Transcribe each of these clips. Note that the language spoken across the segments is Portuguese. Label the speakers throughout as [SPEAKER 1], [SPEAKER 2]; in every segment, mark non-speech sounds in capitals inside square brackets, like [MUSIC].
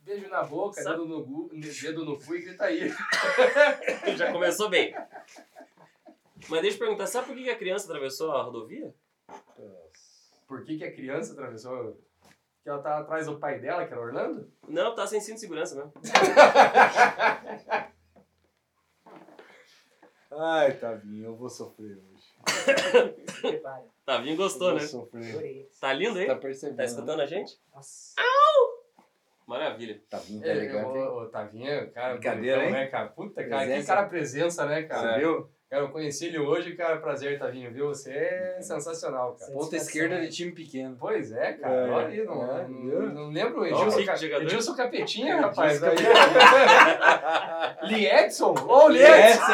[SPEAKER 1] beijo na boca,
[SPEAKER 2] Sabe-
[SPEAKER 1] dedo no, gu- dedo no cu e grita aí.
[SPEAKER 2] [LAUGHS] Já começou bem. Mas deixa eu perguntar, sabe por que que a criança atravessou a rodovia?
[SPEAKER 1] Por que, que a criança atravessou? Que ela tá atrás do pai dela, que era Orlando?
[SPEAKER 2] Não, tá sem cinto de segurança mesmo.
[SPEAKER 3] Ai, Tavinho, eu vou sofrer hoje.
[SPEAKER 4] Prepara.
[SPEAKER 2] Tavinho
[SPEAKER 3] Eu
[SPEAKER 2] gostou,
[SPEAKER 3] vou
[SPEAKER 2] né?
[SPEAKER 3] sofrer.
[SPEAKER 4] Adorei.
[SPEAKER 2] Tá lindo aí?
[SPEAKER 3] Tá
[SPEAKER 2] Tá
[SPEAKER 3] percebendo? né?
[SPEAKER 2] escutando a gente?
[SPEAKER 4] Nossa.
[SPEAKER 2] Maravilha.
[SPEAKER 3] Tavinho tá
[SPEAKER 1] É,
[SPEAKER 3] elegante. hein?
[SPEAKER 1] o, o Tavinha, cara,
[SPEAKER 3] Brincadeira,
[SPEAKER 1] bonitão,
[SPEAKER 3] hein?
[SPEAKER 1] né, cara? Puta, cara, que
[SPEAKER 3] Presença. é
[SPEAKER 1] cara presença, né,
[SPEAKER 3] Você
[SPEAKER 1] cara?
[SPEAKER 3] viu?
[SPEAKER 1] Cara, eu conheci ele hoje, cara, prazer, Tavinho, viu? Você
[SPEAKER 3] Uhum.
[SPEAKER 1] é sensacional, cara.
[SPEAKER 3] Ponta esquerda de time pequeno.
[SPEAKER 1] Pois é, cara.
[SPEAKER 3] É,
[SPEAKER 1] Olha aí, não,
[SPEAKER 3] é,
[SPEAKER 1] não,
[SPEAKER 3] viu?
[SPEAKER 1] não lembro.
[SPEAKER 2] Olha o
[SPEAKER 1] Edilson,
[SPEAKER 2] pique
[SPEAKER 1] Ca-
[SPEAKER 2] de jogador.
[SPEAKER 1] Edilson Capetinha, rapaz.
[SPEAKER 3] Edilson
[SPEAKER 1] Li Edson? Ô, Li Edson!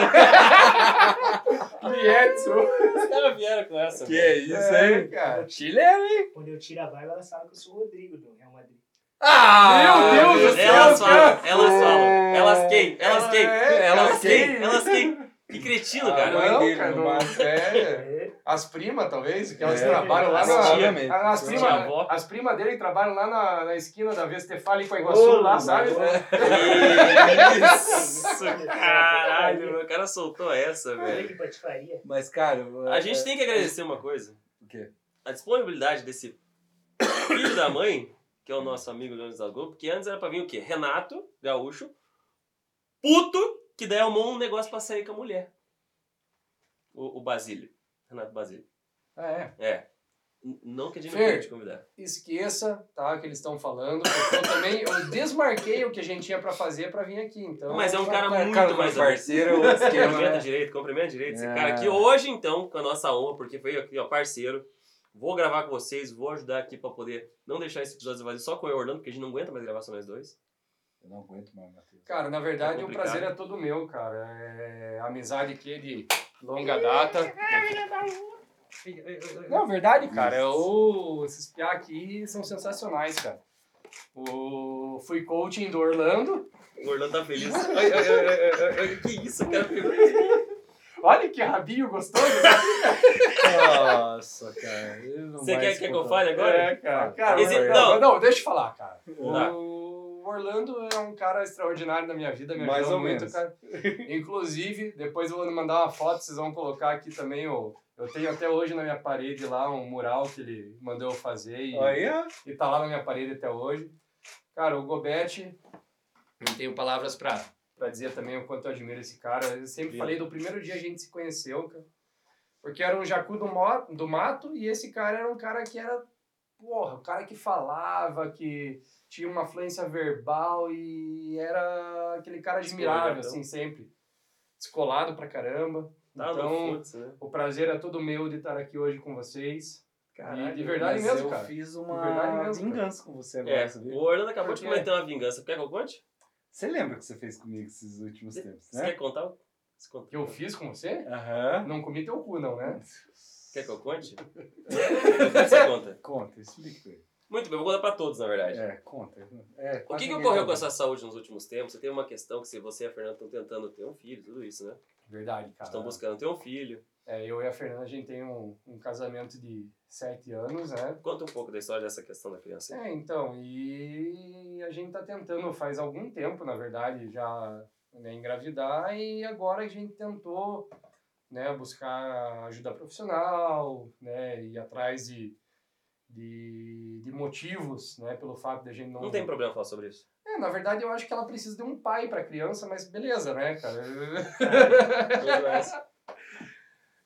[SPEAKER 1] Li Edson!
[SPEAKER 2] Os caras vieram com essa.
[SPEAKER 3] Que
[SPEAKER 2] velho.
[SPEAKER 3] é isso,
[SPEAKER 1] É,
[SPEAKER 3] hein?
[SPEAKER 1] cara.
[SPEAKER 3] Chileno, hein?
[SPEAKER 4] Quando eu tiro a barba, ela sabe que eu sou o Rodrigo do Real Madrid.
[SPEAKER 3] Ah,
[SPEAKER 1] Meu Deus do céu,
[SPEAKER 2] Elas
[SPEAKER 1] cara.
[SPEAKER 2] falam, elas
[SPEAKER 3] É.
[SPEAKER 2] falam. Elas quem? Elas quem?
[SPEAKER 1] É,
[SPEAKER 2] Elas
[SPEAKER 3] elas
[SPEAKER 2] quem?
[SPEAKER 1] quem?
[SPEAKER 2] Elas quem? Que cretino,
[SPEAKER 3] Ah,
[SPEAKER 2] cara.
[SPEAKER 3] mãe
[SPEAKER 1] Não,
[SPEAKER 3] dele,
[SPEAKER 1] cara,
[SPEAKER 3] no
[SPEAKER 1] não,
[SPEAKER 3] máximo.
[SPEAKER 1] é.
[SPEAKER 4] É.
[SPEAKER 1] As primas, talvez, que elas
[SPEAKER 3] É,
[SPEAKER 1] trabalham lá
[SPEAKER 2] as
[SPEAKER 1] na.
[SPEAKER 2] tia.
[SPEAKER 3] Provavelmente.
[SPEAKER 1] As primas
[SPEAKER 2] Tia avó.
[SPEAKER 1] as prima dele trabalham lá na, na esquina da Vestefália com a Iguaçu,
[SPEAKER 4] Ô,
[SPEAKER 1] lá,
[SPEAKER 4] meu
[SPEAKER 1] sabe?
[SPEAKER 2] É.
[SPEAKER 4] Deus.
[SPEAKER 2] Isso, caralho. O cara soltou essa,
[SPEAKER 4] Olha
[SPEAKER 2] velho.
[SPEAKER 4] que patifaria.
[SPEAKER 3] Mas, cara...
[SPEAKER 2] A gente tem um que agradecer uma coisa.
[SPEAKER 3] É, O quê?
[SPEAKER 2] A disponibilidade desse filho da mãe, que é o nosso amigo Leandro da Globo, que antes era pra vir o quê? Renato, gaúcho, puto, que daí arrumou um negócio pra sair com a mulher. O, o Basílio. Renato Basílio.
[SPEAKER 1] Ah, é.
[SPEAKER 2] É. N- Não que a gente não
[SPEAKER 1] Fer.
[SPEAKER 2] queira te convidar.
[SPEAKER 1] Esqueça, tá? O que eles estão falando. Porque eu também eu desmarquei o que a gente tinha pra fazer pra vir aqui, então.
[SPEAKER 2] Mas é um cara muito
[SPEAKER 3] cara,
[SPEAKER 2] mais
[SPEAKER 3] parceiro, outro esquema,
[SPEAKER 2] Cumprimenta
[SPEAKER 3] né?
[SPEAKER 2] direito, cumprimenta direito. Esse
[SPEAKER 3] É.
[SPEAKER 2] cara aqui hoje, então, com a nossa honra, porque foi aqui, ó, parceiro. Vou gravar com vocês, vou ajudar aqui pra poder não deixar esse episódio vazio só com eu e o Orlando, porque a gente não aguenta mais gravar só nós dois.
[SPEAKER 3] Eu não aguento mais, Matheus.
[SPEAKER 1] Cara, na verdade, o
[SPEAKER 2] complicado.
[SPEAKER 1] prazer é todo meu, cara. É a amizade que ele longa data. Não, é verdade, cara. Eu, esses piá aqui são sensacionais, cara. O, fui coaching do Orlando.
[SPEAKER 2] O Orlando tá feliz. Ai, ai, ai, ai, ai, ai, que isso, o cara pegou isso.
[SPEAKER 1] Olha que rabinho gostoso.
[SPEAKER 3] Nossa, cara. ele não
[SPEAKER 2] Você
[SPEAKER 3] vai
[SPEAKER 2] quer, quer que eu
[SPEAKER 3] escutar.
[SPEAKER 2] fale agora?
[SPEAKER 1] É, cara. cara
[SPEAKER 2] Esse-
[SPEAKER 1] mas- não.
[SPEAKER 2] não.
[SPEAKER 1] não, deixa eu falar, cara.
[SPEAKER 2] Tá.
[SPEAKER 1] O Orlando é um cara extraordinário na minha vida, me
[SPEAKER 3] Mais
[SPEAKER 1] ajudou
[SPEAKER 3] ou
[SPEAKER 1] muito,
[SPEAKER 3] menos.
[SPEAKER 1] cara. Inclusive, depois eu vou mandar uma foto, vocês vão colocar aqui também o. Eu tenho até hoje na minha parede lá um mural que ele mandou eu fazer e,
[SPEAKER 3] Aí, ó.
[SPEAKER 1] e tá lá na minha parede até hoje. Cara, o Gobete, não tenho palavras pra, pra dizer também o quanto eu admiro esse cara. Eu sempre
[SPEAKER 2] Lindo.
[SPEAKER 1] falei do primeiro dia a gente se conheceu, cara. Porque era um jacu do, mo- do mato e esse cara era um cara que era, porra, o cara que falava, que tinha uma fluência verbal e era aquele cara admirável,
[SPEAKER 2] Descoladão.
[SPEAKER 1] assim, sempre. Descolado pra caramba.
[SPEAKER 2] Tá
[SPEAKER 1] então,
[SPEAKER 2] no foda né?
[SPEAKER 1] o prazer é todo meu de estar aqui hoje com vocês.
[SPEAKER 3] Caralho,
[SPEAKER 1] de verdade
[SPEAKER 3] mas
[SPEAKER 1] mesmo,
[SPEAKER 3] eu
[SPEAKER 1] cara.
[SPEAKER 3] fiz
[SPEAKER 1] De verdade
[SPEAKER 3] uma
[SPEAKER 1] mesmo, cara.
[SPEAKER 3] vingança com você agora,
[SPEAKER 2] É,
[SPEAKER 3] sabia?
[SPEAKER 2] o Orlando acabou
[SPEAKER 1] Por
[SPEAKER 2] de
[SPEAKER 1] quê?
[SPEAKER 2] cometer uma vingança. Quer que eu conte?
[SPEAKER 3] Você lembra o que você fez comigo esses últimos tempos,
[SPEAKER 2] Você
[SPEAKER 3] né?
[SPEAKER 2] quer contar? Você conta.
[SPEAKER 1] que eu fiz com você?
[SPEAKER 3] Aham.
[SPEAKER 1] Não comi teu cu, não, né?
[SPEAKER 2] Quer que eu conte? Você conta.
[SPEAKER 3] Conta, explica aí.
[SPEAKER 2] Muito bem, eu vou contar pra todos, na verdade.
[SPEAKER 3] É, conta. É,
[SPEAKER 2] O
[SPEAKER 3] quase
[SPEAKER 2] que, que
[SPEAKER 3] ninguém
[SPEAKER 2] ocorreu
[SPEAKER 3] sabe.
[SPEAKER 2] com a sua saúde nos últimos tempos? Você tem uma questão que se você e a Fernanda estão tentando ter um filho, tudo isso, né?
[SPEAKER 1] Verdade, cara.
[SPEAKER 2] Estão buscando ter um filho.
[SPEAKER 1] É, eu e a Fernanda, a gente tem um, um casamento de sete anos, né?
[SPEAKER 2] Conta um pouco da história dessa questão da criança.
[SPEAKER 1] É, então, e a gente tá tentando faz algum tempo, na verdade, já né, engravidar e agora a gente tentou, né, buscar ajuda profissional, né, ir atrás de, de, de motivos, né, pelo fato da gente não...
[SPEAKER 2] Não tem problema falar sobre isso.
[SPEAKER 1] É, na verdade, eu acho que ela precisa de um pai pra criança, mas beleza, né, cara?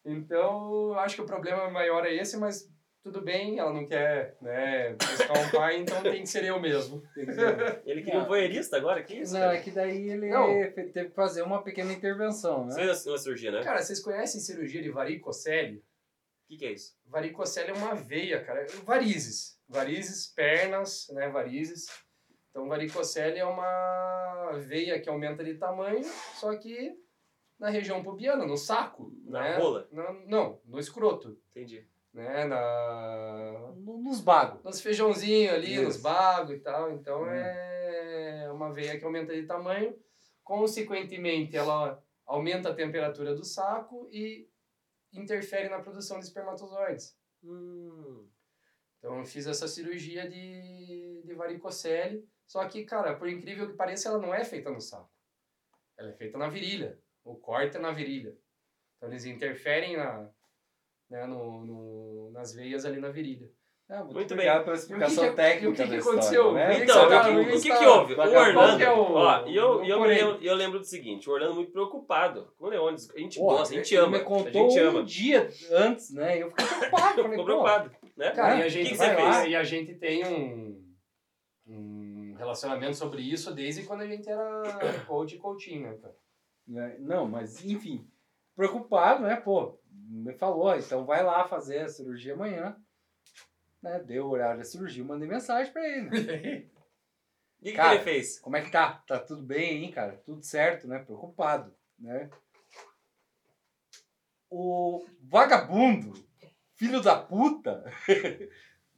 [SPEAKER 1] Então, eu acho que o problema maior é esse, mas tudo bem, ela não quer, né, buscar um pai, então tem que ser eu mesmo.
[SPEAKER 3] Tem que ver.
[SPEAKER 2] Ele queria um voyeurista agora? Que isso?
[SPEAKER 3] Não,
[SPEAKER 2] cara?
[SPEAKER 3] é que daí ele
[SPEAKER 1] Não.
[SPEAKER 3] teve que fazer uma pequena intervenção,
[SPEAKER 2] Isso
[SPEAKER 3] né?
[SPEAKER 2] aí é uma cirurgia, né?
[SPEAKER 1] Cara, vocês conhecem cirurgia de varicocele?
[SPEAKER 2] O que, que é isso?
[SPEAKER 1] Varicocele é uma veia, cara, varizes, varizes, pernas, né, varizes. Então, varicocele é uma veia que aumenta de tamanho, só que na região pubiana, no saco,
[SPEAKER 2] Na
[SPEAKER 1] né?
[SPEAKER 2] rola?
[SPEAKER 1] Na- não, no escroto,
[SPEAKER 2] Entendi.
[SPEAKER 1] né, na
[SPEAKER 3] No- Nos bagos.
[SPEAKER 1] nos feijãozinhos ali,
[SPEAKER 3] Isso.
[SPEAKER 1] nos bagos e tal. Então é uma veia que aumenta de tamanho. Consequentemente, ela aumenta a temperatura do saco e interfere na produção de espermatozoides.
[SPEAKER 2] Hum,
[SPEAKER 1] Então eu fiz essa cirurgia de, de varicocele, Só que, cara, por incrível que pareça, ela não é feita no saco. Ela é feita na virilha. O corte é na virilha. Então eles interferem na, né, no, no- nas veias ali na virilha.
[SPEAKER 3] Ah, muito,
[SPEAKER 2] Muito
[SPEAKER 3] obrigado pela explicação
[SPEAKER 1] E o que que-
[SPEAKER 3] técnica
[SPEAKER 1] e o que que
[SPEAKER 3] da história,
[SPEAKER 1] aconteceu?
[SPEAKER 3] né?
[SPEAKER 1] Ele
[SPEAKER 2] Então,
[SPEAKER 1] sabe
[SPEAKER 2] o que, o
[SPEAKER 1] onde
[SPEAKER 2] que,
[SPEAKER 1] está-
[SPEAKER 2] que houve? O
[SPEAKER 3] qual que é o
[SPEAKER 2] Orlando.
[SPEAKER 1] ponto?
[SPEAKER 2] Ó, e eu,
[SPEAKER 1] O
[SPEAKER 2] e eu, me
[SPEAKER 1] porém.
[SPEAKER 2] lembro, eu lembro do seguinte: o Orlando é muito preocupado com o Leônidas. A gente
[SPEAKER 3] Porra,
[SPEAKER 2] gosta, a gente
[SPEAKER 3] ele
[SPEAKER 2] ama.
[SPEAKER 3] Me contou
[SPEAKER 2] A gente
[SPEAKER 3] um
[SPEAKER 2] ama.
[SPEAKER 3] dia antes, né? Eu fiquei preocupado. Falei,
[SPEAKER 2] [LAUGHS] Ficou
[SPEAKER 3] pô,
[SPEAKER 2] preocupado, né?
[SPEAKER 1] Cara,
[SPEAKER 3] né?
[SPEAKER 1] e a
[SPEAKER 3] O
[SPEAKER 1] gente,
[SPEAKER 2] que
[SPEAKER 1] vai
[SPEAKER 2] você
[SPEAKER 1] lá,
[SPEAKER 2] fez?
[SPEAKER 1] e a gente tem um, um relacionamento sobre isso desde quando a gente era coach e coaching, né, cara?
[SPEAKER 3] né? Não, mas enfim, preocupado, né? Pô, me falou, ó, então vai lá fazer a cirurgia amanhã. Né? Deu o horário da cirurgia, eu mandei mensagem pra ele. né?
[SPEAKER 2] O que, que
[SPEAKER 3] Cara,
[SPEAKER 2] ele fez?
[SPEAKER 3] Como é que tá? Tá tudo bem, hein, cara? Tudo certo, né? Preocupado, né? O vagabundo, filho da puta, [LAUGHS]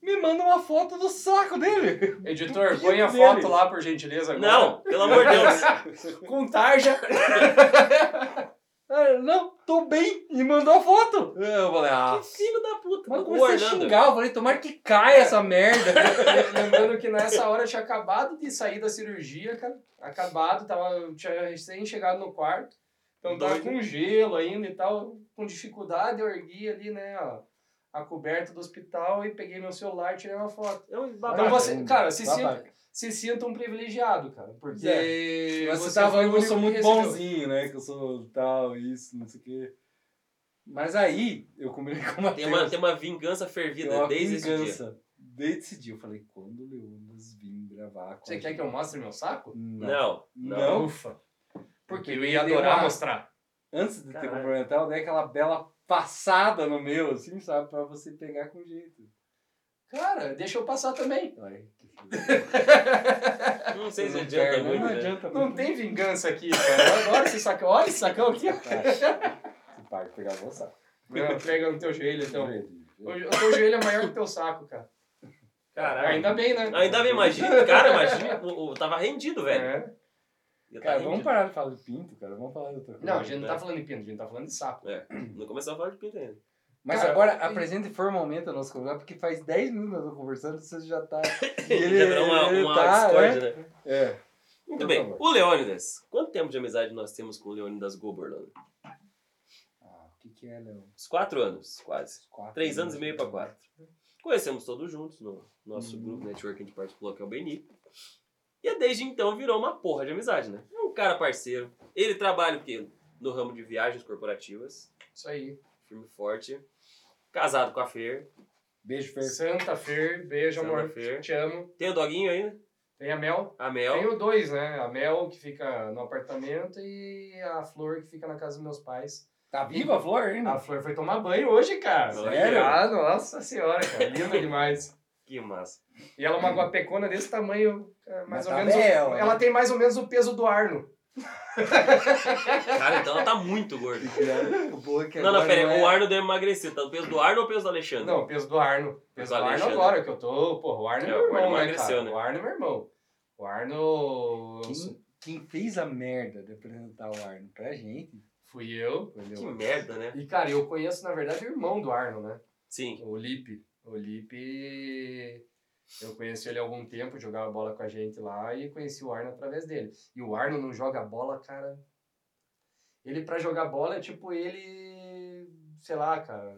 [SPEAKER 3] me manda uma foto do saco dele.
[SPEAKER 1] Editor,
[SPEAKER 3] pinto
[SPEAKER 1] põe a
[SPEAKER 3] dele.
[SPEAKER 1] foto lá, por gentileza, agora.
[SPEAKER 3] [LAUGHS]
[SPEAKER 2] Não, pelo amor de Deus.
[SPEAKER 1] Com tarja.
[SPEAKER 3] Ah, não, tô bem, e mandou a foto. Eu falei, ah,
[SPEAKER 2] Que filho da puta.
[SPEAKER 3] Mas
[SPEAKER 2] o
[SPEAKER 3] comecei a
[SPEAKER 2] Orlando.
[SPEAKER 3] xingar, eu falei, tomara que
[SPEAKER 1] É.
[SPEAKER 3] caia essa merda.
[SPEAKER 1] [LAUGHS] Lembrando que nessa hora eu tinha acabado de sair da cirurgia, cara. Acabado, tava, eu tinha recém chegado no quarto. Então tava
[SPEAKER 2] Doido.
[SPEAKER 1] com gelo ainda e tal. Com dificuldade, eu ergui ali, né, a, a coberta do hospital e peguei meu celular e tirei uma foto.
[SPEAKER 2] É um
[SPEAKER 1] Então
[SPEAKER 2] babaca.
[SPEAKER 1] você, cara, se sinta,
[SPEAKER 3] Babaca.
[SPEAKER 1] se sinta um privilegiado, cara. Porque.
[SPEAKER 3] É. Mas você
[SPEAKER 1] foi
[SPEAKER 3] tava
[SPEAKER 1] o
[SPEAKER 3] falando que eu
[SPEAKER 1] único
[SPEAKER 3] sou
[SPEAKER 1] que
[SPEAKER 3] muito
[SPEAKER 1] recebeu.
[SPEAKER 3] bonzinho, né? Que eu sou tal, isso, não sei o quê. Mas aí, eu combinei com o Matheus.
[SPEAKER 2] Tem uma, tem uma vingança fervida
[SPEAKER 3] tem uma
[SPEAKER 2] desde esse dia.
[SPEAKER 3] vingança. Desde esse dia, eu falei, quando o Leonas vir gravar com
[SPEAKER 1] Você quer que eu mostre meu saco?
[SPEAKER 3] Não.
[SPEAKER 2] Não, não.
[SPEAKER 3] Não.
[SPEAKER 1] Ufa. Porque eu
[SPEAKER 3] Ele
[SPEAKER 1] ia
[SPEAKER 3] deu
[SPEAKER 1] adorar
[SPEAKER 3] uma-
[SPEAKER 1] mostrar.
[SPEAKER 3] Antes de
[SPEAKER 2] Caralho.
[SPEAKER 3] ter complementar, eu dei aquela bela passada no meu, assim, sabe? Pra você pegar com jeito.
[SPEAKER 1] Cara, deixa eu passar também.
[SPEAKER 3] Ai, que
[SPEAKER 1] [LAUGHS]
[SPEAKER 3] filho.
[SPEAKER 2] Não sei se
[SPEAKER 3] Não
[SPEAKER 2] adianta
[SPEAKER 3] quero,
[SPEAKER 2] muito.
[SPEAKER 3] Não
[SPEAKER 2] né?
[SPEAKER 3] adianta
[SPEAKER 1] Não
[SPEAKER 3] muito.
[SPEAKER 1] tem vingança aqui, cara. [LAUGHS] Eu adoro esse sacão. Olha esse sacão aqui.
[SPEAKER 3] [LAUGHS] Se pá, pegar o saco.
[SPEAKER 1] Não, pega no teu joelho, então.
[SPEAKER 3] Então,
[SPEAKER 1] O jo- o teu joelho é maior que o teu saco, cara.
[SPEAKER 2] Caralho.
[SPEAKER 1] Ainda bem, né?
[SPEAKER 2] Ainda bem, imagina. Cara, imagina. o- o- tava rendido, velho.
[SPEAKER 1] É.
[SPEAKER 2] Ia tá
[SPEAKER 3] Cara, vamos
[SPEAKER 2] rendido.
[SPEAKER 3] parar de falar de pinto, cara. Vamos falar de outra coisa.
[SPEAKER 1] Não, a gente não tá falando de pinto, a gente tá falando de saco.
[SPEAKER 2] Não começou a falar de pinta ainda.
[SPEAKER 3] Mas
[SPEAKER 1] Cara,
[SPEAKER 3] agora
[SPEAKER 1] e-
[SPEAKER 3] apresente formalmente a nossa convidada, porque faz 10 minutos nós estamos conversando e você já [LAUGHS] tá. e
[SPEAKER 2] Já dá um uma,
[SPEAKER 3] ele
[SPEAKER 2] uma
[SPEAKER 3] tá,
[SPEAKER 2] discórdia,
[SPEAKER 3] né?
[SPEAKER 2] né?
[SPEAKER 3] É.
[SPEAKER 2] Muito
[SPEAKER 3] Por
[SPEAKER 2] bem.
[SPEAKER 3] favor.
[SPEAKER 2] O Leônidas. Quanto tempo de amizade nós temos com o Leônidas Goberland?
[SPEAKER 3] Ah, o que, que é, Léo?
[SPEAKER 2] Uns quatro anos, quase.
[SPEAKER 3] Quatro
[SPEAKER 2] Três anos e meio para quatro. Conhecemos todos juntos no nosso
[SPEAKER 3] Uhum.
[SPEAKER 2] grupo network de participou, que é o Beni. E desde então virou uma porra de amizade, né? É um cara parceiro. Ele trabalha o quê? No ramo de viagens corporativas,
[SPEAKER 1] Isso aí.
[SPEAKER 2] firme e forte. Casado com a Fer.
[SPEAKER 3] Beijo, Fer.
[SPEAKER 1] Santa Fer, beijo,
[SPEAKER 2] Santa
[SPEAKER 1] amor.
[SPEAKER 2] Fer.
[SPEAKER 1] Te amo.
[SPEAKER 2] Tem o doguinho ainda,
[SPEAKER 1] Tem a Mel.
[SPEAKER 2] a Mel.
[SPEAKER 1] Tenho dois, né? A Mel, que fica no apartamento, e a Flor, que fica na casa dos meus pais.
[SPEAKER 3] Tá viva a flor ainda?
[SPEAKER 1] A Flor foi tomar banho hoje, cara.
[SPEAKER 2] Sério?
[SPEAKER 1] Ah, nossa senhora, cara. Linda demais.
[SPEAKER 2] Que massa.
[SPEAKER 1] E ela é uma guapecona desse tamanho, é, mais
[SPEAKER 3] Mas
[SPEAKER 1] ou
[SPEAKER 3] tá
[SPEAKER 1] menos. o-
[SPEAKER 3] bela, né?
[SPEAKER 1] ela tem mais ou menos o peso do Arno.
[SPEAKER 2] Cara, então ela tá muito gorda.
[SPEAKER 3] Não, o bom é [LAUGHS] que
[SPEAKER 2] Não, não,
[SPEAKER 3] agora
[SPEAKER 2] pera aí.
[SPEAKER 3] é-
[SPEAKER 2] O Arno deu emagrecer. Tá o peso do Arno ou o peso do Alexandre?
[SPEAKER 1] Não, o peso do Arno. O peso do
[SPEAKER 2] Do
[SPEAKER 1] Arno
[SPEAKER 2] Alexandre.
[SPEAKER 1] agora, que eu tô. Porra, o Arno é,
[SPEAKER 2] É,
[SPEAKER 1] meu
[SPEAKER 2] o
[SPEAKER 1] irmão,
[SPEAKER 2] Arno
[SPEAKER 1] né,
[SPEAKER 2] emagreceu,
[SPEAKER 1] cara?
[SPEAKER 2] né?
[SPEAKER 1] O Arno é meu irmão. O Arno.
[SPEAKER 3] Quem, quem fez a merda de apresentar o Arno pra gente
[SPEAKER 1] Fui eu.
[SPEAKER 3] foi o
[SPEAKER 2] Que
[SPEAKER 3] Leonas.
[SPEAKER 2] merda, né?
[SPEAKER 1] E, cara, eu conheço, na verdade, o irmão do Arno, né?
[SPEAKER 2] Sim.
[SPEAKER 1] O Lipe. O Lipe. Eu conheci ele há algum tempo, jogava bola com a gente lá e conheci o Arno através dele. E o Arno não joga bola, cara. Ele pra jogar bola é tipo ele. Sei lá, cara.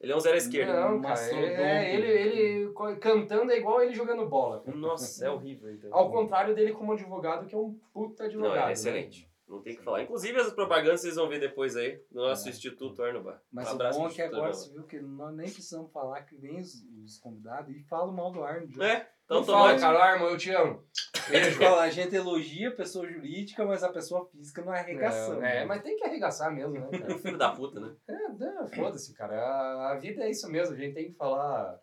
[SPEAKER 2] Ele é um né? zero à esquerda.
[SPEAKER 1] Não,
[SPEAKER 3] um
[SPEAKER 1] cara.
[SPEAKER 3] mastodonte.
[SPEAKER 1] É, ele, ele co- cantando é igual ele jogando bola. cara.
[SPEAKER 2] Nossa, é horrível, então.
[SPEAKER 1] Ao contrário dele como advogado, que é um puta advogado.
[SPEAKER 2] Não, ele é
[SPEAKER 1] né?
[SPEAKER 2] excelente. Não tem o que falar. Inclusive, as propagandas vocês vão ver depois aí no nosso
[SPEAKER 3] É.
[SPEAKER 2] Instituto Arnobar.
[SPEAKER 3] Mas
[SPEAKER 2] um
[SPEAKER 3] o
[SPEAKER 2] abraço
[SPEAKER 3] bom é
[SPEAKER 2] pro
[SPEAKER 3] que
[SPEAKER 2] Instituto
[SPEAKER 3] agora você viu que nós nem precisamos falar que nem os, os convidados e fala mal do Arno.
[SPEAKER 2] Arnobar. É, então
[SPEAKER 1] Não
[SPEAKER 2] tô mais.
[SPEAKER 1] fala, cara, Armo, eu te amo.
[SPEAKER 3] Eles
[SPEAKER 1] É.
[SPEAKER 3] falam, a gente elogia a pessoa jurídica, mas a pessoa física não é arregaçando.
[SPEAKER 1] Não, é, mas tem que arregaçar mesmo, né, cara?
[SPEAKER 2] Filho da puta, né?
[SPEAKER 1] É, não, foda-se, cara. A- A vida é isso mesmo. A gente tem que falar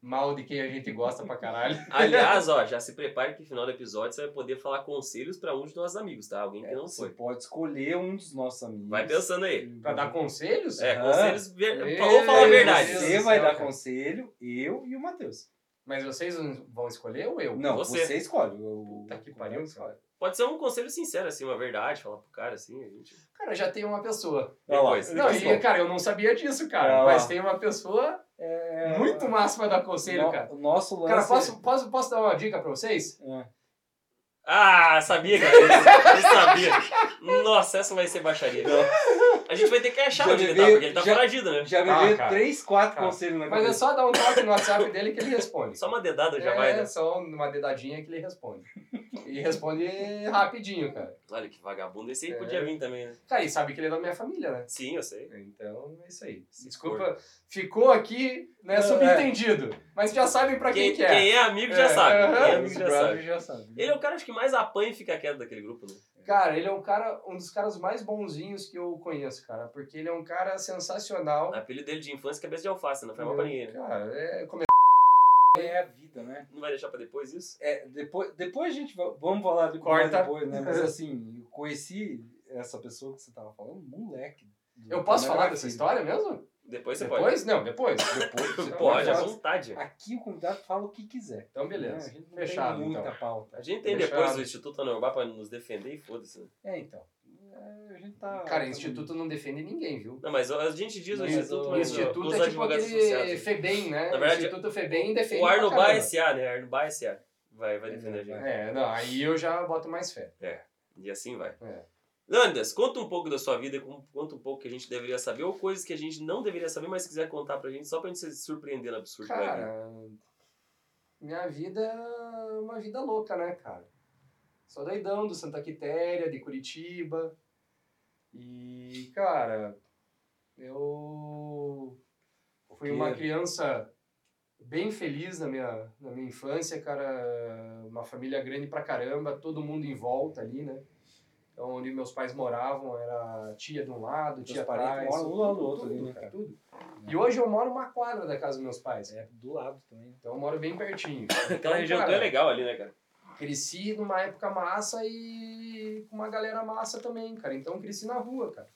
[SPEAKER 1] mal de quem a gente gosta pra caralho. [LAUGHS]
[SPEAKER 2] Aliás, ó, já se prepare que no final do episódio você vai poder falar conselhos pra um de nossos amigos, tá? Alguém que não
[SPEAKER 3] É, Você
[SPEAKER 2] foi.
[SPEAKER 3] pode escolher um dos nossos amigos.
[SPEAKER 2] Vai pensando aí.
[SPEAKER 1] Pra dar conselhos?
[SPEAKER 2] É,
[SPEAKER 3] Ah.
[SPEAKER 2] conselhos. Ver...
[SPEAKER 1] Ei,
[SPEAKER 2] Falou, falar a
[SPEAKER 1] Deus
[SPEAKER 2] verdade.
[SPEAKER 1] do
[SPEAKER 3] Você
[SPEAKER 1] céu,
[SPEAKER 3] vai dar
[SPEAKER 1] cara.
[SPEAKER 3] conselho, eu e o Matheus.
[SPEAKER 1] Mas vocês não vão escolher ou eu?
[SPEAKER 3] Não,
[SPEAKER 2] Você.
[SPEAKER 3] você, escolhe. O,
[SPEAKER 1] Puta que
[SPEAKER 3] o-
[SPEAKER 1] pariu,
[SPEAKER 3] o-
[SPEAKER 1] cara.
[SPEAKER 2] Pode ser um conselho sincero, assim, uma verdade, falar pro cara assim. A gente...
[SPEAKER 1] Cara, já tem uma pessoa.
[SPEAKER 3] Olha lá,
[SPEAKER 2] Depois.
[SPEAKER 1] Não,
[SPEAKER 3] pessoal.
[SPEAKER 1] e, é cara, eu não sabia disso, cara.
[SPEAKER 3] Ah lá.
[SPEAKER 1] mas tem uma pessoa
[SPEAKER 2] É.
[SPEAKER 1] muito massa pra dar conselho,
[SPEAKER 3] É, No-
[SPEAKER 1] cara.
[SPEAKER 3] O nosso lance.
[SPEAKER 1] Cara, posso, posso, posso dar uma dica pra vocês?
[SPEAKER 3] É.
[SPEAKER 2] Ah, sabia, cara. Eu sabia. Nossa, essa vai ser baixaria. A gente vai ter que achar
[SPEAKER 3] Já
[SPEAKER 2] onde ele
[SPEAKER 3] levei-
[SPEAKER 2] tá, porque ele tá
[SPEAKER 3] já-
[SPEAKER 2] foragido, né?
[SPEAKER 3] é, Já me
[SPEAKER 1] Ah,
[SPEAKER 3] veio
[SPEAKER 1] cara.
[SPEAKER 3] 3, 4
[SPEAKER 1] Cara.
[SPEAKER 3] conselhos na
[SPEAKER 1] Mas é
[SPEAKER 3] cabeça.
[SPEAKER 1] só dar um toque no WhatsApp dele que ele responde.
[SPEAKER 2] Só uma dedada já
[SPEAKER 1] é,
[SPEAKER 2] vai, né?
[SPEAKER 1] só uma dedadinha que ele responde. E responde rapidinho, cara.
[SPEAKER 2] Olha que vagabundo. Esse aí
[SPEAKER 1] É.
[SPEAKER 2] podia vir também, né?
[SPEAKER 1] Cara, e sabe que ele é da minha família, né?
[SPEAKER 2] Sim, eu sei.
[SPEAKER 1] Então é isso aí. Desculpa, ficou aqui, né, subentendido. Mas já sabem pra quem,
[SPEAKER 2] Quem,
[SPEAKER 1] que é.
[SPEAKER 2] quem é amigo já sabe. Quem é
[SPEAKER 1] aham.
[SPEAKER 2] amigo
[SPEAKER 3] Os
[SPEAKER 2] já
[SPEAKER 3] brothers
[SPEAKER 2] sabe.
[SPEAKER 3] já sabem.
[SPEAKER 2] Ele é o cara acho que mais apanha e fica quieto daquele grupo, né?
[SPEAKER 1] Cara, ele é um cara, um dos caras mais bonzinhos que eu conheço, cara. Porque ele é um cara sensacional.
[SPEAKER 2] O apelido dele de infância é cabeça de alface, não foi
[SPEAKER 1] Uhum.
[SPEAKER 2] mal pra ninguém, né?
[SPEAKER 1] Cara, é come-
[SPEAKER 3] É a vida, né?
[SPEAKER 2] Não vai deixar pra depois isso?
[SPEAKER 3] É, depois, depois a gente va- vamos falar do
[SPEAKER 1] Corta.
[SPEAKER 3] depois, né? Mas assim, eu conheci essa pessoa que você tava falando, moleque. é
[SPEAKER 1] Eu posso falar dessa
[SPEAKER 3] Filho.
[SPEAKER 1] história mesmo?
[SPEAKER 2] Depois você pode.
[SPEAKER 1] depois? Não, depois. Depois.
[SPEAKER 2] Pode,
[SPEAKER 1] Então,
[SPEAKER 3] Pode. assim,
[SPEAKER 2] à
[SPEAKER 1] fala-
[SPEAKER 2] vontade.
[SPEAKER 3] Aqui o convidado fala o que quiser.
[SPEAKER 1] Então,
[SPEAKER 3] Né? A
[SPEAKER 1] beleza.
[SPEAKER 3] gente não
[SPEAKER 1] Fechado,
[SPEAKER 3] tem muita
[SPEAKER 1] então.
[SPEAKER 3] pauta.
[SPEAKER 2] A gente tem
[SPEAKER 1] Fechado.
[SPEAKER 2] depois o Instituto Anormar pra nos defender e foda-se, né?
[SPEAKER 3] É, então. É, a gente tá.
[SPEAKER 1] Cara,
[SPEAKER 3] tá
[SPEAKER 1] instituto não defende ninguém, viu?
[SPEAKER 2] Não, mas a gente diz o
[SPEAKER 3] Mas
[SPEAKER 2] Instituto,
[SPEAKER 3] o
[SPEAKER 1] O
[SPEAKER 2] mas
[SPEAKER 1] instituto
[SPEAKER 2] os
[SPEAKER 1] é tipo
[SPEAKER 2] advogados
[SPEAKER 1] aquele
[SPEAKER 2] associados.
[SPEAKER 1] Febem, né?
[SPEAKER 2] Na verdade,
[SPEAKER 1] o instituto Febem defende
[SPEAKER 2] O
[SPEAKER 1] pra
[SPEAKER 2] Arnobá
[SPEAKER 1] caramba.
[SPEAKER 2] S.A., né? Arnobá S.A. Vai, vai defender a
[SPEAKER 3] É,
[SPEAKER 2] gente.
[SPEAKER 1] É, não, aí eu já boto mais fé.
[SPEAKER 2] E assim vai.
[SPEAKER 1] É.
[SPEAKER 2] Landas, conta um pouco da sua vida, com- conta um pouco que a gente deveria saber, ou coisas que a gente não deveria saber, mas quiser contar pra gente, só pra gente se surpreender no absurdo. que vai né? vir.
[SPEAKER 1] Cara, minha vida é uma vida louca, né, cara? Sou doidão do Santa Quitéria, de Curitiba. E, cara, eu fui uma
[SPEAKER 3] Roqueiro.
[SPEAKER 1] criança bem feliz na minha, na minha infância, cara. Uma família grande pra caramba, todo mundo em volta ali, né? Então, onde meus pais moravam era tia de um lado,
[SPEAKER 3] Teus
[SPEAKER 1] tia
[SPEAKER 3] parentes
[SPEAKER 1] atrás.
[SPEAKER 3] moram um do lado do
[SPEAKER 1] tudo,
[SPEAKER 3] outro ali,
[SPEAKER 1] tudo,
[SPEAKER 3] né,
[SPEAKER 1] cara,
[SPEAKER 3] cara?
[SPEAKER 1] tudo. E hoje eu moro uma quadra da casa dos meus pais.
[SPEAKER 3] É, do lado também. né?
[SPEAKER 1] Então eu moro bem
[SPEAKER 2] [COUGHS]
[SPEAKER 1] pertinho. Então,
[SPEAKER 2] Aquela região tão é legal ali, né, cara?
[SPEAKER 1] Cresci numa época massa e com uma galera massa também, cara. Então eu cresci na rua, cara.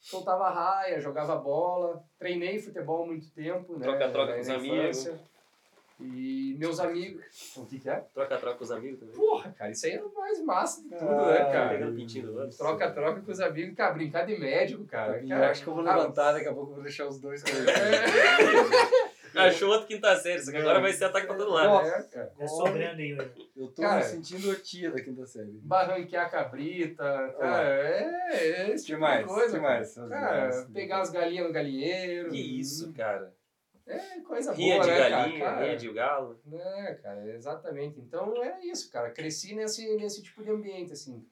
[SPEAKER 1] Soltava raia, jogava bola, treinei futebol há muito tempo, né?
[SPEAKER 2] Troca-troca
[SPEAKER 1] na-
[SPEAKER 2] com os
[SPEAKER 1] na
[SPEAKER 2] amigos.
[SPEAKER 1] infância. E meus amigos. O que, que é?
[SPEAKER 2] Troca-troca com os amigos também.
[SPEAKER 1] Porra, cara, isso aí é o mais massa de tudo,
[SPEAKER 3] Ah,
[SPEAKER 1] né, cara?
[SPEAKER 2] pegando pintinho do lado.
[SPEAKER 1] Troca-troca com os amigos, cara, brincar de médico, cara.
[SPEAKER 3] Tá,
[SPEAKER 1] cara
[SPEAKER 3] eu acho que eu vou
[SPEAKER 1] ah,
[SPEAKER 3] levantar, daqui a pouco eu vou deixar os dois
[SPEAKER 1] [LAUGHS]
[SPEAKER 3] com ele.
[SPEAKER 2] [LAUGHS]
[SPEAKER 3] [LAUGHS]
[SPEAKER 2] Achou outro quinta série, só que agora vai ser ataque pra todo lado.
[SPEAKER 1] é, cara.
[SPEAKER 4] Tá sobrando aí, Yuri.
[SPEAKER 3] Eu tô
[SPEAKER 1] Cara.
[SPEAKER 3] me sentindo a tia da quinta série.
[SPEAKER 1] Barranquear cabrita,
[SPEAKER 3] Olá.
[SPEAKER 1] cara, é, é esse tipo
[SPEAKER 3] Demais,
[SPEAKER 1] de coisa. cara.
[SPEAKER 3] demais.
[SPEAKER 1] Cara, pegar as galinhas no galinheiro.
[SPEAKER 2] né? Que isso, cara.
[SPEAKER 1] É coisa
[SPEAKER 2] Rinha
[SPEAKER 1] boa,
[SPEAKER 2] de
[SPEAKER 1] né,
[SPEAKER 2] galinha,
[SPEAKER 1] cara?
[SPEAKER 2] rinha de galo.
[SPEAKER 1] É, cara, exatamente. Então era isso, cara. Cresci nesse, nesse tipo de ambiente, assim.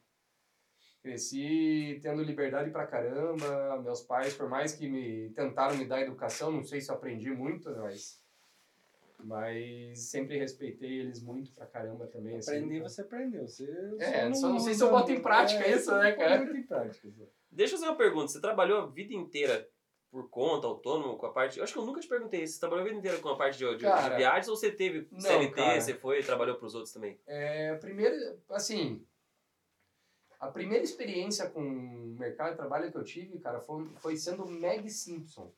[SPEAKER 1] Cresci tendo liberdade pra caramba. Meus pais, por mais que me tentaram me dar educação, não sei se eu aprendi muito, né, mas. Mas sempre respeitei eles muito pra caramba também. assim,
[SPEAKER 3] Aprender,
[SPEAKER 1] cara.
[SPEAKER 3] você aprendeu. Você
[SPEAKER 1] É, só não sei se eu boto em prática isso, né, cara?
[SPEAKER 3] é, Boto em prática. só.
[SPEAKER 2] Deixa eu fazer uma pergunta. Você trabalhou a vida inteira por conta, autônomo, com a parte. Eu acho que eu nunca te perguntei isso. Você trabalhou a vida inteira com a parte de, de- de
[SPEAKER 1] Cara,
[SPEAKER 2] viagens ou você teve
[SPEAKER 1] não,
[SPEAKER 2] CLT,
[SPEAKER 1] cara.
[SPEAKER 2] você foi e trabalhou pros outros também?
[SPEAKER 1] É, primeiro, assim, a primeira experiência com o mercado de trabalho que eu tive, cara, foi, foi sendo Meg Simpson.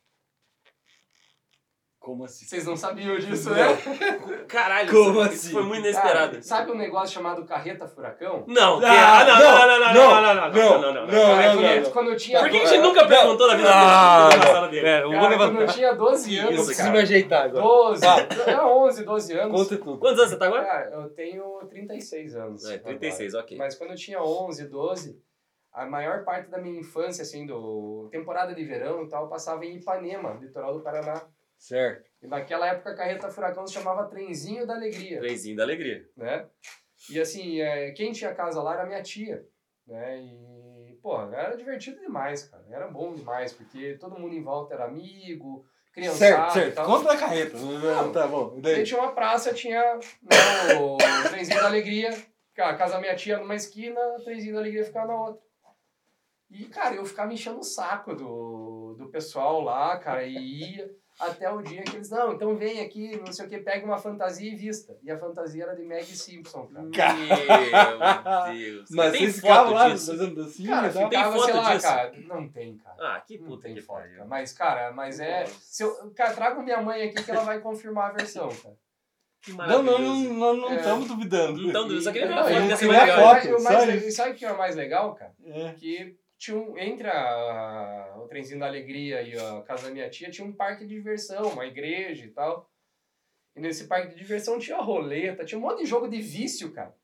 [SPEAKER 3] Como assim?
[SPEAKER 1] Vocês não sabiam disso, né?
[SPEAKER 3] Não.
[SPEAKER 2] Caralho, isso,
[SPEAKER 3] Como assim?
[SPEAKER 2] isso foi muito
[SPEAKER 1] Cara,
[SPEAKER 2] [LAUGHS] inesperado.
[SPEAKER 1] sabe um negócio chamado carreta furacão?
[SPEAKER 2] Não,
[SPEAKER 3] Ah,
[SPEAKER 2] que- ah, não, não, não, não, não, não, não, não, não, não,
[SPEAKER 1] Cara,
[SPEAKER 2] não.
[SPEAKER 3] não,
[SPEAKER 1] quando-
[SPEAKER 3] não.
[SPEAKER 1] Quando eu tinha
[SPEAKER 2] Por que a
[SPEAKER 1] do-
[SPEAKER 2] gente nunca perguntou na vida dele,
[SPEAKER 3] Não,
[SPEAKER 2] na
[SPEAKER 3] não. É.
[SPEAKER 2] sala dele?
[SPEAKER 3] Pera, eu
[SPEAKER 1] É, Cara, quando eu tinha 12 anos,
[SPEAKER 2] Isso, Ah.
[SPEAKER 1] cara.
[SPEAKER 3] me ajeitar agora.
[SPEAKER 1] 12, é 11, 12 anos.
[SPEAKER 3] Conta tudo.
[SPEAKER 2] Quantos anos você tá agora?
[SPEAKER 1] Cara, eu tenho 36 anos.
[SPEAKER 2] É, 36, ok.
[SPEAKER 1] Mas quando eu tinha 11, 12, a maior parte da minha infância, assim, do temporada de verão e tal, eu passava em Ipanema, litoral do Paraná.
[SPEAKER 3] Certo.
[SPEAKER 1] E naquela época a carreta furacão se chamava Trenzinho da Alegria,
[SPEAKER 2] Trenzinho da alegria.
[SPEAKER 1] né? E assim, é, quem tinha casa lá era minha tia, né? E, porra, era divertido demais, cara. Era bom demais, porque todo mundo em volta era amigo, criançada
[SPEAKER 3] Certo,
[SPEAKER 1] e
[SPEAKER 3] certo.
[SPEAKER 1] tal.
[SPEAKER 3] Conta a carreta. Tá bom. E
[SPEAKER 1] Daí
[SPEAKER 3] daí?
[SPEAKER 1] tinha uma praça, tinha né, o trenzinho da alegria, a casa da minha tia numa esquina, o trenzinho da alegria ficava na outra. E, cara, eu ficava enchendo o saco do, do pessoal lá, cara, e ia até o dia que eles, não, então vem aqui, não sei o que, pega uma fantasia e vista. E a fantasia era de Maggie Simpson, cara.
[SPEAKER 2] Meu Deus.
[SPEAKER 3] [LAUGHS] Mas
[SPEAKER 2] tem
[SPEAKER 3] vocês ficavam lá
[SPEAKER 2] foto disso?
[SPEAKER 3] fazendo assim?
[SPEAKER 1] Cara,
[SPEAKER 3] e tal?
[SPEAKER 2] tem
[SPEAKER 1] ficava,
[SPEAKER 2] foto
[SPEAKER 1] sei lá,
[SPEAKER 2] disso?
[SPEAKER 1] cara, não tem, cara.
[SPEAKER 2] Ah, que
[SPEAKER 1] Não
[SPEAKER 2] puta
[SPEAKER 1] tem
[SPEAKER 2] que
[SPEAKER 1] foto,
[SPEAKER 2] pariu.
[SPEAKER 1] cara. Mas, cara, mas é... Se eu, cara, trago minha mãe aqui que ela vai confirmar a versão,
[SPEAKER 2] [LAUGHS]
[SPEAKER 1] cara.
[SPEAKER 2] Que
[SPEAKER 3] Não, não,
[SPEAKER 2] maravilhoso.
[SPEAKER 3] não, não, não
[SPEAKER 1] É.
[SPEAKER 3] estamos duvidando.
[SPEAKER 2] Então, eu só queria ver a
[SPEAKER 1] Não,
[SPEAKER 2] foto
[SPEAKER 1] e-
[SPEAKER 2] dessa
[SPEAKER 1] e
[SPEAKER 3] não é
[SPEAKER 2] mulher.
[SPEAKER 3] foto.
[SPEAKER 1] o mais
[SPEAKER 3] só
[SPEAKER 1] le- sabe o que é o mais legal, cara?
[SPEAKER 3] É.
[SPEAKER 1] que tinha um, entre a, o trenzinho da alegria e a casa da minha tia tinha um parque de diversão, uma igreja e tal. E nesse parque de diversão tinha roleta, tinha um monte de jogo de vício, cara.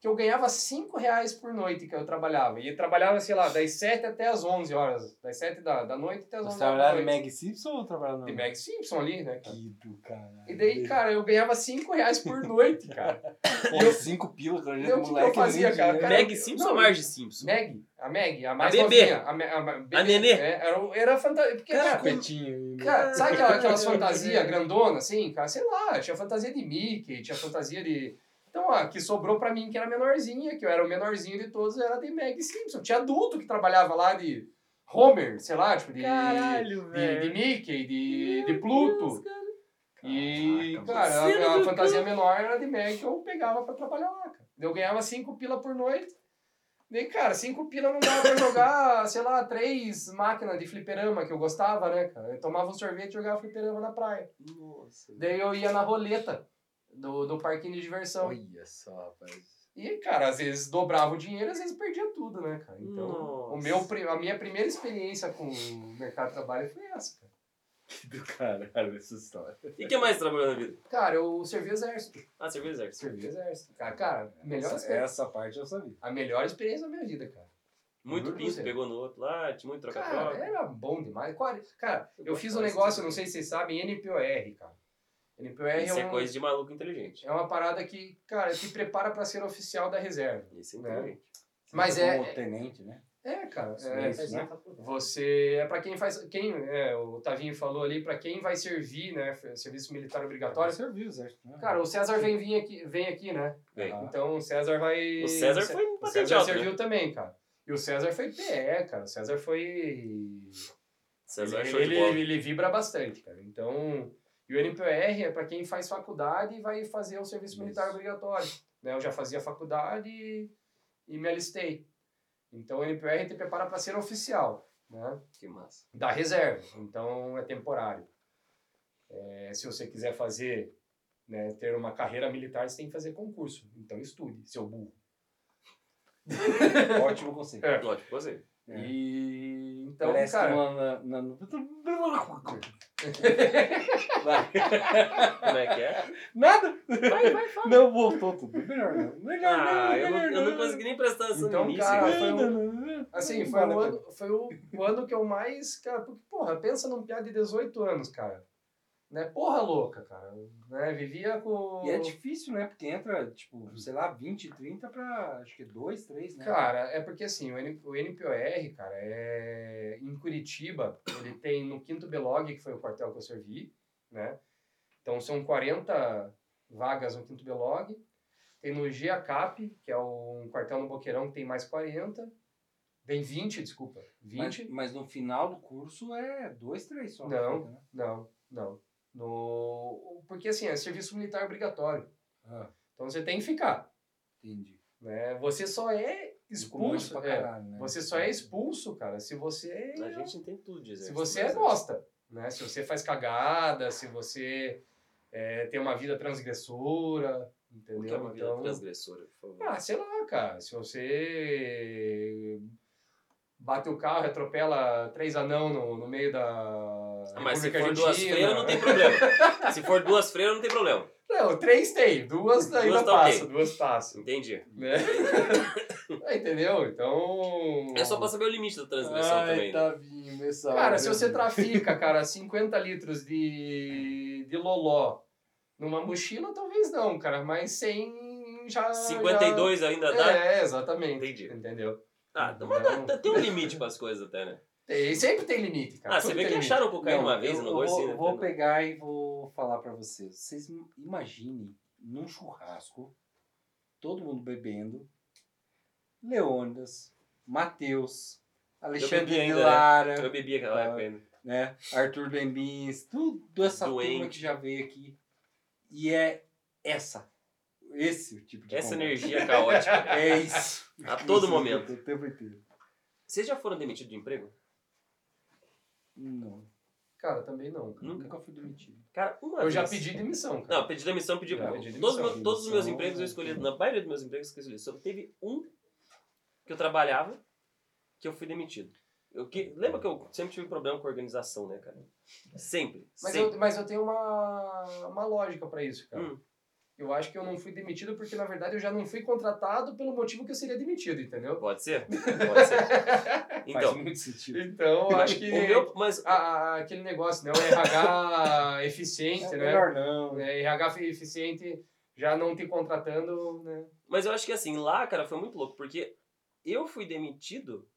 [SPEAKER 1] que eu ganhava 5 reais por noite que eu trabalhava. E eu trabalhava, sei lá, das 7 até as 11 horas. Das 7 da, da noite até as 11
[SPEAKER 3] Você
[SPEAKER 1] horas.
[SPEAKER 3] trabalhava
[SPEAKER 1] da
[SPEAKER 3] em Tá.
[SPEAKER 1] noite.
[SPEAKER 3] Meg Simpson ou trabalhava no...
[SPEAKER 1] De Meg Simpson ali, né, cara?
[SPEAKER 3] Que do caralho.
[SPEAKER 1] E daí, cara, eu ganhava 5 reais por noite, cara.
[SPEAKER 3] Pô, cinco pila, cara. né?
[SPEAKER 1] Então, o que que eu fazia,
[SPEAKER 3] nem
[SPEAKER 1] cara?
[SPEAKER 3] dinheiro.
[SPEAKER 1] Cara,
[SPEAKER 2] Meg Simpson
[SPEAKER 1] não,
[SPEAKER 2] ou Marge Simpson?
[SPEAKER 1] Meg, a Meg, a mais
[SPEAKER 2] A Bebê.
[SPEAKER 1] novinha. A, me, a, Bebê,
[SPEAKER 2] Nenê.
[SPEAKER 1] é, era, era fantasia. Porque,
[SPEAKER 2] Cara,
[SPEAKER 1] cara,
[SPEAKER 3] Petinho.
[SPEAKER 1] Cara, sabe aquela- aquelas fantasias grandonas, assim, cara? Sei lá, tinha fantasia de Mickey, tinha fantasia de. Então, ó, que sobrou pra mim, que era menorzinha, que eu era o menorzinho de todos, era de Meg Simpson. Tinha adulto que trabalhava lá de Homer, sei lá, tipo, de.
[SPEAKER 2] Caralho,
[SPEAKER 1] de, de Mickey, de, de Pluto. E,
[SPEAKER 3] Caraca,
[SPEAKER 1] cara,
[SPEAKER 2] você
[SPEAKER 1] a, a
[SPEAKER 2] não
[SPEAKER 1] fantasia menor era de Meg que eu pegava pra trabalhar lá, cara. Eu ganhava cinco pila por noite. Daí, cara, cinco pila não dava pra jogar, sei lá, três máquinas de fliperama que eu gostava, né, cara? Eu tomava um sorvete e jogava fliperama na praia.
[SPEAKER 2] Nossa.
[SPEAKER 1] Daí eu ia na roleta do, do parquinho de diversão.
[SPEAKER 3] Olha só, rapaz. [LAUGHS]
[SPEAKER 1] E, cara, às vezes dobrava o dinheiro, às vezes perdia tudo, né, cara? Então, o
[SPEAKER 2] Nossa.
[SPEAKER 1] meu, pri- a minha primeira experiência com o mercado de trabalho foi essa, cara.
[SPEAKER 3] Que do caralho essa história.
[SPEAKER 2] E que mais trabalhou na vida?
[SPEAKER 1] Cara, eu servi o exército.
[SPEAKER 2] Ah, serviu no exército.
[SPEAKER 1] Servi o exército. Cara, cara melhor
[SPEAKER 3] Essa, é
[SPEAKER 1] experiência.
[SPEAKER 3] essa parte eu sabia.
[SPEAKER 1] A melhor experiência da minha vida, cara.
[SPEAKER 2] Muito
[SPEAKER 1] Juro pra
[SPEAKER 2] pinto,
[SPEAKER 1] você.
[SPEAKER 2] pegou no outro lá, tinha muito
[SPEAKER 1] Cara,
[SPEAKER 2] troca-troca.
[SPEAKER 1] era bom demais. Quar- Cara, eu fiz um
[SPEAKER 2] Quase
[SPEAKER 1] negócio,
[SPEAKER 2] tudo.
[SPEAKER 1] não sei se vocês sabem, NPOR, cara. NPOR
[SPEAKER 2] é Isso
[SPEAKER 1] é,
[SPEAKER 2] é
[SPEAKER 1] um-
[SPEAKER 2] coisa de maluco inteligente.
[SPEAKER 1] é uma parada que, cara, te prepara pra ser oficial da reserva.
[SPEAKER 2] Isso é
[SPEAKER 1] Né?
[SPEAKER 2] inteligente.
[SPEAKER 1] Mas
[SPEAKER 3] Você tá
[SPEAKER 1] é-
[SPEAKER 3] como tenente, né?
[SPEAKER 1] É, cara.
[SPEAKER 3] Isso
[SPEAKER 1] É,
[SPEAKER 3] mesmo.
[SPEAKER 4] Fazia
[SPEAKER 3] né?
[SPEAKER 4] faculdade.
[SPEAKER 1] você é pra quem faz, quem, é, o Tavinho falou ali, pra quem vai servir, né, serviço militar obrigatório.
[SPEAKER 3] Serviu, exército. né?
[SPEAKER 1] Cara, o César vem, vir aqui, vem aqui, né?
[SPEAKER 2] Bem,
[SPEAKER 3] Ah.
[SPEAKER 1] Então o César vai
[SPEAKER 2] O César foi um
[SPEAKER 1] O
[SPEAKER 2] patente
[SPEAKER 1] César
[SPEAKER 2] alto, né?
[SPEAKER 1] serviu também, cara. E o César foi PE, cara. O César foi
[SPEAKER 2] César
[SPEAKER 1] ele,
[SPEAKER 2] achou de
[SPEAKER 1] ele-
[SPEAKER 2] bola.
[SPEAKER 1] ele vibra bastante, cara. Então, e o NPR é para quem faz faculdade e vai fazer o serviço
[SPEAKER 3] Isso.
[SPEAKER 1] militar obrigatório. Né? Eu já fazia faculdade e, e me alistei. Então, o NPR te prepara para ser oficial, né?
[SPEAKER 2] Que massa.
[SPEAKER 1] Da reserva. Então, é temporário. É, se você quiser fazer, né, ter uma carreira militar, você tem que fazer concurso. Então, estude, seu burro.
[SPEAKER 3] Ótimo conceito.
[SPEAKER 1] É. [LAUGHS]
[SPEAKER 2] Ótimo, você.
[SPEAKER 3] É.
[SPEAKER 1] E então,
[SPEAKER 3] Parece
[SPEAKER 1] cara,
[SPEAKER 3] uma... Na, na, Vai.
[SPEAKER 2] Como é que é?
[SPEAKER 3] [LAUGHS] Nada.
[SPEAKER 2] Vai, vai, fala.
[SPEAKER 3] Não voltou tudo. Melhor não. Melhor
[SPEAKER 2] Ah,
[SPEAKER 3] não.
[SPEAKER 2] eu não,
[SPEAKER 3] melhor
[SPEAKER 2] eu não consegui nem prestar atenção
[SPEAKER 1] Então,
[SPEAKER 2] no início.
[SPEAKER 1] cara,
[SPEAKER 2] cara.
[SPEAKER 1] foi um-
[SPEAKER 3] Não,
[SPEAKER 1] Assim,
[SPEAKER 3] não
[SPEAKER 1] foi,
[SPEAKER 3] vale
[SPEAKER 1] o
[SPEAKER 3] a
[SPEAKER 1] ano, foi o, o ano que eu mais, cara, porque, porra, pensa num piá de 18 anos, cara. Né? Porra louca, cara. Né? Vivia com.
[SPEAKER 3] E é difícil, né? Porque entra, tipo, sei lá, 20, 30 pra acho que 2, 3, né?
[SPEAKER 1] Cara, é porque assim, o, N, o NPOR, cara, é. Em Curitiba, ele tem no 5 Belog, que foi o quartel que eu servi, né? Então são 40 vagas no 5 Belog. Tem no GACAP, que é um quartel no Boqueirão, que tem mais 40. Tem 20, desculpa. 20.
[SPEAKER 3] mas, mas no final do curso é 2, 3 só.
[SPEAKER 1] Não.
[SPEAKER 3] Né?
[SPEAKER 1] Não, não. No... Porque assim, é serviço militar obrigatório.
[SPEAKER 3] Ah,
[SPEAKER 1] Então você tem que ficar.
[SPEAKER 3] entendi.
[SPEAKER 1] Né? Você só é
[SPEAKER 3] Comante
[SPEAKER 1] expulso.
[SPEAKER 3] pra
[SPEAKER 1] é.
[SPEAKER 3] caralho, né?
[SPEAKER 1] Você só é expulso, cara, se você.
[SPEAKER 2] A gente entende tudo de
[SPEAKER 1] Se
[SPEAKER 2] exército,
[SPEAKER 1] você
[SPEAKER 2] mas
[SPEAKER 1] é bosta. Né? Se você faz cagada, se você é, tem uma vida transgressora. Entendeu?
[SPEAKER 2] O que é uma vida
[SPEAKER 1] Então-
[SPEAKER 2] transgressora, por favor?
[SPEAKER 1] Ah, sei lá, cara. Se você bate o carro e atropela três anão no, no meio da.
[SPEAKER 2] Ah, Mas se
[SPEAKER 1] República
[SPEAKER 2] for duas
[SPEAKER 1] Argentina, né?
[SPEAKER 2] freiras, não tem problema. Se for duas freiras, não tem problema.
[SPEAKER 1] Não, três tem, duas ainda
[SPEAKER 2] tá
[SPEAKER 1] passa,
[SPEAKER 2] ok.
[SPEAKER 1] duas passa,
[SPEAKER 2] Entendi. [LAUGHS]
[SPEAKER 1] né? Ah, Entendeu? Então.
[SPEAKER 2] É só pra saber o limite da transgressão
[SPEAKER 1] Ah,
[SPEAKER 2] também. né?
[SPEAKER 3] Tavinho, essa
[SPEAKER 1] Cara,
[SPEAKER 3] hora,
[SPEAKER 1] se você
[SPEAKER 3] né?
[SPEAKER 1] trafica, cara, 50 litros de, de loló numa mochila, talvez não, cara, mas 100 já.
[SPEAKER 2] 52 ainda
[SPEAKER 1] já...
[SPEAKER 2] dá?
[SPEAKER 1] É, exatamente.
[SPEAKER 2] Entendi.
[SPEAKER 1] Entendeu?
[SPEAKER 2] Ah, então, mas dá- dá- tem um limite pras coisas até, né?
[SPEAKER 1] Tem, sempre tem limite, cara.
[SPEAKER 2] Ah, você
[SPEAKER 1] É, tudo
[SPEAKER 2] vê
[SPEAKER 1] tem
[SPEAKER 2] que
[SPEAKER 1] limite.
[SPEAKER 2] acharam cocaína uma vez,
[SPEAKER 3] eu
[SPEAKER 2] não foi
[SPEAKER 3] vou,
[SPEAKER 2] assim, né?
[SPEAKER 3] vou pegar e vou falar pra vocês. Vocês im- imaginem num churrasco, todo mundo bebendo, Leônidas, Matheus,
[SPEAKER 2] bebi
[SPEAKER 3] Alexandre de
[SPEAKER 2] ainda, né?
[SPEAKER 3] Lara,
[SPEAKER 2] Eu bebi
[SPEAKER 1] Tá.
[SPEAKER 2] aquela época ainda.
[SPEAKER 3] né? Arthur Bembins, tudo essa turma
[SPEAKER 2] Doente.
[SPEAKER 3] que já veio aqui. E é essa. Esse o tipo de
[SPEAKER 2] Essa
[SPEAKER 3] conversa.
[SPEAKER 2] energia caótica. [LAUGHS] né?
[SPEAKER 3] É isso.
[SPEAKER 2] A
[SPEAKER 3] que
[SPEAKER 2] todo
[SPEAKER 3] vocês
[SPEAKER 2] momento.
[SPEAKER 3] escutam O tempo inteiro.
[SPEAKER 2] Vocês já foram demitidos de emprego?
[SPEAKER 3] Não.
[SPEAKER 1] Cara, também não. cara.
[SPEAKER 2] Nunca.
[SPEAKER 3] Nunca fui demitido.
[SPEAKER 2] Cara, uma
[SPEAKER 1] Eu
[SPEAKER 2] vez.
[SPEAKER 1] já pedi demissão, cara.
[SPEAKER 2] assim Não, pedi demissão, pedi.
[SPEAKER 1] Já pedi
[SPEAKER 2] todos,
[SPEAKER 1] demissão.
[SPEAKER 2] meus- todos os meus
[SPEAKER 3] Demissão,
[SPEAKER 2] empregos eu
[SPEAKER 3] né?
[SPEAKER 2] escolhi. Na maioria dos meus empregos eu escolhi. Só teve um que eu trabalhava que eu fui demitido. Eu que, lembra que eu sempre tive um problema com organização, né, cara? Sempre.
[SPEAKER 1] Mas,
[SPEAKER 2] sempre.
[SPEAKER 1] eu, mas eu tenho uma, uma lógica pra isso, cara.
[SPEAKER 2] Hum.
[SPEAKER 1] Eu acho que eu não fui demitido porque, na verdade, eu já não fui contratado pelo motivo que eu seria demitido, entendeu?
[SPEAKER 2] Pode
[SPEAKER 3] [LAUGHS]
[SPEAKER 2] ser? Pode ser.
[SPEAKER 3] Faz
[SPEAKER 2] Então,
[SPEAKER 3] muito sentido.
[SPEAKER 1] Então, eu [LAUGHS] acho que
[SPEAKER 2] o meu. Mas
[SPEAKER 1] a- a- aquele negócio, né? O RH [LAUGHS] eficiente,
[SPEAKER 3] É
[SPEAKER 1] né?
[SPEAKER 3] melhor não.
[SPEAKER 1] É, RH eficiente já não te contratando, né?
[SPEAKER 2] Mas eu acho que assim, lá, cara, foi muito louco, porque eu fui demitido,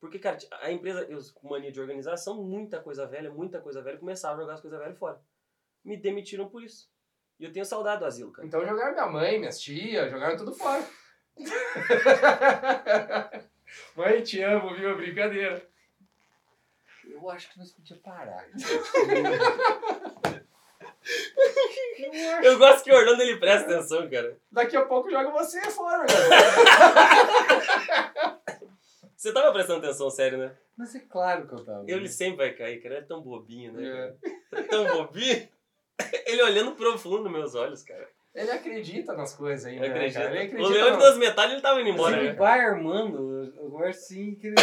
[SPEAKER 2] porque, cara, a empresa, eu com mania de organização, muita coisa velha, muita coisa velha, começava a jogar as coisas velhas fora. Me demitiram por isso. E eu tenho saudade do asilo,
[SPEAKER 3] [LAUGHS]
[SPEAKER 2] cara.
[SPEAKER 1] Então jogaram minha mãe, minhas tias, jogaram tudo fora. [LAUGHS] mãe, te amo, viu? Brincadeira.
[SPEAKER 3] Eu acho que nós podíamos parar.
[SPEAKER 2] Eu gosto que o Orlando ele presta atenção, cara.
[SPEAKER 1] Daqui a pouco joga você fora, [LAUGHS] galera.
[SPEAKER 2] Você tava prestando atenção, sério, né?
[SPEAKER 3] Mas é claro que eu tava.
[SPEAKER 2] Ele sempre vai cair, cara. Ele é tão bobinho, né?
[SPEAKER 1] Uhum. É.
[SPEAKER 2] cara? Tão bobinho. [LAUGHS] Ele olhando profundo nos meus olhos, cara.
[SPEAKER 1] Ele acredita nas coisas ainda,
[SPEAKER 2] Ele acredita.
[SPEAKER 1] né, cara? Ele
[SPEAKER 2] o
[SPEAKER 1] acredita.
[SPEAKER 2] Leandro
[SPEAKER 1] no-
[SPEAKER 2] das metades ele tava indo
[SPEAKER 3] Mas
[SPEAKER 2] embora,
[SPEAKER 3] ele
[SPEAKER 2] né?
[SPEAKER 3] vai armando, eu converso assim, que ele,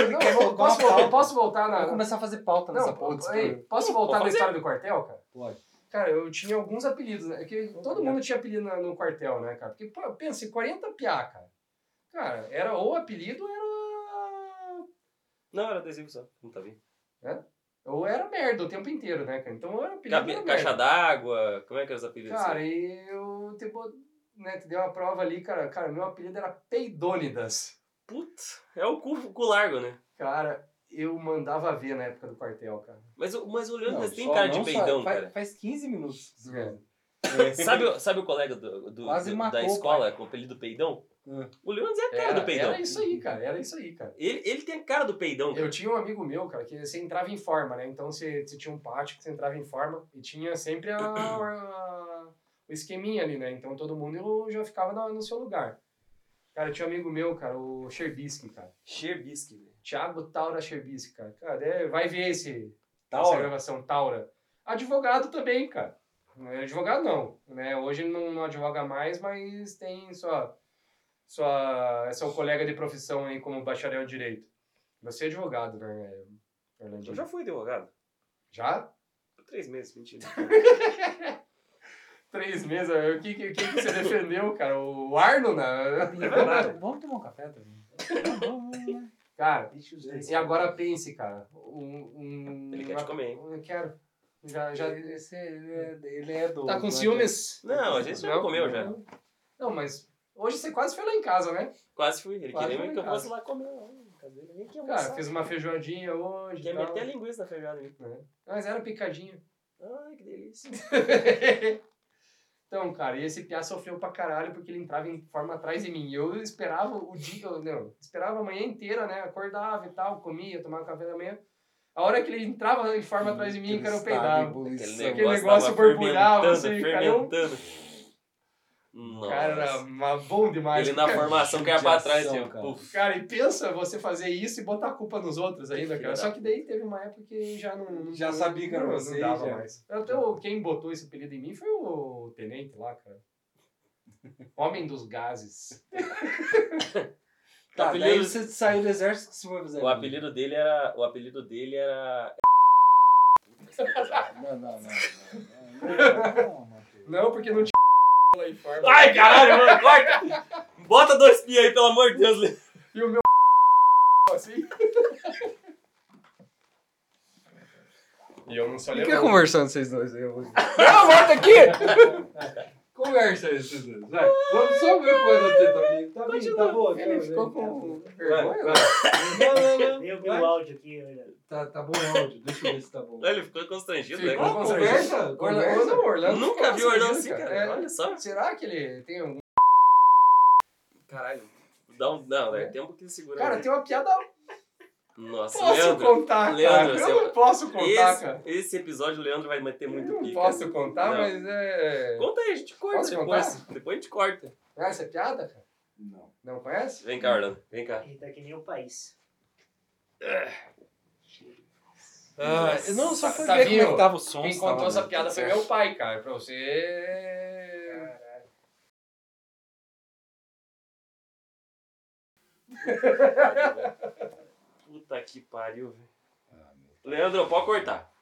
[SPEAKER 3] ele
[SPEAKER 1] Não,
[SPEAKER 3] quer
[SPEAKER 1] vou-
[SPEAKER 3] voltar
[SPEAKER 1] posso,
[SPEAKER 3] a pauta.
[SPEAKER 1] voltar, posso voltar na...
[SPEAKER 3] Vou começar a fazer pauta nessa
[SPEAKER 1] Não,
[SPEAKER 3] porra.
[SPEAKER 1] po-
[SPEAKER 3] desse
[SPEAKER 1] ei,
[SPEAKER 3] programa.
[SPEAKER 1] posso voltar na
[SPEAKER 2] fazer.
[SPEAKER 1] história do quartel, cara?
[SPEAKER 3] Pode.
[SPEAKER 1] Cara, eu tinha alguns apelidos, né? Que todo mundo tinha apelido na- no quartel, né, cara? Porque, pô, pensa, em 40 piá, cara. Cara, era ou apelido, era...
[SPEAKER 2] Não, era adesivo só. Não tá bem.
[SPEAKER 1] Ou era merda o tempo inteiro, né, cara? Então, ou era apelido,
[SPEAKER 2] Cabe-
[SPEAKER 1] era
[SPEAKER 2] Caixa
[SPEAKER 1] merda.
[SPEAKER 2] d'água. Como é que era os apelidos?
[SPEAKER 1] Cara, e eu te, bo- né, te dei uma prova ali, cara. Cara, meu apelido era Peidônidas.
[SPEAKER 2] Putz, é o cu, cu largo, né?
[SPEAKER 1] Cara, eu mandava ver na época do quartel, cara.
[SPEAKER 2] Mas, o- mas o
[SPEAKER 3] Não,
[SPEAKER 2] Leandro tem assim,
[SPEAKER 3] só
[SPEAKER 2] cara de
[SPEAKER 3] não, só-
[SPEAKER 2] peidão,
[SPEAKER 3] faz,
[SPEAKER 2] cara.
[SPEAKER 3] Faz 15 minutos. que isso
[SPEAKER 1] É.
[SPEAKER 3] acontece. [LAUGHS]
[SPEAKER 2] Sabe, o- sabe o colega do, do-
[SPEAKER 3] Quase
[SPEAKER 2] do-
[SPEAKER 3] matou
[SPEAKER 2] da
[SPEAKER 3] o
[SPEAKER 2] escola com o apelido peidão?
[SPEAKER 3] Hum.
[SPEAKER 2] O Leandro é a cara
[SPEAKER 1] Era,
[SPEAKER 2] do peidão.
[SPEAKER 1] era isso aí, cara. Era isso aí, cara.
[SPEAKER 2] Ele, ele tem a cara do peidão. cara.
[SPEAKER 1] Eu tinha um amigo meu, cara, que você entrava em forma, né? Então você, você tinha um pátio que você entrava em forma e tinha sempre a- a- o esqueminha ali, né? Então todo mundo já ficava na- no seu lugar. Cara, tinha um amigo meu, cara, o Cherbisky, cara.
[SPEAKER 2] Cherbisky, velho.
[SPEAKER 1] Thiago Taura Cherbisky, cara. Cara, é- vai ver esse,
[SPEAKER 3] Tá,
[SPEAKER 1] essa
[SPEAKER 3] ó.
[SPEAKER 1] gravação, Taura. Advogado também, cara. Não é advogado não, né? Hoje ele não, não advoga mais, mas tem sua, sua, é seu colega de profissão aí como bacharel em direito. Você é advogado, né,
[SPEAKER 2] Eu
[SPEAKER 1] Orlandinho?
[SPEAKER 2] já fui advogado.
[SPEAKER 1] Já?
[SPEAKER 2] Por três meses, mentira.
[SPEAKER 1] Três meses? O que, que, o que que você defendeu, cara? O Arno? Né?
[SPEAKER 2] É
[SPEAKER 3] Vamos, vamos tomar um café também. Vamos, vamos, vamos.
[SPEAKER 1] Cara,
[SPEAKER 4] Deixa os dois.
[SPEAKER 1] e agora pense, cara. Um, um,
[SPEAKER 2] Ele quer te comer, hein?
[SPEAKER 1] Eu quero. Já, já...
[SPEAKER 3] Já, esse, ele, é, ele é do.
[SPEAKER 1] Tá com
[SPEAKER 3] do-
[SPEAKER 1] ciúmes?
[SPEAKER 2] Não, a gente já
[SPEAKER 1] Não,
[SPEAKER 2] comeu já.
[SPEAKER 1] Não, mas hoje você quase foi lá em casa, né?
[SPEAKER 2] Quase fui. Ele
[SPEAKER 1] Quase
[SPEAKER 2] queria
[SPEAKER 1] fui
[SPEAKER 2] mesmo
[SPEAKER 1] em
[SPEAKER 2] que eu
[SPEAKER 1] casa.
[SPEAKER 2] fosse lá comer. lá em casa dele. Nem quer
[SPEAKER 1] Cara, um
[SPEAKER 2] almoçar.
[SPEAKER 1] fiz uma feijoadinha hoje.
[SPEAKER 2] Quer
[SPEAKER 1] e tal.
[SPEAKER 2] meter a linguiça né? na feijada ali.
[SPEAKER 1] Mas era picadinha.
[SPEAKER 2] Ai, que delícia.
[SPEAKER 1] Então, cara, e esse piá sofreu pra caralho porque ele entrava em forma atrás de mim. Eu esperava o dia, eu- não, esperava a manhã inteira, né? Acordava e tal, comia, tomava café da manhã. A hora que ele entrava em forma atrás de mim,
[SPEAKER 3] Aquele
[SPEAKER 1] cara, eu
[SPEAKER 3] estado de
[SPEAKER 1] peidava.
[SPEAKER 3] ebulição.
[SPEAKER 1] negócio negócio
[SPEAKER 2] tava
[SPEAKER 1] borbulhava,
[SPEAKER 2] fermentando,
[SPEAKER 1] assim, cara, eu-
[SPEAKER 2] fermentando. Nossa.
[SPEAKER 1] Cara, mas bom demais.
[SPEAKER 2] ele na
[SPEAKER 1] cara,
[SPEAKER 2] formação que era pra trás,
[SPEAKER 3] judiação,
[SPEAKER 2] assim,
[SPEAKER 3] cara.
[SPEAKER 2] puf.
[SPEAKER 1] Cara, e pensa você fazer isso e botar a culpa nos outros ainda,
[SPEAKER 2] Filha da
[SPEAKER 1] cara. Só
[SPEAKER 2] puta.
[SPEAKER 1] que daí teve uma época que já não. não-
[SPEAKER 3] Já sabia que era
[SPEAKER 1] não- não
[SPEAKER 3] você,
[SPEAKER 1] dava
[SPEAKER 3] já.
[SPEAKER 1] mais. Até o- quem botou esse apelido em mim foi o tenente lá, cara. Homem dos gases.
[SPEAKER 3] Tá,
[SPEAKER 2] O
[SPEAKER 3] o
[SPEAKER 2] apelido-
[SPEAKER 3] apelido... daí você saiu do exército que você foi fazer.
[SPEAKER 2] O apelido dele era. O apelido dele era.
[SPEAKER 3] Não, não, não. não, não, não, [LAUGHS] não.
[SPEAKER 1] Não, porque não tinha lá em forma.
[SPEAKER 2] [LAUGHS] Ai, caralho, mano, corta! Bota dois pi aí, pelo amor de Deus. Leandro.
[SPEAKER 1] assim. E eu não sou
[SPEAKER 3] Fica
[SPEAKER 1] alemão.
[SPEAKER 3] conversando vocês dois aí. eu vou-
[SPEAKER 1] Não, volta aqui!
[SPEAKER 3] [LAUGHS] Conversa aí, esses dois. Vai. Vamos só ver coisa que tá vindo. Tá vindo, tá bom. tá
[SPEAKER 1] Ele
[SPEAKER 3] bem,
[SPEAKER 1] ficou
[SPEAKER 3] tá
[SPEAKER 1] com
[SPEAKER 3] bom.
[SPEAKER 1] vergonha.
[SPEAKER 3] Vai, vai. Não, não, não.
[SPEAKER 4] Deu meu
[SPEAKER 3] Vai.
[SPEAKER 4] áudio aqui, olha.
[SPEAKER 3] Tá, tá bom o áudio. Deixa eu ver se tá bom.
[SPEAKER 2] Ele ficou constrangido, né?
[SPEAKER 1] Ficou
[SPEAKER 3] Ah,
[SPEAKER 2] cara?
[SPEAKER 3] conversa,
[SPEAKER 1] Orlando,
[SPEAKER 3] conversa.
[SPEAKER 1] não, Orlando
[SPEAKER 2] Nunca
[SPEAKER 1] ficou
[SPEAKER 2] vi o Orlando assim,
[SPEAKER 1] constrangido,
[SPEAKER 2] cara.
[SPEAKER 1] É.
[SPEAKER 2] Olha só.
[SPEAKER 1] Será que ele tem um algum.
[SPEAKER 2] Caralho. Dá um. Não, é tempo que segura.
[SPEAKER 1] Cara,
[SPEAKER 2] né?
[SPEAKER 1] tem uma piada
[SPEAKER 2] Nossa,
[SPEAKER 1] Posso
[SPEAKER 2] Leandro.
[SPEAKER 1] contar,
[SPEAKER 2] Leandro,
[SPEAKER 1] cara.
[SPEAKER 2] você-
[SPEAKER 1] Eu não posso contar,
[SPEAKER 2] Esse,
[SPEAKER 1] cara.
[SPEAKER 2] esse episódio o Leandro vai meter muito
[SPEAKER 1] eu não
[SPEAKER 2] pica.
[SPEAKER 1] posso contar,
[SPEAKER 2] Não.
[SPEAKER 1] mas é.
[SPEAKER 2] Conta aí, a gente corta
[SPEAKER 1] Posso
[SPEAKER 2] depois. Depois a gente corta.
[SPEAKER 1] Conhece a piada, cara?
[SPEAKER 3] Não.
[SPEAKER 1] Não conhece?
[SPEAKER 2] Vem cá, Orlando. Vem [LAUGHS] cá.
[SPEAKER 4] Ele tá que nem o país.
[SPEAKER 2] Ah,
[SPEAKER 3] eu não, só foi
[SPEAKER 1] Tá-
[SPEAKER 3] ver
[SPEAKER 1] tá
[SPEAKER 3] como é
[SPEAKER 1] vindo?
[SPEAKER 3] que tava o som.
[SPEAKER 1] Quem
[SPEAKER 3] se tava Tá
[SPEAKER 1] contou essa
[SPEAKER 3] bom.
[SPEAKER 1] piada foi meu pai, cara. Pra é- você.
[SPEAKER 2] pariu, velho. Puta que pariu, velho. Leandro, pode cortar.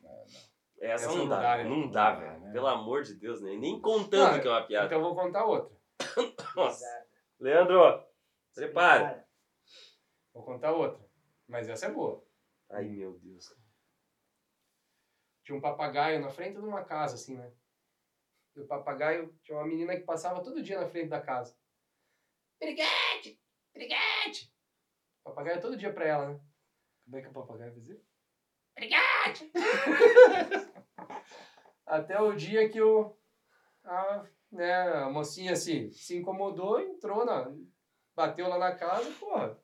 [SPEAKER 2] Essa, não, dá,
[SPEAKER 1] né?
[SPEAKER 2] não dá,
[SPEAKER 3] Não dá,
[SPEAKER 2] velho.
[SPEAKER 3] né?
[SPEAKER 2] Pelo amor de Deus, né? nem contando
[SPEAKER 1] Ah,
[SPEAKER 2] que é uma piada.
[SPEAKER 1] Então eu vou contar outra.
[SPEAKER 2] Nossa.
[SPEAKER 4] Exato.
[SPEAKER 2] Leandro, prepara.
[SPEAKER 1] Vou contar outra. Mas essa é boa.
[SPEAKER 2] Ai, meu Deus.
[SPEAKER 1] Tinha um papagaio na frente de uma casa, assim, né? E o papagaio tinha uma menina que passava todo dia na frente da casa. Briguete! Briguete! O papagaio todo dia pra ela, né?
[SPEAKER 3] Como é que o papagaio fazia?
[SPEAKER 1] [LAUGHS] Até o dia que o, a, né, a mocinha se, se incomodou, entrou na. bateu lá na casa, porra.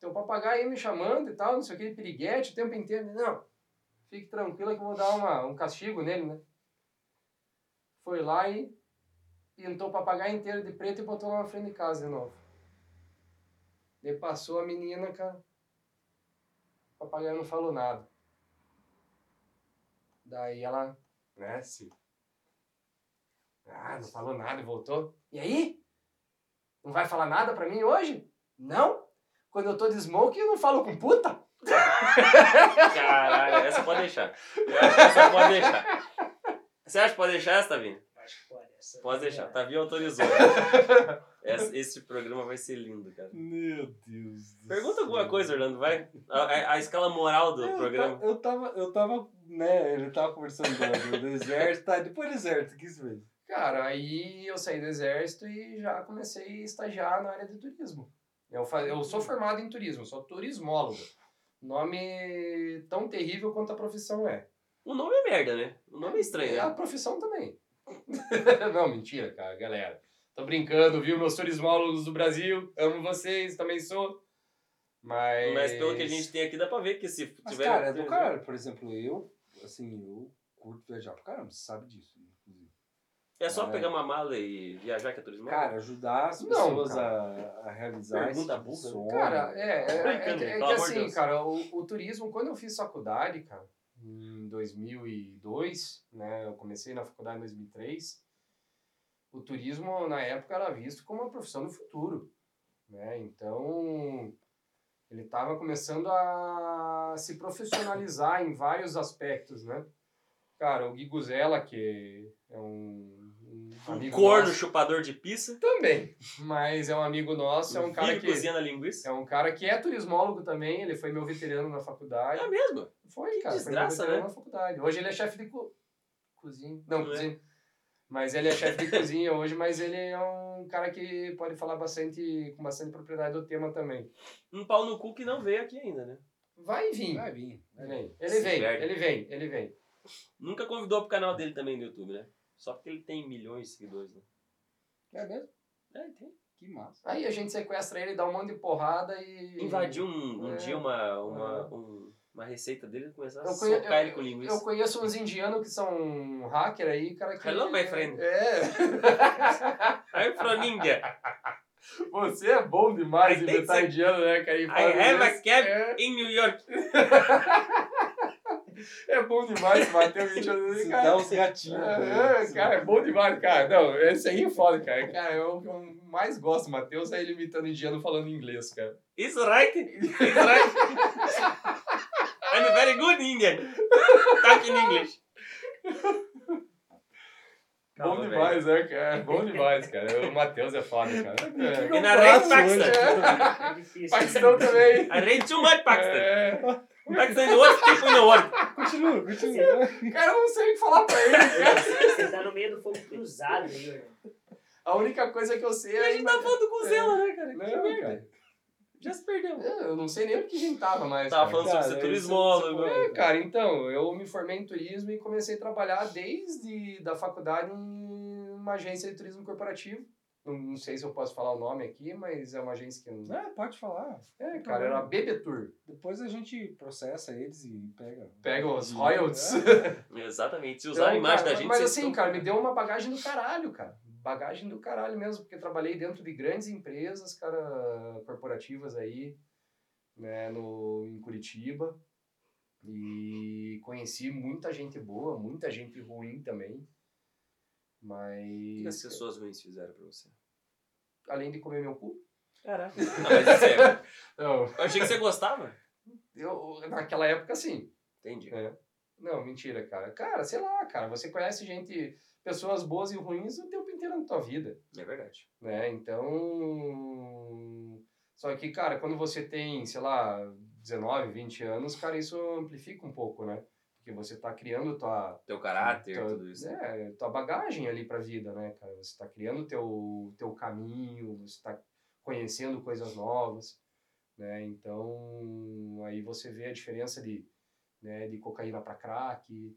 [SPEAKER 1] Teu papagaio aí me chamando e tal, não sei o que, piriguete o tempo inteiro. Não, fique tranquila que eu vou dar uma, um castigo nele, né? Foi lá e pintou o papagaio inteiro de preto e botou lá na frente de casa de novo. Daí passou a menina, cara. O papagaio não falou nada. Daí ela, né, se... Ah, não falou nada e voltou. E aí? Não vai falar nada pra mim hoje? Não? Quando eu tô de smoke, eu não falo com puta?
[SPEAKER 2] Caralho, essa pode deixar. Eu acho que essa pode deixar. Você acha que pode deixar essa, Tavinho?
[SPEAKER 4] Acho que pode. Essa
[SPEAKER 2] Pode deixar. tá? Tavinho autorizou. Esse, esse programa vai ser lindo, cara.
[SPEAKER 3] Meu Deus do
[SPEAKER 2] Pergunta
[SPEAKER 3] céu.
[SPEAKER 2] alguma coisa, Orlando, vai. A, a- a escala moral do
[SPEAKER 1] É,
[SPEAKER 3] É,
[SPEAKER 1] tá.
[SPEAKER 3] Eu ta-
[SPEAKER 2] programa.
[SPEAKER 3] Eu tava, eu tava, né, ele tava conversando do, [LAUGHS] do exército, tá, depois do exército, o que isso mesmo?
[SPEAKER 1] Cara, aí eu saí do exército e já comecei a estagiar na área de turismo. Eu, fa- eu sou formado em turismo, sou turismólogo. Nome tão terrível quanto a profissão é.
[SPEAKER 2] O nome é merda, né? O
[SPEAKER 1] É
[SPEAKER 2] nome é
[SPEAKER 1] a
[SPEAKER 2] estranho, né?
[SPEAKER 1] profissão também. [LAUGHS] não, mentira, cara, galera. Tô brincando, viu? Meus turismólogos do Brasil, amo vocês, também sou. Mas.
[SPEAKER 2] Mas pelo que a gente tem aqui, dá pra ver que se
[SPEAKER 3] Mas,
[SPEAKER 2] tiver. um
[SPEAKER 3] cara, é do cara, por exemplo, eu, assim, eu curto viajar pra caramba, você sabe disso, né, inclusive.
[SPEAKER 2] É só
[SPEAKER 3] É.
[SPEAKER 2] pegar uma mala e viajar que é turismo.
[SPEAKER 3] Cara, ajudar as
[SPEAKER 1] Não,
[SPEAKER 3] pessoas a, a realizar
[SPEAKER 2] Pergunta
[SPEAKER 3] esse tipo
[SPEAKER 2] burra. né?
[SPEAKER 3] sonho.
[SPEAKER 1] Cara, é, é, é,
[SPEAKER 2] Brincando,
[SPEAKER 1] que- é
[SPEAKER 2] pelo
[SPEAKER 1] que
[SPEAKER 2] amor de
[SPEAKER 1] assim,
[SPEAKER 2] Deus.
[SPEAKER 1] cara, o, o turismo, quando eu fiz faculdade, cara, em 2002, né, eu comecei na faculdade em 2003, o turismo, na época, era visto como uma profissão do futuro, né, então ele estava começando a se profissionalizar em vários aspectos, né, cara, o Gui Guzella, que é um... Um,
[SPEAKER 2] um
[SPEAKER 1] amigo
[SPEAKER 2] corno
[SPEAKER 1] nosso-
[SPEAKER 2] chupador de pizza.
[SPEAKER 1] também, mas é um amigo nosso, é um
[SPEAKER 2] filho
[SPEAKER 1] cara que...
[SPEAKER 2] cozinhando a linguiça.
[SPEAKER 1] É um cara que é turismólogo também, ele foi meu veterano na faculdade.
[SPEAKER 2] É mesmo?
[SPEAKER 1] Foi,
[SPEAKER 2] que
[SPEAKER 1] cara, foi meu
[SPEAKER 2] desgraça,
[SPEAKER 1] veterano
[SPEAKER 2] né?
[SPEAKER 1] na faculdade. Hoje ele é chefe de co... cozinha. Não,
[SPEAKER 2] Não é?
[SPEAKER 1] cozinha. Mas ele é chefe de cozinha hoje, mas ele é um cara que pode falar bastante, com bastante propriedade do tema também.
[SPEAKER 2] Um pau no cu que não veio aqui ainda, né?
[SPEAKER 1] Vai vir.
[SPEAKER 3] Vai vir. vai vir.
[SPEAKER 1] Vem. Ele
[SPEAKER 2] Se
[SPEAKER 1] vem,
[SPEAKER 2] perde.
[SPEAKER 1] ele vem, ele vem.
[SPEAKER 2] Nunca convidou pro canal dele também no YouTube, né? Só porque ele tem milhões de seguidores, né?
[SPEAKER 3] É mesmo?
[SPEAKER 2] É, tem.
[SPEAKER 3] Que massa.
[SPEAKER 1] Aí a gente sequestra ele, dá um monte de porrada e.
[SPEAKER 2] Invadiu um, um
[SPEAKER 1] É.
[SPEAKER 2] dia uma, uma,
[SPEAKER 1] É.
[SPEAKER 2] um- uma receita dele e começaram a
[SPEAKER 1] Eu, conhe...
[SPEAKER 2] socar ele com
[SPEAKER 1] eu, eu
[SPEAKER 2] linguiça.
[SPEAKER 1] conheço uns indianos que são hacker aí, cara que.
[SPEAKER 2] Hello, my friend.
[SPEAKER 1] É. [LAUGHS]
[SPEAKER 2] Aí pro India,
[SPEAKER 1] Você é bom demais
[SPEAKER 2] Aí
[SPEAKER 1] em
[SPEAKER 2] tem
[SPEAKER 1] inventar
[SPEAKER 2] que
[SPEAKER 1] indiano, né, cara? E
[SPEAKER 2] I
[SPEAKER 1] fala
[SPEAKER 2] have a
[SPEAKER 1] isso.
[SPEAKER 2] cab
[SPEAKER 1] É,
[SPEAKER 2] in New York.
[SPEAKER 1] é bom demais bater o indiano,
[SPEAKER 3] Se dá
[SPEAKER 2] um
[SPEAKER 1] cara.
[SPEAKER 3] uns gatinhos.
[SPEAKER 1] É, assim, é,
[SPEAKER 3] né?
[SPEAKER 1] cara, é bom demais, cara. Não, esse aí é foda, cara. Cara, é o que eu mais gosto, Matheus, é ele imitando indiano falando inglês, cara.
[SPEAKER 2] It's right. It's right. I'm a very good Indian. Talk in English. Calma,
[SPEAKER 1] bom
[SPEAKER 2] velho.
[SPEAKER 1] demais, né, cara? É Bom demais, cara. O Matheus é foda, cara.
[SPEAKER 2] E na Red Pakistan.
[SPEAKER 1] [LAUGHS] É.
[SPEAKER 4] É difícil.
[SPEAKER 1] Paquistão também.
[SPEAKER 2] I read too much Pakistan.
[SPEAKER 1] É.
[SPEAKER 2] Pakistan is the worst people in the world.
[SPEAKER 3] Continua,
[SPEAKER 2] um
[SPEAKER 3] continua.
[SPEAKER 1] Cara, eu não sei o que falar pra ele, cara.
[SPEAKER 4] Você tá no meio do fogo cruzado aí, Orlando.
[SPEAKER 1] A única coisa que eu sei
[SPEAKER 2] A
[SPEAKER 1] é.
[SPEAKER 2] gente tá falando com o Zela, né, cara? Que
[SPEAKER 1] Não,
[SPEAKER 2] merda.
[SPEAKER 1] cara.
[SPEAKER 2] Já se perdeu.
[SPEAKER 1] É, Eu não sei nem o que a gente tava mais.
[SPEAKER 2] Tava
[SPEAKER 1] cara.
[SPEAKER 2] falando sobre ser
[SPEAKER 3] É, Cara,
[SPEAKER 2] turismólogo.
[SPEAKER 3] isso-
[SPEAKER 1] É, cara, então, eu me formei em turismo e comecei a trabalhar desde da faculdade em uma agência de turismo corporativo. Não, não sei se eu posso falar o nome aqui, mas é uma agência que... eu-
[SPEAKER 3] É, pode falar.
[SPEAKER 1] É, cara,
[SPEAKER 3] Uhum.
[SPEAKER 1] era a BB Tour.
[SPEAKER 3] Depois a gente processa eles e pega.
[SPEAKER 1] Pega os
[SPEAKER 3] E-
[SPEAKER 1] royalties.
[SPEAKER 2] É, Exatamente. Se usar a imagem da gente.
[SPEAKER 1] Mas
[SPEAKER 2] vocês
[SPEAKER 1] assim,
[SPEAKER 2] estão-
[SPEAKER 1] cara, me deu uma bagagem do caralho, cara. Bagagem do caralho mesmo, porque eu trabalhei dentro de grandes empresas, cara, corporativas aí, né, no, em Curitiba. E conheci muita gente boa, muita gente ruim também.
[SPEAKER 2] O que as
[SPEAKER 1] Mas,
[SPEAKER 2] pessoas ruins fizeram pra você?
[SPEAKER 1] além de comer meu cu,
[SPEAKER 2] Caraca. Não, mas isso é-
[SPEAKER 1] eu,
[SPEAKER 2] Eu achei que você gostava.
[SPEAKER 1] eu- naquela época, sim.
[SPEAKER 2] Entendi.
[SPEAKER 1] É. Não, mentira, cara. Cara, sei lá, cara. Você conhece gente, pessoas boas e ruins o tempo inteiro na tua vida,
[SPEAKER 2] É verdade.
[SPEAKER 1] né? Então. Só que, cara, quando você tem, sei lá, 19, 20 anos, cara, isso amplifica um pouco, né? Porque você tá criando tua,
[SPEAKER 2] Teu caráter,
[SPEAKER 1] Né, tua-
[SPEAKER 2] tudo isso.
[SPEAKER 1] É, tua bagagem ali pra vida, né, cara? Você tá criando teu teu caminho, você tá conhecendo coisas novas, né? Então, aí você vê a diferença de né, de cocaína pra
[SPEAKER 2] [LAUGHS]
[SPEAKER 1] crack,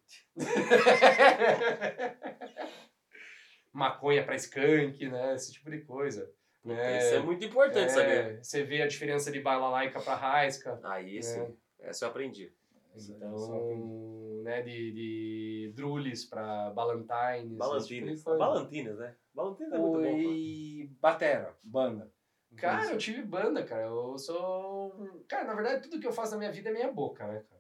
[SPEAKER 1] maconha pra skunk, né? Esse tipo de coisa. né?
[SPEAKER 2] Isso é muito importante
[SPEAKER 1] É,
[SPEAKER 2] saber.
[SPEAKER 1] Você vê a diferença de balalaica pra raisca.
[SPEAKER 2] Aí sim. Essa eu aprendi.
[SPEAKER 1] Então, né, de, de drules pra balantines.
[SPEAKER 2] Balantines.
[SPEAKER 1] esse tipo de coisa.
[SPEAKER 2] Balantines, né? Balantines é muito bom.
[SPEAKER 3] Oi, Batera, banda.
[SPEAKER 1] Cara, eu tive banda, cara. Eu sou. um, Cara, na verdade, tudo que eu faço na minha vida é minha boca, né, cara?
[SPEAKER 2] pô.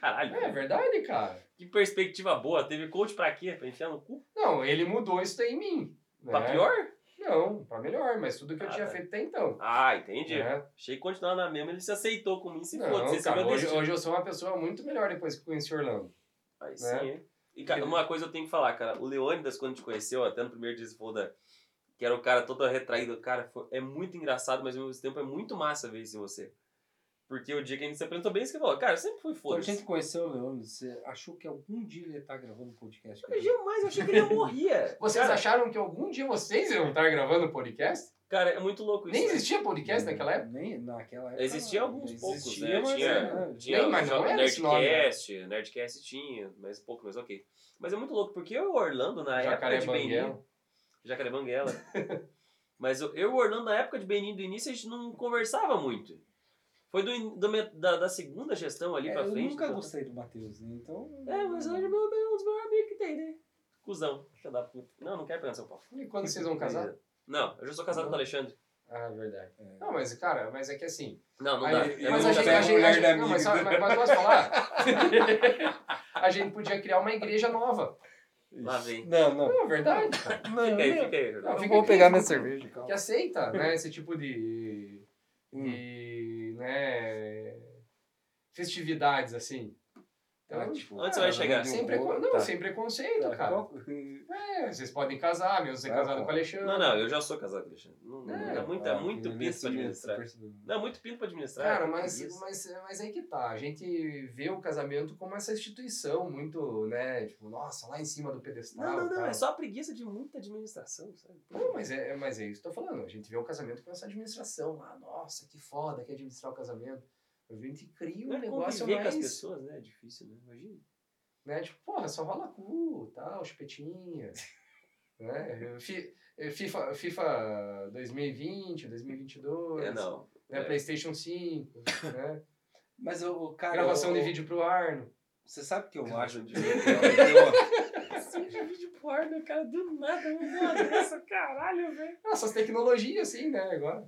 [SPEAKER 2] Caralho.
[SPEAKER 1] É verdade, cara.
[SPEAKER 2] Que perspectiva boa. Teve coach pra quê? Pra enfiar no cu?
[SPEAKER 1] Não, ele mudou isso daí em mim. Né?
[SPEAKER 2] Pra pior?
[SPEAKER 1] Não, pra melhor, mas tudo que eu
[SPEAKER 2] Ah,
[SPEAKER 1] tinha
[SPEAKER 2] tá.
[SPEAKER 1] feito até então.
[SPEAKER 2] Ah, entendi.
[SPEAKER 1] Né?
[SPEAKER 2] Achei que continuava na mesma. Ele se aceitou comigo. Se foda.
[SPEAKER 1] Não,
[SPEAKER 2] Você
[SPEAKER 1] cara,
[SPEAKER 2] meu
[SPEAKER 1] hoje,
[SPEAKER 2] destino.
[SPEAKER 1] hoje eu sou uma pessoa muito melhor depois que conheci Orlando.
[SPEAKER 2] Aí sim,
[SPEAKER 1] né?
[SPEAKER 2] hein? E, cara, uma coisa eu tenho que falar, cara. O Leônidas, quando te conheceu, até no primeiro dia, você falou da... que era o cara todo retraído. Cara, foi- é muito engraçado, mas ao mesmo tempo é muito massa ver isso em você. Porque o dia que a gente se apresentou bem, você falou, cara, eu sempre fui
[SPEAKER 3] Quando a
[SPEAKER 2] foda-se.
[SPEAKER 3] gente conheceu o Leandro, você achou que algum dia ele ia estar gravando um podcast? com a
[SPEAKER 2] Eu
[SPEAKER 3] gente?
[SPEAKER 2] Jamais, eu achei que ele morria.
[SPEAKER 1] [LAUGHS] Vocês
[SPEAKER 2] cara,
[SPEAKER 1] acharam que algum dia vocês iam estar gravando podcast?
[SPEAKER 2] Cara, é muito louco isso.
[SPEAKER 1] Nem
[SPEAKER 2] né?
[SPEAKER 1] existia podcast
[SPEAKER 3] Uhum.
[SPEAKER 1] naquela época?
[SPEAKER 3] Nem naquela época.
[SPEAKER 2] Existia
[SPEAKER 3] não.
[SPEAKER 2] alguns
[SPEAKER 3] Não
[SPEAKER 2] poucos,
[SPEAKER 3] existia,
[SPEAKER 2] né?
[SPEAKER 3] mas
[SPEAKER 2] Tinha-
[SPEAKER 3] era, né?
[SPEAKER 2] Tinha
[SPEAKER 1] é, Nem, mas não
[SPEAKER 2] o
[SPEAKER 1] era esse nome,
[SPEAKER 2] Nerdcast, Nerdcast tinha, mas pouco, mas ok. Mas é muito louco, porque eu e o Orlando, na
[SPEAKER 1] Jacaré
[SPEAKER 2] época de Benin...
[SPEAKER 1] Banguela. [LAUGHS]
[SPEAKER 2] Jacaré Banguela. mas eu, eu e o Orlando, na época de Benin, do início, a gente não conversava muito. Foi do, in- do me- da, da segunda gestão ali
[SPEAKER 3] É,
[SPEAKER 2] pra
[SPEAKER 3] eu
[SPEAKER 2] frente.
[SPEAKER 3] nunca
[SPEAKER 2] tá?
[SPEAKER 3] gostei do Matheus, né? Então.
[SPEAKER 2] É, mas hoje é meu- é um dos melhores amigos que tem, né? Cusão. Filha da puta. Não, não quero pegar no São Paulo.
[SPEAKER 1] E quando vocês vão
[SPEAKER 2] é.
[SPEAKER 1] casar?
[SPEAKER 2] Não, eu já sou casado
[SPEAKER 1] Não.
[SPEAKER 2] com o Alexandre.
[SPEAKER 1] Ah, verdade.
[SPEAKER 3] É.
[SPEAKER 1] Não, mas, cara, mas é que assim.
[SPEAKER 2] Não, não
[SPEAKER 1] Aí-
[SPEAKER 2] dá.
[SPEAKER 3] Eu
[SPEAKER 1] mas
[SPEAKER 2] muito
[SPEAKER 1] a
[SPEAKER 3] nunca
[SPEAKER 1] gente,
[SPEAKER 3] pego
[SPEAKER 1] a
[SPEAKER 2] casado.
[SPEAKER 1] gente, a
[SPEAKER 3] mulher
[SPEAKER 1] gente-
[SPEAKER 3] da
[SPEAKER 1] não, mas,
[SPEAKER 3] amiga.
[SPEAKER 1] sabe- mas, mas posso
[SPEAKER 2] [LAUGHS]
[SPEAKER 1] falar? a gente podia criar uma igreja nova.
[SPEAKER 2] Lá vem.
[SPEAKER 3] Não, não.
[SPEAKER 1] Não, é verdade.
[SPEAKER 2] Fica aí, fica aí.
[SPEAKER 1] Não,
[SPEAKER 3] Eu
[SPEAKER 1] fica
[SPEAKER 3] vou
[SPEAKER 1] aqui,
[SPEAKER 3] pegar
[SPEAKER 1] fica
[SPEAKER 3] minha
[SPEAKER 1] aqui.
[SPEAKER 3] cerveja,
[SPEAKER 1] Que
[SPEAKER 3] calma.
[SPEAKER 1] aceita, né, esse tipo de... de
[SPEAKER 2] Hum.
[SPEAKER 1] né, festividades, assim. Então,
[SPEAKER 3] Ah, tipo,
[SPEAKER 2] Onde você vai
[SPEAKER 3] ah,
[SPEAKER 2] chegar?
[SPEAKER 3] de um
[SPEAKER 1] sem precon...
[SPEAKER 3] outro,
[SPEAKER 1] Não,
[SPEAKER 3] tá.
[SPEAKER 1] sem preconceito, cara.
[SPEAKER 3] Qual-
[SPEAKER 1] É, vocês podem casar, mesmo ser
[SPEAKER 3] Ah,
[SPEAKER 1] casado
[SPEAKER 3] tá.
[SPEAKER 1] com o Alexandre.
[SPEAKER 2] É, Não, não, eu já sou casado, Alexandre. Não, não,
[SPEAKER 1] É,
[SPEAKER 2] é, muito, é
[SPEAKER 3] Ah,
[SPEAKER 2] muito pinto
[SPEAKER 3] que
[SPEAKER 2] pra
[SPEAKER 3] beleza,
[SPEAKER 2] administrar.
[SPEAKER 3] percebi.
[SPEAKER 2] Não, é muito pinto pra administrar. é
[SPEAKER 1] Cara,
[SPEAKER 2] que
[SPEAKER 1] mas,
[SPEAKER 2] isso.
[SPEAKER 1] mas, mas aí que tá. A gente vê o casamento como essa instituição muito, né? Tipo, nossa, lá em cima do pedestal.
[SPEAKER 2] Não, não, não,
[SPEAKER 1] tal.
[SPEAKER 2] é só a preguiça de muita administração, sabe?
[SPEAKER 1] Não, mas é, é- mas é isso que eu tô falando. A gente vê o casamento com essa administração. Ah, nossa, que foda que é administrar o casamento. A gente cria um
[SPEAKER 2] Não é
[SPEAKER 1] negócio
[SPEAKER 2] conviver com as
[SPEAKER 1] mais.
[SPEAKER 2] pessoas, né? É difícil, né? Imagina.
[SPEAKER 1] Né? Tipo, porra, só rola cu, tal, chupetinha. [LAUGHS] né? Fi- eh, FIFA, FIFA 2020, 2022.
[SPEAKER 2] É, não.
[SPEAKER 1] Né?
[SPEAKER 2] É.
[SPEAKER 1] PlayStation 5.
[SPEAKER 2] [LAUGHS]
[SPEAKER 1] né?
[SPEAKER 3] Mas o- o cara.
[SPEAKER 1] Gravação
[SPEAKER 3] o-
[SPEAKER 1] de vídeo pro né? Arno.
[SPEAKER 3] Você sabe que eu acho.
[SPEAKER 2] de-
[SPEAKER 4] Assim, de vídeo porno, cara, do nada, meu Deus, caralho, velho.
[SPEAKER 1] Ah, Essas tecnologias, assim, né? Agora.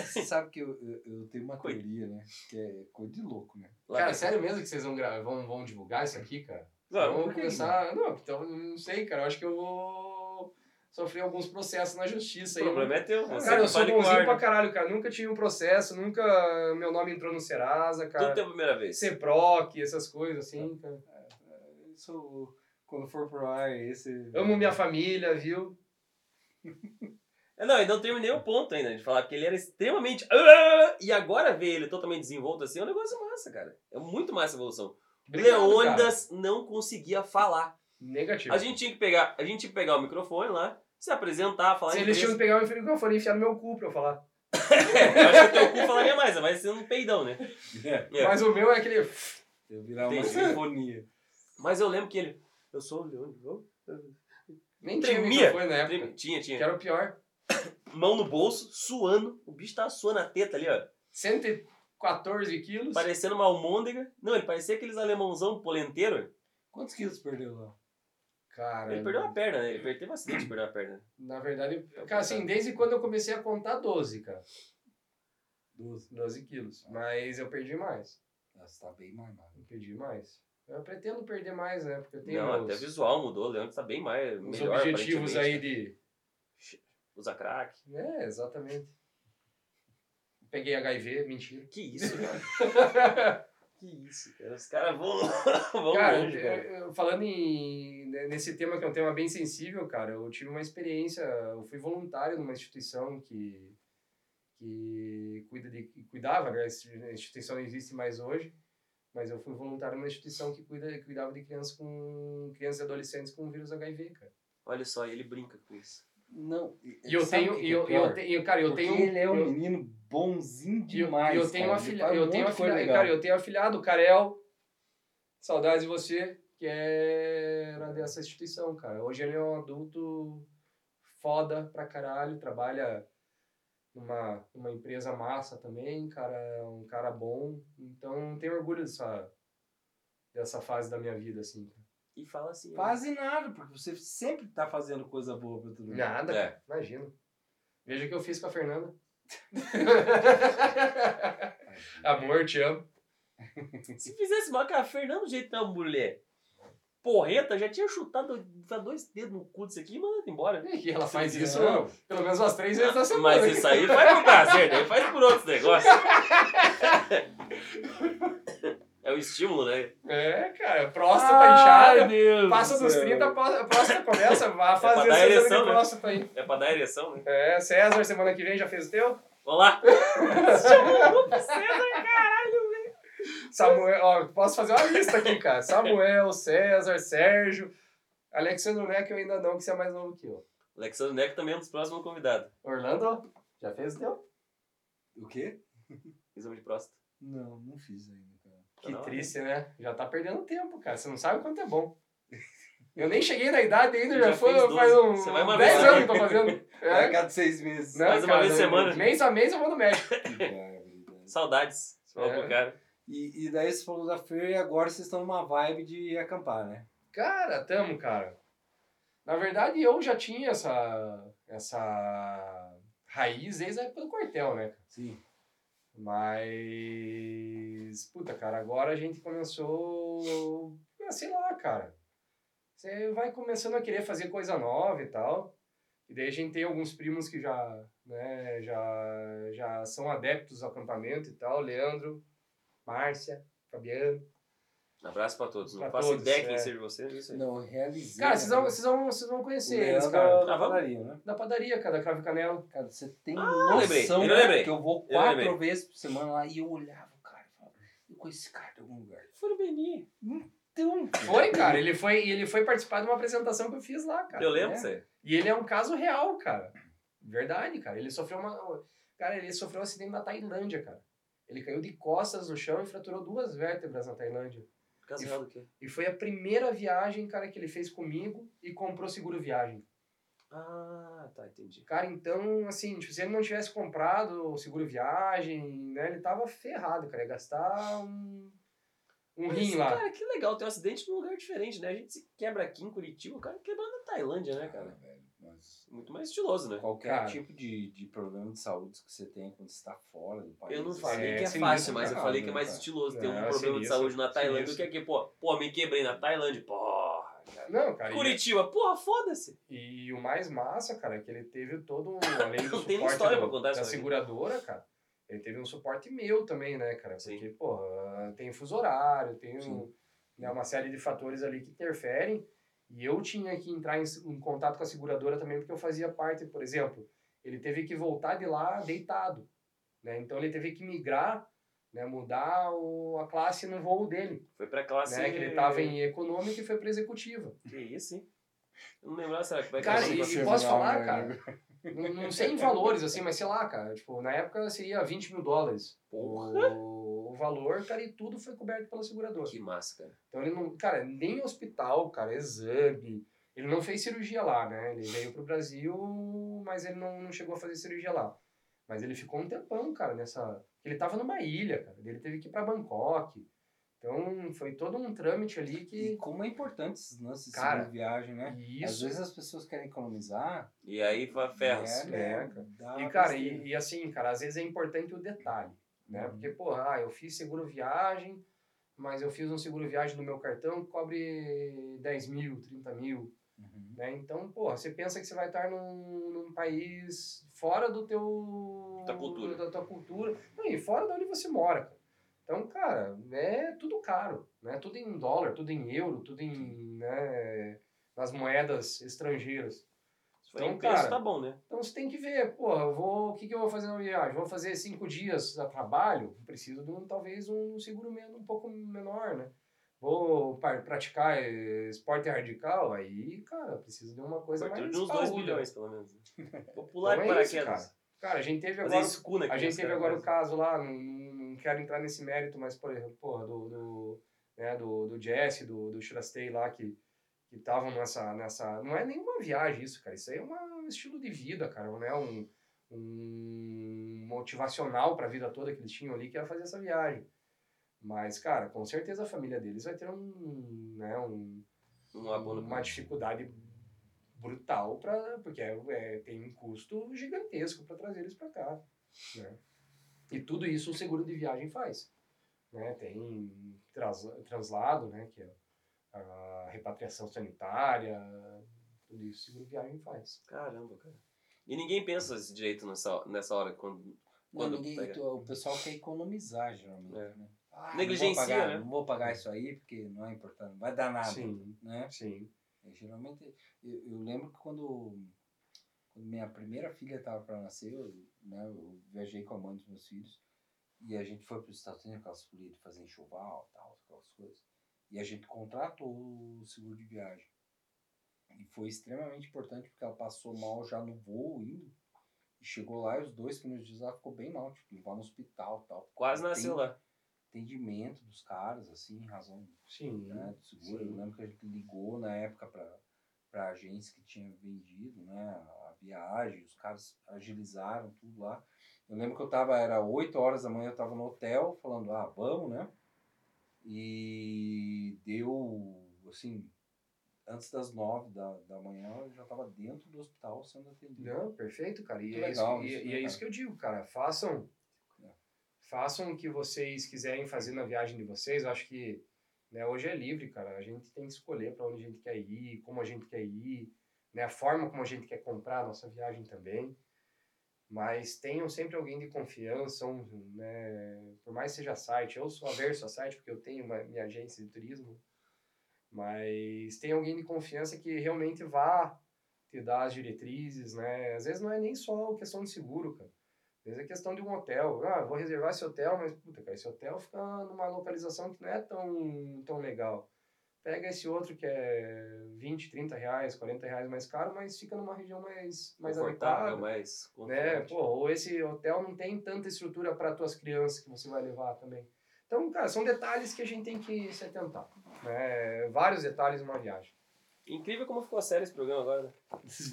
[SPEAKER 3] Você sabe que eu, eu, eu tenho uma
[SPEAKER 2] Coisa.
[SPEAKER 3] teoria, né? Que é coisa de louco, né?
[SPEAKER 2] Lá
[SPEAKER 1] cara,
[SPEAKER 2] vem.
[SPEAKER 1] sério mesmo que vocês vão, gra- vão, vão divulgar isso aqui, cara?
[SPEAKER 2] Não,
[SPEAKER 1] vamos
[SPEAKER 3] por que
[SPEAKER 1] começar. Não, então, não sei, cara. Eu acho que eu vou sofrer alguns processos na justiça
[SPEAKER 2] O
[SPEAKER 1] aí.
[SPEAKER 2] problema é teu. Você
[SPEAKER 1] Cara, eu
[SPEAKER 2] não
[SPEAKER 1] sou
[SPEAKER 2] fale com o
[SPEAKER 1] bonzinho pra
[SPEAKER 2] Arno.
[SPEAKER 1] caralho, cara. Nunca tive um processo, nunca meu nome entrou no Serasa,
[SPEAKER 2] Tudo
[SPEAKER 1] cara.
[SPEAKER 2] tem a primeira vez.
[SPEAKER 1] CEPROC, essas coisas, assim, cara.
[SPEAKER 3] Eu sou. Quando for pro ar, esse.
[SPEAKER 1] Amo minha família, viu?
[SPEAKER 2] É, Não, eu não terminei o ponto ainda de falar, porque ele era extremamente. Ah! E agora ver ele totalmente desenvolto assim é um negócio massa, cara. É muito massa a evolução.
[SPEAKER 1] Obrigado, cara.
[SPEAKER 2] Leônidas não conseguia falar.
[SPEAKER 1] Negativo.
[SPEAKER 2] A gente tinha que pegar, a gente tinha que pegar o microfone lá, se apresentar, falar
[SPEAKER 1] Se
[SPEAKER 2] em
[SPEAKER 1] eles
[SPEAKER 2] [LAUGHS]
[SPEAKER 1] tinham que pegar o microfone e enfiar no meu cu pra eu falar.
[SPEAKER 2] É, eu acho que o teu cu falaria mais, mas sendo um peidão, né?
[SPEAKER 3] [LAUGHS] É,
[SPEAKER 2] É.
[SPEAKER 1] Mas o meu é aquele.
[SPEAKER 3] eu virar uma
[SPEAKER 2] Entendi.
[SPEAKER 3] sinfonia.
[SPEAKER 2] Mas eu lembro que ele. Eu sou o Leone, vou.
[SPEAKER 1] Nem tinha
[SPEAKER 2] Tremia.
[SPEAKER 1] microfone na época.
[SPEAKER 2] Tinha,
[SPEAKER 1] Que
[SPEAKER 2] tinha.
[SPEAKER 1] era o pior.
[SPEAKER 2] Mão no bolso, suando. O bicho tava suando a teta ali, ó.
[SPEAKER 1] 114 quilos.
[SPEAKER 2] Parecendo uma almôndega. Não, ele parecia aqueles alemãozão polenteiro.
[SPEAKER 3] Quantos quilos perdeu lá?
[SPEAKER 1] Cara.
[SPEAKER 2] Ele perdeu uma perna, né? Ele per- teve um acidente
[SPEAKER 1] [CLEARS THROAT]
[SPEAKER 2] de perder uma perna.
[SPEAKER 1] Na verdade,
[SPEAKER 2] É
[SPEAKER 1] cara, assim, desde quando eu comecei a contar 12, cara.
[SPEAKER 3] 12.
[SPEAKER 1] 12 quilos. Mas eu perdi mais.
[SPEAKER 3] Nossa, tá bem mais magro.
[SPEAKER 1] Eu perdi mais. Eu pretendo perder mais, né? Porque eu tenho
[SPEAKER 2] Não, até
[SPEAKER 1] os,
[SPEAKER 2] visual mudou. O Leandro tá bem mais.
[SPEAKER 1] os
[SPEAKER 2] melhor,
[SPEAKER 1] objetivos
[SPEAKER 2] aparentemente. né?
[SPEAKER 1] aí de.
[SPEAKER 2] Usa crack.
[SPEAKER 1] É,
[SPEAKER 2] [LAUGHS]
[SPEAKER 1] exatamente. Peguei HIV, mentira.
[SPEAKER 2] Que isso, cara? Que isso, cara. Os caras vão, vão [LAUGHS]
[SPEAKER 1] Cara, é.
[SPEAKER 2] longe, cara.
[SPEAKER 1] eu- eu- falando em, nesse tema que é um tema bem sensível, cara, eu tive uma experiência, eu fui voluntário numa instituição que que cuida de que cuidava, né? essa instituição não existe mais hoje, mas eu fui voluntário numa instituição que cuida cuidava de crianças com crianças e adolescentes com vírus HIV, cara.
[SPEAKER 2] Olha só, ele brinca com isso.
[SPEAKER 3] Não.
[SPEAKER 1] E eu
[SPEAKER 3] sabe
[SPEAKER 1] tenho
[SPEAKER 3] o que que
[SPEAKER 1] e eu,
[SPEAKER 3] é pior?
[SPEAKER 1] eu tenho, cara, eu
[SPEAKER 3] Porque
[SPEAKER 1] tenho
[SPEAKER 3] Ele é um
[SPEAKER 1] eu-
[SPEAKER 3] menino bonzinho
[SPEAKER 1] E eu-
[SPEAKER 3] demais.
[SPEAKER 1] e eu tenho
[SPEAKER 3] cara.
[SPEAKER 1] uma
[SPEAKER 3] Ele
[SPEAKER 1] filha,
[SPEAKER 3] faz um
[SPEAKER 1] eu
[SPEAKER 3] monte
[SPEAKER 1] tenho
[SPEAKER 3] de
[SPEAKER 1] uma
[SPEAKER 3] coisa
[SPEAKER 1] filha,
[SPEAKER 3] legal.
[SPEAKER 1] cara, eu tenho afilhado, o Carel. Saudades de você, que é, era dessa instituição, cara. Hoje ele é um adulto foda pra caralho, trabalha numa, numa empresa massa também, cara, é um cara bom. Então, tenho orgulho dessa dessa fase da minha vida assim.
[SPEAKER 2] E fala assim.
[SPEAKER 3] Quase nada, porque você sempre tá fazendo coisa boa pra todo mundo.
[SPEAKER 1] Nada,
[SPEAKER 2] É.
[SPEAKER 1] cara, imagina. Veja o que eu fiz com a Fernanda. Amor, te amo.
[SPEAKER 2] Se fizesse mal com a Fernanda do jeito da mulher porreta, já tinha chutado dado dois dedos no cu disso aqui e mandado embora.
[SPEAKER 1] E ela faz
[SPEAKER 3] Sim,
[SPEAKER 1] isso
[SPEAKER 3] não.
[SPEAKER 1] pelo menos umas três vezes na semana.
[SPEAKER 2] Mas isso aí faz por prazer, né? Faz por outros negócios. É o estímulo, né?
[SPEAKER 1] É, cara, próstata inchada,
[SPEAKER 3] Deus
[SPEAKER 1] passa
[SPEAKER 3] do
[SPEAKER 1] dos
[SPEAKER 3] céu.
[SPEAKER 1] 30, pró- próstata começa a
[SPEAKER 2] É pra
[SPEAKER 1] fazer
[SPEAKER 2] dar
[SPEAKER 1] seu exame
[SPEAKER 2] ereção,
[SPEAKER 1] de
[SPEAKER 2] né?
[SPEAKER 1] próstata aí.
[SPEAKER 2] É pra dar ereção, né?
[SPEAKER 1] É, César, semana que vem já fez o teu?
[SPEAKER 2] Olá!
[SPEAKER 1] Samuel, ó, posso fazer uma lista aqui,
[SPEAKER 2] [LAUGHS]
[SPEAKER 1] cara. Samuel, César, Sérgio, Alexandre Neck, eu ainda não, que você é mais novo que eu.
[SPEAKER 2] Alexandre Neco também é um dos próximos convidados.
[SPEAKER 1] Orlando, já fez o teu?
[SPEAKER 3] O quê?
[SPEAKER 2] Exame de próstata.
[SPEAKER 3] Não, não fiz ainda, cara.
[SPEAKER 1] Que
[SPEAKER 2] Não, né?
[SPEAKER 1] triste, né? Já tá perdendo tempo, cara. Você não sabe o quanto é bom. Eu nem cheguei na idade ainda, já,
[SPEAKER 2] Já
[SPEAKER 1] foi
[SPEAKER 2] fez
[SPEAKER 1] faz
[SPEAKER 2] 12.
[SPEAKER 1] um
[SPEAKER 2] Você vai uma
[SPEAKER 1] 10
[SPEAKER 2] vez né?
[SPEAKER 1] anos
[SPEAKER 2] só.
[SPEAKER 1] que eu tô
[SPEAKER 2] [LAUGHS]
[SPEAKER 1] fazendo.
[SPEAKER 3] É.
[SPEAKER 1] É,
[SPEAKER 3] cada seis meses.
[SPEAKER 1] não,
[SPEAKER 2] Mais uma
[SPEAKER 1] cara,
[SPEAKER 2] vez
[SPEAKER 1] não-
[SPEAKER 2] semana.
[SPEAKER 1] Mês a mês eu vou no médico.
[SPEAKER 3] Que barbaridade.
[SPEAKER 2] Saudades. Você falou
[SPEAKER 1] É.
[SPEAKER 2] pro cara.
[SPEAKER 3] E, e daí você falou da feira e agora vocês estão numa vibe de acampar, né?
[SPEAKER 1] Cara, tamo, cara. Na verdade, eu já tinha essa, essa raiz desde a época do quartel, né?
[SPEAKER 3] Sim.
[SPEAKER 1] Mas, puta, cara, agora a gente começou, ah, sei lá, cara. Você vai começando a querer fazer coisa nova e tal. E daí a gente tem alguns primos que já, né, já, já são adeptos ao acampamento e tal. Leandro, Márcia, Fabiano.
[SPEAKER 2] Abraço pra todos. Não
[SPEAKER 1] Pra
[SPEAKER 2] faço
[SPEAKER 1] todos,
[SPEAKER 2] ideia quem
[SPEAKER 1] é.
[SPEAKER 2] seja você. Isso aí.
[SPEAKER 3] Não, realizei.
[SPEAKER 1] Cara, vocês vão,
[SPEAKER 3] né?
[SPEAKER 1] vocês vão, vocês vão
[SPEAKER 3] O
[SPEAKER 1] conhecer eles,
[SPEAKER 3] Leandro
[SPEAKER 1] cara.
[SPEAKER 3] da
[SPEAKER 2] Ah, vamos?
[SPEAKER 3] padaria, né?
[SPEAKER 1] Da padaria, cara, da Crave Canela.
[SPEAKER 3] Cara, você tem
[SPEAKER 2] Ah, lembrei,
[SPEAKER 3] noção
[SPEAKER 2] eu lembrei,
[SPEAKER 3] que eu vou
[SPEAKER 2] eu
[SPEAKER 3] quatro
[SPEAKER 2] lembrei.
[SPEAKER 3] vezes por semana lá e eu olhava, cara, e falava, eu conheço esse cara de algum lugar.
[SPEAKER 2] Foi o Beni.
[SPEAKER 3] Então,
[SPEAKER 1] Foi, cara. Ele foi, ele foi participar de uma apresentação que eu fiz lá, cara.
[SPEAKER 2] Eu lembro
[SPEAKER 1] É.
[SPEAKER 2] disso aí.
[SPEAKER 1] E ele é um caso real, cara. Verdade, cara. Ele sofreu uma. Cara, ele sofreu um acidente na Tailândia, cara. Ele caiu de costas no chão e fraturou duas vértebras na Tailândia.
[SPEAKER 2] Casal do quê?
[SPEAKER 1] E foi a primeira viagem, cara, que ele fez comigo e comprou seguro viagem.
[SPEAKER 2] Ah, tá, entendi.
[SPEAKER 1] Cara, então, assim, tipo, se ele não tivesse comprado o seguro viagem, né, ele tava ferrado, cara. Ia gastar um, um
[SPEAKER 2] Mas,
[SPEAKER 1] rim lá.
[SPEAKER 2] Cara, que legal ter um acidente num lugar diferente, né? A gente se quebra aqui em Curitiba, o cara quebra na Tailândia, né, cara?
[SPEAKER 3] velho, mas
[SPEAKER 2] Muito mais estiloso, né?
[SPEAKER 3] qualquer
[SPEAKER 1] Cara.
[SPEAKER 3] tipo de, de problema de saúde que você tem quando você está fora do país.
[SPEAKER 2] Eu não
[SPEAKER 3] assim,
[SPEAKER 2] falei
[SPEAKER 1] É,
[SPEAKER 2] que é
[SPEAKER 1] sinistro
[SPEAKER 2] fácil,
[SPEAKER 3] pra
[SPEAKER 2] mas eu
[SPEAKER 3] caralho, né,
[SPEAKER 2] falei que é mais
[SPEAKER 3] cara.
[SPEAKER 2] estiloso ter um
[SPEAKER 1] Não,
[SPEAKER 2] problema de
[SPEAKER 1] sinistro,
[SPEAKER 2] saúde na Tailândia do que
[SPEAKER 1] sinistro.
[SPEAKER 2] aqui, pô. Pô, me quebrei na Tailândia, porra. cara.
[SPEAKER 1] Não, cara. e- é,
[SPEAKER 2] Curitiba, porra, foda-se.
[SPEAKER 1] E o mais massa, cara, é que ele teve todo um.
[SPEAKER 2] [COUGHS]
[SPEAKER 1] Além do
[SPEAKER 2] Não tem nem
[SPEAKER 1] suporte
[SPEAKER 2] história
[SPEAKER 1] do-
[SPEAKER 2] pra contar
[SPEAKER 1] da
[SPEAKER 2] isso aqui.
[SPEAKER 1] seguradora, cara, ele teve um suporte meu também, né, cara?
[SPEAKER 2] Sim.
[SPEAKER 1] Porque, porra, tem fuso horário, tem um-
[SPEAKER 3] Sim.
[SPEAKER 1] né, uma série de fatores ali que interferem. E eu tinha que entrar em, em contato com a seguradora também, porque eu fazia parte, por exemplo, ele teve que voltar de lá deitado. Né? Então ele teve que migrar, né, mudar o- a classe no voo dele.
[SPEAKER 2] Foi pra classe.
[SPEAKER 1] Né? Que ele tava em econômica e foi pra executiva.
[SPEAKER 2] Que isso, hein? Eu não lembrava, será que vai
[SPEAKER 1] Cara,
[SPEAKER 2] que
[SPEAKER 1] e-
[SPEAKER 2] eu-
[SPEAKER 1] e posso falar, cara? Não, não sei em valores, assim, mas sei lá, cara. Tipo, na época seria 20 mil dólares.
[SPEAKER 2] Porra.
[SPEAKER 1] O, o valor, cara, e tudo foi coberto pela seguradora.
[SPEAKER 2] Que massa, cara.
[SPEAKER 1] Então ele não. Cara, nem hospital, cara, exame. Ele não fez cirurgia lá, né? Ele veio pro Brasil, mas ele não, não chegou a fazer cirurgia lá. Mas ele ficou um tempão, cara, nessa. Ele tava numa ilha, cara. Ele teve que ir pra Bangkok. Então foi todo um trâmite ali
[SPEAKER 3] E
[SPEAKER 1] que.
[SPEAKER 3] como é importante esses lances
[SPEAKER 1] Cara,
[SPEAKER 3] de viagem, né?
[SPEAKER 1] E
[SPEAKER 3] Às vezes as pessoas querem economizar.
[SPEAKER 2] E aí, fa- ferros.
[SPEAKER 3] né,
[SPEAKER 1] É,
[SPEAKER 3] cara.
[SPEAKER 1] E, cara, e, e assim, cara, às vezes é importante o detalhe,
[SPEAKER 2] Uhum.
[SPEAKER 1] né? Porque, porra, ah, eu fiz seguro viagem, mas eu fiz um seguro viagem no meu cartão que cobre 10 mil, 30 mil,
[SPEAKER 2] Uhum.
[SPEAKER 1] né? Então, porra, você pensa que você vai estar num, num país fora do teu...
[SPEAKER 2] Da cultura.
[SPEAKER 1] Da tua cultura. Não, e fora de onde você mora, cara. Então, cara, é tudo caro, né? Tudo em dólar, tudo em euro, tudo em, né, nas moedas estrangeiras.
[SPEAKER 2] Se for
[SPEAKER 1] Então,
[SPEAKER 2] em peso,
[SPEAKER 1] cara,
[SPEAKER 2] tá bom, né?
[SPEAKER 1] Então você tem que ver, porra, eu vou, o que, que eu vou fazer na viagem? Vou fazer cinco dias a trabalho? Preciso de um, talvez um seguro mesmo um pouco menor, né? Vou par- praticar eh, esporte radical? Aí, cara, preciso de uma coisa
[SPEAKER 2] Partiu
[SPEAKER 1] mais
[SPEAKER 2] de uns 2
[SPEAKER 1] parruda.
[SPEAKER 2] milhões, pelo menos.
[SPEAKER 1] [LAUGHS]
[SPEAKER 2] Vou pular de
[SPEAKER 1] Então é isso,
[SPEAKER 2] paraquedas.
[SPEAKER 1] Cara, a gente teve
[SPEAKER 2] Fazer
[SPEAKER 1] agora
[SPEAKER 2] escu na
[SPEAKER 1] a né? gente
[SPEAKER 2] criança,
[SPEAKER 1] teve
[SPEAKER 2] né, cara,
[SPEAKER 1] agora o
[SPEAKER 2] mas-
[SPEAKER 1] caso lá, não, não quero entrar nesse mérito, mas, por exemplo, porra, do, do, né, do, do Jesse, do, do Chirastei lá, que que estavam nessa, nessa... Não é nenhuma viagem isso, cara. Isso aí é uma- um estilo de vida, cara. Não é um, um motivacional pra vida toda que eles tinham ali, que era fazer essa viagem. Mas, cara, com certeza a família deles vai ter um, né, um,
[SPEAKER 2] Um abono.
[SPEAKER 1] uma dificuldade brutal, pra, porque é, é- tem um custo gigantesco para trazer eles para cá. Né? E tudo isso o seguro de viagem faz. Né? Tem tras, translado, né, que é a repatriação sanitária, tudo isso o seguro de viagem faz.
[SPEAKER 2] Caramba, cara. E ninguém pensa esse direito nessa, nessa hora. Quando,
[SPEAKER 3] Não,
[SPEAKER 2] quando
[SPEAKER 3] ninguém,
[SPEAKER 2] pega.
[SPEAKER 3] tu- o pessoal quer economizar, geralmente.
[SPEAKER 2] É.
[SPEAKER 3] Né? Ah,
[SPEAKER 2] Negligencia,
[SPEAKER 3] não vou pagar,
[SPEAKER 2] né?
[SPEAKER 3] Não vou pagar isso aí, porque não é importante. Não vai dar nada.
[SPEAKER 1] Sim,
[SPEAKER 3] Né?
[SPEAKER 1] sim.
[SPEAKER 3] É, geralmente, eu, eu lembro que quando, quando minha primeira filha estava para nascer, eu, né, eu viajei com a mãe dos meus filhos e a gente foi para os Estados Unidos, aquelas folias de fazer enxoval, tal, aquelas coisas. E a gente contratou o seguro de viagem. E foi extremamente importante porque ela passou mal já no voo indo. E chegou lá e os dois primeiros dias ela ficou bem mal, tipo, levar no hospital tal.
[SPEAKER 2] Quase
[SPEAKER 3] Tem
[SPEAKER 2] nasceu lá.
[SPEAKER 3] Atendimento dos caras, assim, em razão
[SPEAKER 1] Sim.
[SPEAKER 3] né, do seguro.
[SPEAKER 1] Sim.
[SPEAKER 3] Eu lembro que a gente ligou na época para a agência que tinha vendido né, a viagem, os caras agilizaram tudo lá. Eu lembro que eu tava, era 8 horas da manhã, eu tava no hotel falando, ah, vamos, né? E deu, assim, antes das 9 da, da manhã, eu já tava dentro do hospital sendo atendido.
[SPEAKER 1] Não, perfeito, cara. E,
[SPEAKER 3] Muito
[SPEAKER 1] é,
[SPEAKER 3] legal
[SPEAKER 1] isso, e-
[SPEAKER 3] isso,
[SPEAKER 1] e
[SPEAKER 3] né,
[SPEAKER 1] é
[SPEAKER 3] cara?
[SPEAKER 1] isso que eu digo, cara. Façam,
[SPEAKER 3] É.
[SPEAKER 1] façam o que vocês quiserem fazer na viagem de vocês. Eu acho que né, hoje é livre, cara. A gente tem que escolher para onde a gente quer ir, como a gente quer ir, né, a forma como a gente quer comprar a nossa viagem também. Mas tenham sempre alguém de confiança, um, né, por mais que seja site. Eu sou averso a site porque eu tenho uma, minha agência de turismo. Mas tem alguém de confiança que realmente vá te dá as diretrizes, né? Às vezes não é nem só questão de seguro, cara. Às vezes é questão de um hotel. Ah, vou reservar esse hotel, mas puta, cara, esse hotel fica numa localização que não é tão, tão legal. Pega esse outro que é 20, 30 reais, 40 reais mais caro, mas fica numa região mais, mais
[SPEAKER 2] Confortável,
[SPEAKER 1] adequada.
[SPEAKER 2] mais
[SPEAKER 1] Né?
[SPEAKER 2] confiante.
[SPEAKER 1] é Pô, ou esse hotel não tem tanta estrutura para tuas crianças que você vai levar também. Então, cara, são detalhes que a gente tem que se atentar. Né? Vários detalhes numa viagem.
[SPEAKER 2] Incrível como ficou sério esse programa agora, né?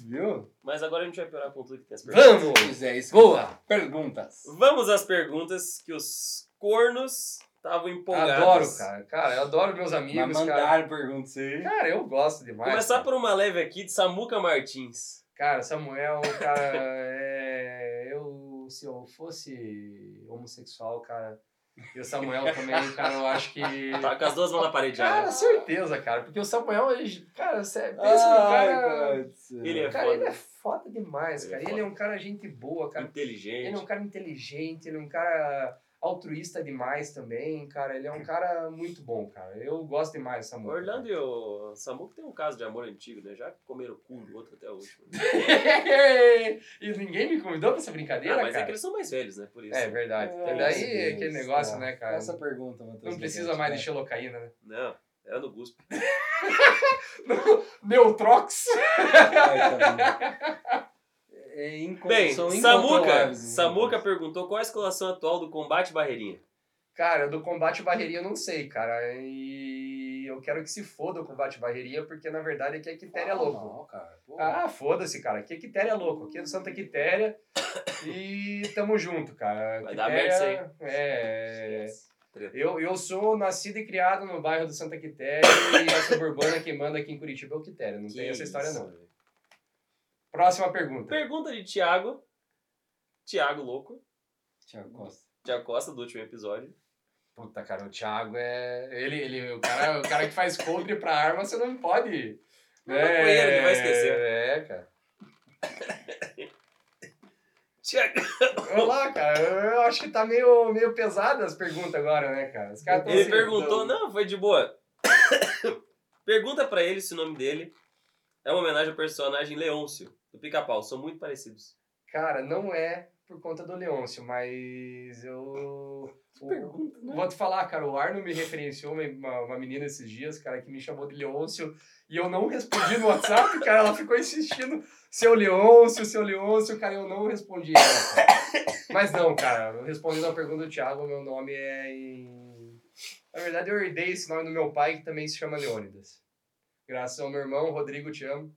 [SPEAKER 3] Viu?
[SPEAKER 2] Mas agora a gente vai piorar com tudo que tem as perguntas.
[SPEAKER 1] Vamos!
[SPEAKER 3] Pois é, isso.
[SPEAKER 1] Boa!
[SPEAKER 3] Perguntas.
[SPEAKER 2] Vamos às perguntas que os cornos estavam empolgados.
[SPEAKER 1] Adoro, cara. Cara, eu adoro meus
[SPEAKER 3] Mas
[SPEAKER 1] amigos, cara.
[SPEAKER 3] mandaram perguntas aí.
[SPEAKER 1] Cara, eu gosto demais.
[SPEAKER 2] Começar
[SPEAKER 1] cara.
[SPEAKER 2] por uma leve aqui de Samuca Martins.
[SPEAKER 1] Cara, Samuel, cara, é... Eu, se eu fosse homossexual, cara, e o Samuel também, cara, eu
[SPEAKER 2] [LAUGHS]
[SPEAKER 1] acho que...
[SPEAKER 2] Tá com as duas mãos na parede já. né?
[SPEAKER 1] Cara, certeza, cara. Porque o Samuel, ele- cara, você pensa no cara...
[SPEAKER 2] Ele é
[SPEAKER 1] Cara, ele é
[SPEAKER 2] foda.
[SPEAKER 1] foda demais,
[SPEAKER 2] Ele é
[SPEAKER 1] cara. Ele
[SPEAKER 2] foda.
[SPEAKER 1] é um cara gente boa, cara. Ele é um
[SPEAKER 2] Inteligente.
[SPEAKER 1] cara inteligente, ele é um cara altruísta demais também, cara. Ele é um cara muito bom, cara. Eu gosto demais do
[SPEAKER 2] O
[SPEAKER 1] Samuel.
[SPEAKER 2] Orlando e o Samuca tem um caso de amor antigo, né? Já comeram o cu do outro até o último. né?
[SPEAKER 1] [LAUGHS] e ninguém me convidou pra essa brincadeira,
[SPEAKER 2] Ah, mas é
[SPEAKER 1] cara.
[SPEAKER 2] que eles são mais velhos, né? Por isso.
[SPEAKER 1] É verdade.
[SPEAKER 3] É,
[SPEAKER 1] Daí
[SPEAKER 3] meu
[SPEAKER 1] é
[SPEAKER 3] Deus,
[SPEAKER 1] aquele negócio,
[SPEAKER 3] tá.
[SPEAKER 1] né, cara?
[SPEAKER 3] Essa pergunta, Matheus.
[SPEAKER 1] Não
[SPEAKER 3] Leguete,
[SPEAKER 1] precisa mais
[SPEAKER 3] né?
[SPEAKER 1] de xilocaína, né?
[SPEAKER 2] Não, era no Gusp.
[SPEAKER 1] Neutrox!
[SPEAKER 3] Ai, tá bom. é
[SPEAKER 2] [LAUGHS]
[SPEAKER 3] inco-
[SPEAKER 2] Bem,
[SPEAKER 3] são
[SPEAKER 2] Samuca,
[SPEAKER 3] incontroláveis, né?
[SPEAKER 2] Samuca perguntou qual a escalação atual do combate barreirinha.
[SPEAKER 1] Cara, do combate barreirinha eu não sei, cara. E eu quero que se foda o combate barreirinha, porque na verdade aqui é Quitéria
[SPEAKER 3] Ah,
[SPEAKER 1] louco.
[SPEAKER 3] não, cara. Pô,
[SPEAKER 1] Ah, foda-se, cara. Aqui é Quitéria louco. Aqui é do Santa Quitéria. e tamo junto, cara.
[SPEAKER 2] Vai dar
[SPEAKER 1] Quitéria-
[SPEAKER 2] merda
[SPEAKER 1] É.
[SPEAKER 2] Treta.
[SPEAKER 1] Eu, eu sou nascido e criado no bairro do Santa Quitéria e a suburbana que manda aqui em Curitiba é o Quitéria. Não
[SPEAKER 2] Que
[SPEAKER 1] tem essa história,
[SPEAKER 2] isso,
[SPEAKER 1] não.
[SPEAKER 2] velho.
[SPEAKER 1] Próxima pergunta.
[SPEAKER 2] Pergunta de Thiago. Thiago Louco.
[SPEAKER 3] Thiago Costa.
[SPEAKER 2] Thiago Costa, do último episódio.
[SPEAKER 1] Puta, cara, o Thiago é. Ele, ele, o, cara, o cara que faz cobre pra arma, você não pode. né?
[SPEAKER 2] Não é maconheiro, ele vai esquecer.
[SPEAKER 1] É, cara.
[SPEAKER 2] [LAUGHS] Chega.
[SPEAKER 1] Vamos lá, cara. Eu acho que tá meio, meio pesada as perguntas agora, né, cara? Os caras tão
[SPEAKER 2] Ele
[SPEAKER 1] se-
[SPEAKER 2] perguntou, não, foi de boa. [COUGHS] Pergunta pra ele se o nome dele é uma homenagem ao personagem Leôncio, do Pica-Pau. São muito parecidos.
[SPEAKER 1] Cara, não é por conta do Leôncio, mas eu. o-
[SPEAKER 4] Pergunta, né?
[SPEAKER 1] Vou te falar, cara, o Arno me referenciou uma, uma, uma menina esses dias, cara, que me chamou de Leôncio e eu não respondi no WhatsApp, cara. Ela ficou insistindo, seu Leôncio, seu Leôncio, cara, eu não respondi ela. Cara. Mas não, cara, respondendo a pergunta do Thiago, meu nome é em. Na verdade, eu herdei esse nome do meu pai, que também se chama Leônidas. Graças ao meu irmão, Rodrigo, te amo.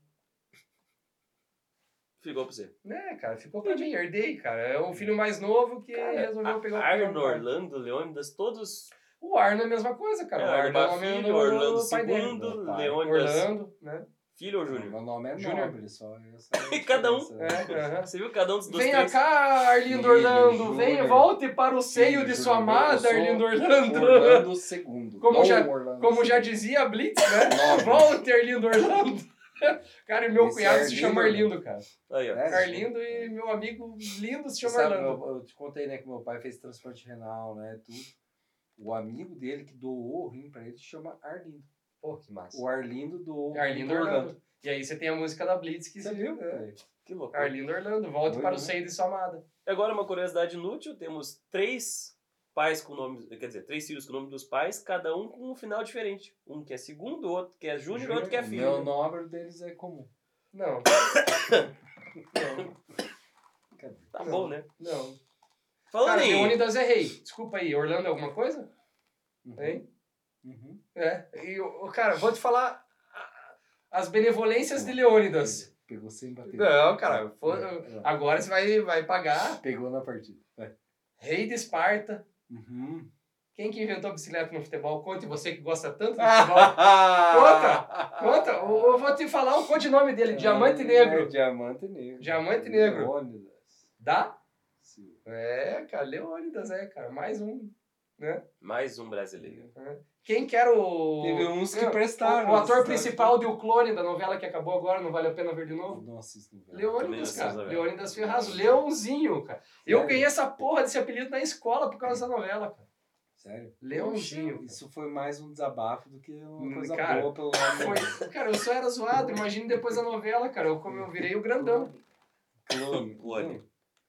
[SPEAKER 2] Ficou pra você.
[SPEAKER 1] Né, cara, ficou pra mim, herdei, cara. É o filho mais novo que resolveu pegar o
[SPEAKER 2] Arno,
[SPEAKER 1] nome.
[SPEAKER 2] Orlando, Leônidas, todos.
[SPEAKER 1] O Arno é a mesma coisa, cara. o Arno
[SPEAKER 2] Arno
[SPEAKER 1] é o nome
[SPEAKER 2] Bafilho,
[SPEAKER 1] do
[SPEAKER 2] Orlando
[SPEAKER 1] pai dele.
[SPEAKER 2] II,
[SPEAKER 3] Tá.
[SPEAKER 2] Leônidas,
[SPEAKER 1] Orlando, né?
[SPEAKER 2] filho ou Júnior?
[SPEAKER 3] Meu nome é
[SPEAKER 1] Júnior.
[SPEAKER 3] Nobre, só.
[SPEAKER 2] [LAUGHS]
[SPEAKER 3] eu só-
[SPEAKER 2] Cada um.
[SPEAKER 1] É, aham.
[SPEAKER 2] Você viu cada um dos
[SPEAKER 1] Venha
[SPEAKER 2] três?
[SPEAKER 1] cá, Arlindo
[SPEAKER 3] Filho,
[SPEAKER 1] Orlando,
[SPEAKER 3] Júnior.
[SPEAKER 1] venha, volte para o seio
[SPEAKER 3] Filho,
[SPEAKER 1] de sua
[SPEAKER 3] Júnior. Eu
[SPEAKER 1] amada,
[SPEAKER 3] sou
[SPEAKER 1] Arlindo Orlando.
[SPEAKER 3] Orlando segundo.
[SPEAKER 1] Como
[SPEAKER 3] Dom
[SPEAKER 1] já-
[SPEAKER 3] Orlando
[SPEAKER 1] Como já
[SPEAKER 3] segundo.
[SPEAKER 1] dizia a Blitz, né?
[SPEAKER 3] Nobre.
[SPEAKER 1] Volte, Arlindo Orlando. [LAUGHS] Cara, e meu
[SPEAKER 3] Esse
[SPEAKER 1] cunhado
[SPEAKER 3] é
[SPEAKER 1] se chama
[SPEAKER 3] Arlindo.
[SPEAKER 1] Arlindo, cara.
[SPEAKER 2] Aí, ó.
[SPEAKER 3] É,
[SPEAKER 1] Arlindo e meu amigo lindo se
[SPEAKER 3] Você
[SPEAKER 1] chama
[SPEAKER 3] sabe,
[SPEAKER 1] Arlando.
[SPEAKER 3] eu, eu te contei, né, que meu pai fez transplante renal, né, tudo. O amigo dele que doou o rim pra ele chama Arlindo.
[SPEAKER 1] Pô, que massa.
[SPEAKER 3] O Arlindo doou o rim
[SPEAKER 1] Arlindo
[SPEAKER 3] pro
[SPEAKER 1] Orlando. E aí você tem a música da Blitz que
[SPEAKER 3] Você
[SPEAKER 1] se-
[SPEAKER 3] viu?
[SPEAKER 1] É.
[SPEAKER 3] velho?
[SPEAKER 2] Que loucura.
[SPEAKER 1] Arlindo Orlando, volte
[SPEAKER 3] Muito
[SPEAKER 1] para o
[SPEAKER 3] bem.
[SPEAKER 1] seio de sua amada.
[SPEAKER 2] E agora uma curiosidade inútil, temos três pais com nomes, quer dizer, três filhos com o nome dos pais, cada um com um final diferente. Um que é segundo, o outro que é júnior, o outro que é
[SPEAKER 3] O meu
[SPEAKER 2] filho.
[SPEAKER 3] nome deles é comum.
[SPEAKER 1] [COUGHS] Não.
[SPEAKER 3] Cadê?
[SPEAKER 2] Tá bom, né?
[SPEAKER 1] não, não.
[SPEAKER 2] Falando
[SPEAKER 1] Cara,
[SPEAKER 2] em...
[SPEAKER 1] Leônidas é rei. Desculpa aí, Orlando é alguma coisa?
[SPEAKER 3] Uhum.
[SPEAKER 1] Hein?
[SPEAKER 3] Uhum.
[SPEAKER 1] É. E, o- cara, vou te falar a- as benevolências de Leônidas.
[SPEAKER 3] Pegou sem bater.
[SPEAKER 1] Não, cara. fo-
[SPEAKER 3] É, é.
[SPEAKER 1] Agora você vai, vai pagar.
[SPEAKER 3] Pegou na partida. Vai.
[SPEAKER 1] Rei de Esparta.
[SPEAKER 3] Uhum.
[SPEAKER 1] Quem que inventou a bicicleta no futebol? Conte você que gosta tanto [LAUGHS] de futebol.
[SPEAKER 3] Conta!
[SPEAKER 1] Conta. Eu eu vou te falar o codinome dele. Diamante Negro.
[SPEAKER 3] É, Diamante Negro.
[SPEAKER 1] Diamante Negro.
[SPEAKER 3] Leônidas.
[SPEAKER 1] Dá?
[SPEAKER 3] Sim.
[SPEAKER 1] É, cara. Leônidas, é, cara. Mais um.
[SPEAKER 2] Mais um brasileiro.
[SPEAKER 1] Quem que era o...
[SPEAKER 3] Teve uns que
[SPEAKER 1] Não,
[SPEAKER 3] prestaram.
[SPEAKER 1] O ator
[SPEAKER 3] sabe?
[SPEAKER 1] principal de O Clone, da novela que acabou agora, não vale a pena ver de novo?
[SPEAKER 3] Não assisto novela.
[SPEAKER 2] É, Também
[SPEAKER 1] Leônidas,
[SPEAKER 2] não
[SPEAKER 1] cara.
[SPEAKER 2] sei, velho.
[SPEAKER 1] Leônidas Ferraz. Leãozinho, cara. Eu
[SPEAKER 3] Sério?
[SPEAKER 1] ganhei essa porra desse apelido na escola por causa da novela, cara.
[SPEAKER 3] Sério?
[SPEAKER 1] Leãozinho. cara.
[SPEAKER 3] Isso foi mais um desabafo do que
[SPEAKER 1] Hum,
[SPEAKER 3] uma coisa
[SPEAKER 1] cara,
[SPEAKER 3] boa pelo lado
[SPEAKER 1] Foi- Cara, eu só era zoado. Imagina depois da novela, cara. Eu, como eu virei o grandão. [LAUGHS]
[SPEAKER 3] Clone.
[SPEAKER 2] Clone.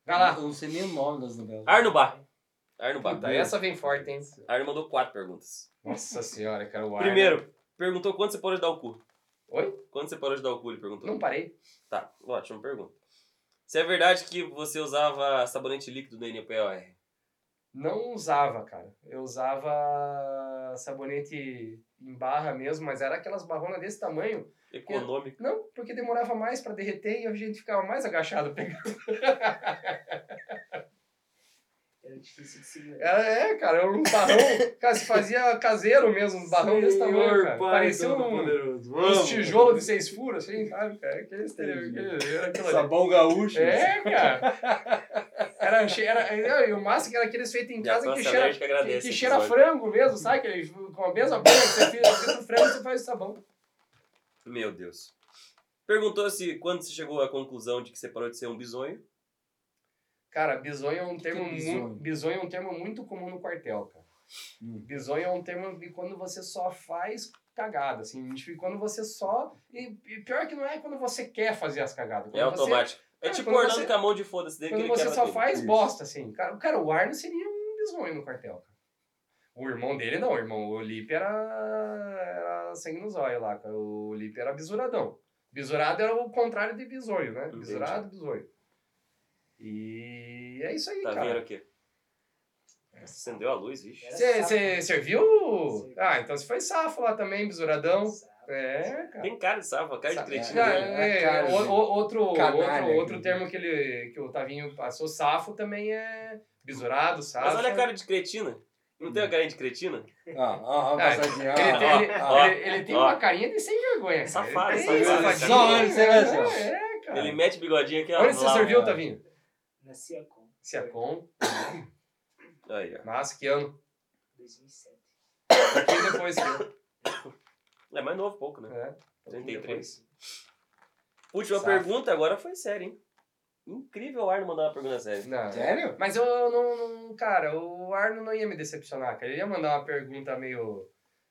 [SPEAKER 1] Vai lá.
[SPEAKER 3] Eu não sei nem o nome das novelas.
[SPEAKER 2] Arno Bar. Arno Bar.
[SPEAKER 1] Tá, essa vem forte, hein?
[SPEAKER 2] Arno mandou quatro perguntas.
[SPEAKER 1] Nossa senhora, cara. O Arno-
[SPEAKER 2] Primeiro, perguntou quando você parou de dar o cu.
[SPEAKER 1] né? Oi?
[SPEAKER 2] Quando você parou de dar o cu, ele perguntou.
[SPEAKER 1] né? Não parei.
[SPEAKER 2] Tá, ótima pergunta. Se é verdade que você usava sabonete líquido no NPOR?
[SPEAKER 1] Não usava, cara. Eu usava sabonete em barra mesmo, mas era aquelas barronas desse tamanho
[SPEAKER 2] Econômico.
[SPEAKER 1] Não, porque demorava mais pra derreter e a gente ficava mais agachado pegando.
[SPEAKER 4] Era difícil de segurar.
[SPEAKER 1] Era, é, cara, era um barrão, cara, se fazia caseiro mesmo, um barrão desse tamanho, cara. Parecia um, um tijolo de seis furos, assim, sabe, cara? Que esse-
[SPEAKER 3] Entendi.
[SPEAKER 1] que- era aquilo ali.
[SPEAKER 3] Sabão gaúcho.
[SPEAKER 1] É, cara. Era, um che- era, é, e o massa que era aqueles feitos em
[SPEAKER 2] E a
[SPEAKER 1] casa que
[SPEAKER 2] França
[SPEAKER 1] cheira,
[SPEAKER 2] Alérgica
[SPEAKER 1] que,
[SPEAKER 2] agradece.
[SPEAKER 1] que
[SPEAKER 2] esse
[SPEAKER 1] cheira
[SPEAKER 2] episódio.
[SPEAKER 1] frango mesmo, sabe? Que, é com a mesma bolha que você fez, você fez o frango, você faz o sabão.
[SPEAKER 2] Meu Deus. Perguntou se quando você chegou à conclusão de que você parou de ser um bisonho.
[SPEAKER 1] Cara, bisonho é um termo
[SPEAKER 3] é
[SPEAKER 1] muito.
[SPEAKER 3] bisonho?
[SPEAKER 1] Bisonho é um termo muito comum no quartel, cara.
[SPEAKER 3] Hum.
[SPEAKER 1] Bisonho é um termo de quando você só faz cagada, assim, tipo, quando você só. E, e pior que não é quando você quer fazer as cagadas.
[SPEAKER 2] É
[SPEAKER 1] quando você-
[SPEAKER 2] automático. É
[SPEAKER 1] Cara,
[SPEAKER 2] tipo
[SPEAKER 1] quando
[SPEAKER 2] Orlando
[SPEAKER 1] você-
[SPEAKER 2] com a mão de foda-se dele que
[SPEAKER 1] Quando
[SPEAKER 2] ele
[SPEAKER 1] você
[SPEAKER 2] quebra
[SPEAKER 1] só
[SPEAKER 2] tudo.
[SPEAKER 1] faz
[SPEAKER 3] Isso.
[SPEAKER 1] bosta, assim. Cara, o- cara, o Arno seria um bisonho no quartel, cara. O irmão dele não, o irmão. O Lipe era, era sangue nos olhos lá, cara. O Lipe era bisuradão. Bisurado era o contrário de bisonho, né?
[SPEAKER 2] Entendi.
[SPEAKER 1] Bisurado, bisonho. E é isso aí,
[SPEAKER 2] Tá
[SPEAKER 1] cara.
[SPEAKER 2] vendo o quê? Acendeu a luz, vixe.
[SPEAKER 4] Era safo.
[SPEAKER 1] Você serviu?
[SPEAKER 4] Servi.
[SPEAKER 1] Ah, então você foi safo lá também, bisuradão.
[SPEAKER 4] Sabe?
[SPEAKER 1] É, cara.
[SPEAKER 2] Tem cara de safa, cara de
[SPEAKER 1] Sa-
[SPEAKER 2] cretino.
[SPEAKER 1] Não,
[SPEAKER 3] né?
[SPEAKER 1] é,
[SPEAKER 3] É cara
[SPEAKER 1] o-
[SPEAKER 3] de
[SPEAKER 1] o- outro,
[SPEAKER 3] canalha,
[SPEAKER 1] outro, outro
[SPEAKER 3] né?
[SPEAKER 1] termo que, ele, que o Tavinho passou, safo, também é bisurado, safo.
[SPEAKER 2] Mas olha a cara de cretina. Não
[SPEAKER 1] Hum.
[SPEAKER 2] tem a carinha de cretina?
[SPEAKER 3] Ah, ah, ah,
[SPEAKER 1] Ah,
[SPEAKER 3] passadinha.
[SPEAKER 1] Ele tem, ele-
[SPEAKER 2] Ó,
[SPEAKER 1] ele- ele tem
[SPEAKER 2] ó.
[SPEAKER 1] uma carinha de sem vergonha. cara.
[SPEAKER 2] Safado,
[SPEAKER 1] Ele
[SPEAKER 2] safado,
[SPEAKER 1] tem
[SPEAKER 2] safado.
[SPEAKER 1] safadinho.
[SPEAKER 3] Só olha, você vai assim, ó.
[SPEAKER 1] É, é, cara.
[SPEAKER 2] Ele mete bigodinho aqui, ó.
[SPEAKER 1] Onde você
[SPEAKER 2] lá,
[SPEAKER 1] serviu,
[SPEAKER 3] ó.
[SPEAKER 1] Tavinho?
[SPEAKER 4] Nascia com
[SPEAKER 1] Siacom.
[SPEAKER 2] ó. Aí, ó.
[SPEAKER 1] Massa, que ano?
[SPEAKER 4] 2007.
[SPEAKER 1] Um pouquinho depois que eu.
[SPEAKER 2] É mais novo, pouco, né?
[SPEAKER 1] É, um pouquinho
[SPEAKER 2] 33.
[SPEAKER 1] depois.
[SPEAKER 2] Última
[SPEAKER 3] Safo.
[SPEAKER 2] pergunta, agora foi séria, hein? Incrível o Arno mandar uma pergunta séria.
[SPEAKER 1] Não. é,
[SPEAKER 3] Sério?
[SPEAKER 1] Mas eu não, não- Cara, o Arno não ia me decepcionar, cara. Ele ia mandar uma pergunta meio.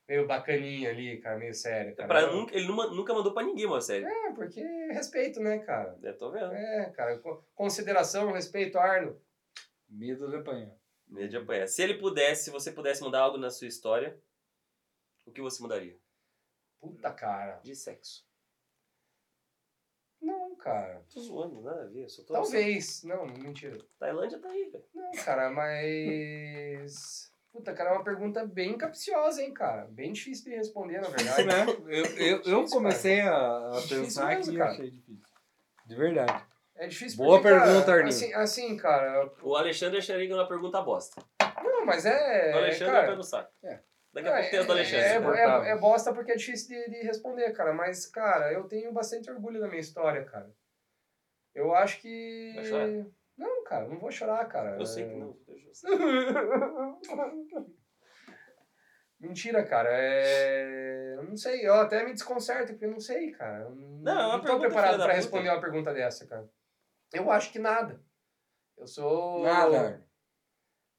[SPEAKER 1] meio bacaninha ali, cara, meio séria.
[SPEAKER 2] É
[SPEAKER 1] Cara.
[SPEAKER 2] pra, nunca- ele numa- nunca mandou pra ninguém uma série.
[SPEAKER 1] É, porque respeito, né, cara?
[SPEAKER 2] Eu tô vendo.
[SPEAKER 1] É, cara, co- consideração, respeito, Arno.
[SPEAKER 3] Medo de apanhar.
[SPEAKER 2] Medo de apanhar. Se ele pudesse, se você pudesse mudar algo na sua história, o que você mudaria?
[SPEAKER 1] Puta, cara.
[SPEAKER 2] De sexo.
[SPEAKER 1] Não, cara.
[SPEAKER 2] Tô zoando, nada a ver. eu Só tô
[SPEAKER 1] Talvez. Não, mentira.
[SPEAKER 2] Tailândia tá aí, velho.
[SPEAKER 1] Não, cara, mas. [LAUGHS] Puta, cara, é uma pergunta bem capciosa, hein, cara. Bem difícil de responder,
[SPEAKER 2] [LAUGHS]
[SPEAKER 1] na verdade.
[SPEAKER 2] Né?
[SPEAKER 3] Né? Eu, eu, eu
[SPEAKER 1] Difícil,
[SPEAKER 3] comecei a, a
[SPEAKER 1] Difícil
[SPEAKER 3] pensar
[SPEAKER 1] mesmo,
[SPEAKER 3] que eu
[SPEAKER 1] cara.
[SPEAKER 3] achei difícil. De verdade.
[SPEAKER 1] É difícil
[SPEAKER 3] Boa
[SPEAKER 1] porque, cara,
[SPEAKER 3] pergunta, Arninho.
[SPEAKER 1] Assim, assim, cara.
[SPEAKER 2] O Alexandre Xeriga é uma pergunta bosta.
[SPEAKER 1] Não, mas
[SPEAKER 2] O
[SPEAKER 1] é.
[SPEAKER 2] Alexandre
[SPEAKER 1] cara,
[SPEAKER 2] é pé no saco.
[SPEAKER 3] é.
[SPEAKER 2] Daqui a pouco tem a do Alexandre.
[SPEAKER 1] É,
[SPEAKER 2] né?
[SPEAKER 1] é- é- é bosta porque é difícil de, de responder, cara. Mas, cara, eu tenho bastante orgulho da minha história, cara. Eu acho que.
[SPEAKER 2] Vai chorar?
[SPEAKER 1] Não, cara, não vou chorar, cara.
[SPEAKER 2] Eu sei que não. eu sei.
[SPEAKER 1] [LAUGHS] Mentira, cara. É... Eu não sei. Eu até me desconcerto, porque eu não sei, cara. Eu
[SPEAKER 2] é
[SPEAKER 1] não,
[SPEAKER 2] uma
[SPEAKER 1] não tô
[SPEAKER 2] pergunta
[SPEAKER 1] preparado
[SPEAKER 2] filha da
[SPEAKER 1] pra
[SPEAKER 2] puta.
[SPEAKER 1] responder uma pergunta dessa, cara. Eu acho que nada. Eu sou.
[SPEAKER 3] Nada.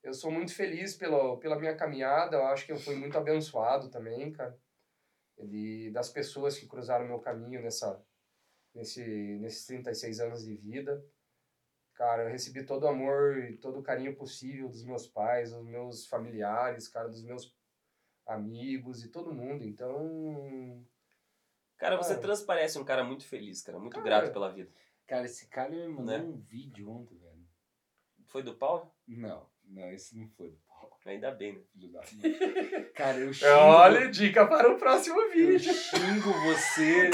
[SPEAKER 1] Eu sou muito feliz pela, pela minha caminhada, eu acho que eu fui muito abençoado também, cara. De, das pessoas que cruzaram meu caminho nessa, nesse, nesses 36 anos de vida. Cara, eu recebi todo o amor e todo o carinho possível dos meus pais, dos meus familiares, cara, dos meus amigos e todo mundo. Então,
[SPEAKER 2] Cara, você
[SPEAKER 1] Cara.
[SPEAKER 2] transparece um cara muito feliz, cara. Muito
[SPEAKER 1] Cara.
[SPEAKER 2] grato pela vida.
[SPEAKER 3] Cara, esse cara me mandou
[SPEAKER 2] Né?
[SPEAKER 3] um vídeo ontem, velho.
[SPEAKER 2] Foi do pau?
[SPEAKER 3] Não, não, esse não foi do pau, [LAUGHS]
[SPEAKER 2] Ainda bem, né?
[SPEAKER 3] filho da puta.
[SPEAKER 1] [LAUGHS]
[SPEAKER 3] Cara, eu xingo,
[SPEAKER 1] É, olha, dica para o próximo
[SPEAKER 3] eu
[SPEAKER 1] vídeo.
[SPEAKER 3] xingo você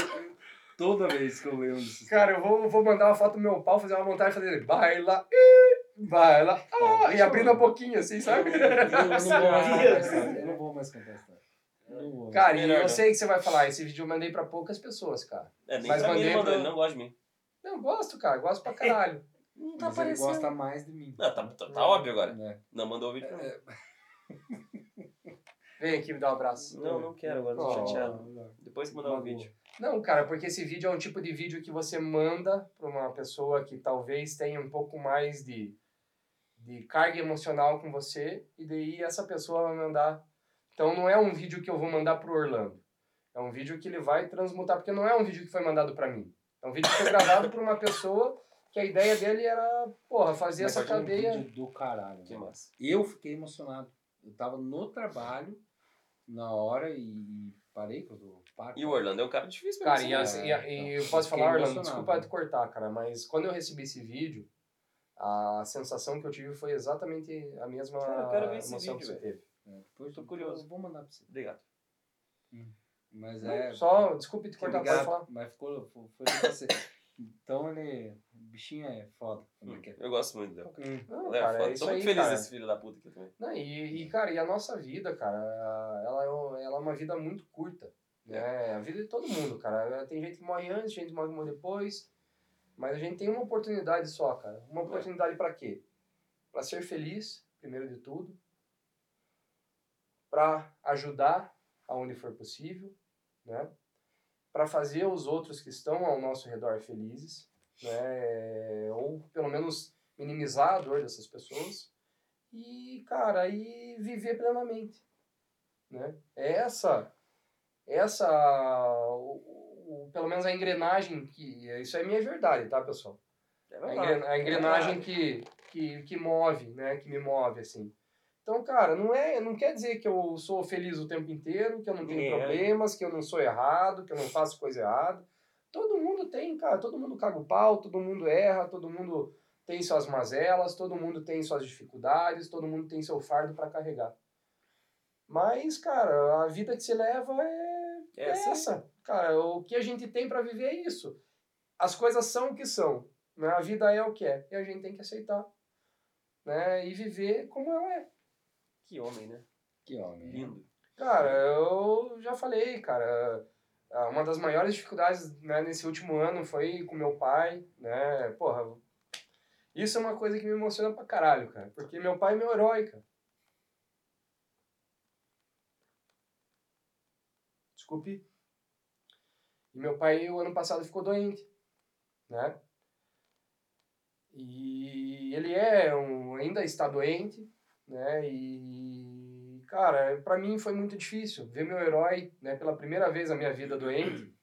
[SPEAKER 3] toda vez que eu um lembro disso.
[SPEAKER 1] Cara, eu vou, vou mandar uma foto do meu pau, fazer uma montagem, fazer baila, ih, baila, ah, e abrindo a boquinha, assim, sabe?
[SPEAKER 3] Eu não vou mais contar essa história, Eu não vou mais contar essa história. Não vou.
[SPEAKER 1] Cara, e
[SPEAKER 2] Melhor não.
[SPEAKER 1] eu sei que você vai falar, esse vídeo eu mandei pra poucas pessoas, cara.
[SPEAKER 2] É, nem
[SPEAKER 1] Mas
[SPEAKER 2] pra mim ele
[SPEAKER 1] mandei
[SPEAKER 2] mandou,
[SPEAKER 1] pra-
[SPEAKER 2] ele não gosta de mim.
[SPEAKER 1] Eu gosto, cara, gosto pra caralho.
[SPEAKER 4] Não tá
[SPEAKER 3] Mas ele
[SPEAKER 4] aparecendo.
[SPEAKER 3] gosta mais de mim. né?
[SPEAKER 2] Não, tá, tá- tá óbvio agora.
[SPEAKER 3] É.
[SPEAKER 1] um
[SPEAKER 2] Não mandou o vídeo pra mim.
[SPEAKER 1] Vem aqui me dar um abraço.
[SPEAKER 2] Não, não quero agora, tô
[SPEAKER 1] Oh.
[SPEAKER 2] chateado. Depois que mandar
[SPEAKER 1] Tá
[SPEAKER 2] um vídeo.
[SPEAKER 1] Não, cara, porque esse vídeo é um tipo de vídeo que você manda pra uma pessoa que talvez tenha um pouco mais de, de carga emocional com você, e daí essa pessoa vai mandar. Então não é um vídeo que eu vou mandar pro Orlando. É um vídeo que ele vai transmutar, porque não é um vídeo que foi mandado pra mim. É um vídeo que foi gravado por uma pessoa que a ideia dele era, porra, fazer
[SPEAKER 3] Mas
[SPEAKER 1] essa
[SPEAKER 3] foi um
[SPEAKER 1] cadeia.
[SPEAKER 3] vídeo do caralho.
[SPEAKER 2] Que
[SPEAKER 3] né?
[SPEAKER 2] massa.
[SPEAKER 1] Tá.
[SPEAKER 3] Eu fiquei emocionado. Eu tava no trabalho na hora e, e parei que eu tô paro.
[SPEAKER 2] E o Orlando é um cara difícil pra
[SPEAKER 1] Cara,
[SPEAKER 2] mim,
[SPEAKER 1] e,
[SPEAKER 2] né?
[SPEAKER 1] assim, e, e eu
[SPEAKER 3] é, então. Fiquei
[SPEAKER 1] posso falar, Orlando,
[SPEAKER 3] emocionado. né?
[SPEAKER 1] desculpa te cortar, cara, mas quando eu recebi esse vídeo, a sensação que eu tive foi exatamente a mesma
[SPEAKER 2] Cara, eu quero ver esse
[SPEAKER 1] emoção que
[SPEAKER 2] vídeo,
[SPEAKER 1] você teve.
[SPEAKER 3] É, depois
[SPEAKER 2] Tô
[SPEAKER 3] eu-
[SPEAKER 2] curioso.
[SPEAKER 3] eu Vou mandar pra você.
[SPEAKER 2] Obrigado.
[SPEAKER 3] Mas é.
[SPEAKER 1] Só, desculpe te
[SPEAKER 3] fiquei
[SPEAKER 1] cortar, pode
[SPEAKER 3] ligado,
[SPEAKER 1] falar.
[SPEAKER 3] Mas ficou. Foi foi pra você. Então ele. O bichinho é foda. Como é que é?
[SPEAKER 2] Hum, Eu gosto muito dela.
[SPEAKER 1] Não,
[SPEAKER 2] Ela é
[SPEAKER 1] cara,
[SPEAKER 2] foda.
[SPEAKER 1] é isso
[SPEAKER 2] Tô muito
[SPEAKER 1] aí,
[SPEAKER 2] feliz
[SPEAKER 1] cara.
[SPEAKER 3] assim,
[SPEAKER 2] desse filho da puta aqui também.
[SPEAKER 1] Não, e, e, cara, e a nossa vida, cara, ela é, um- ela é uma vida muito curta. Né? A vida de todo mundo, cara. É, Tem gente que morre antes, gente que morre depois. Mas a gente tem uma oportunidade só, cara. Uma oportunidade pra quê? Pra ser feliz, primeiro de tudo. Pra ajudar aonde for possível, né? Para fazer os outros que estão ao nosso redor felizes, né? Ou pelo menos minimizar a dor dessas pessoas e, cara, e viver plenamente, né? É Essa, essa, o, o- pelo menos a engrenagem que isso é minha verdade, tá, pessoal?
[SPEAKER 2] É
[SPEAKER 1] A,
[SPEAKER 2] verdade.
[SPEAKER 1] engren- a engrenagem
[SPEAKER 2] verdade.
[SPEAKER 1] que, que que move, né? Que me move assim. Então, cara, não é, não quer dizer que eu sou feliz o tempo inteiro, que eu não tenho
[SPEAKER 2] É.
[SPEAKER 1] problemas, que eu não sou errado, que eu não faço coisa errada. Todo mundo tem, cara, todo mundo caga o pau, todo mundo erra, todo mundo tem suas mazelas, todo mundo tem suas dificuldades, todo mundo tem seu fardo pra carregar. Mas, cara, a vida que se leva é,
[SPEAKER 2] É
[SPEAKER 1] é
[SPEAKER 2] essa.
[SPEAKER 1] essa. Cara, o que a gente tem pra viver é isso. As coisas são o que são. Né? A vida é o que é. E a gente tem que aceitar. Né? E viver como ela é.
[SPEAKER 2] Que homem, né?
[SPEAKER 3] Que homem. né?
[SPEAKER 2] Lindo.
[SPEAKER 1] Cara, eu já falei, cara. ah, Uma das maiores dificuldades né, nesse último ano foi com meu pai, né? Porra, isso é uma coisa que me emociona pra caralho, cara. Porque meu pai é meu herói, cara. Desculpe. E meu pai, o ano passado, ficou doente, né? E ele é um, ainda está doente, né? E cara, para mim foi muito difícil ver meu herói, né, pela primeira vez na minha vida doente.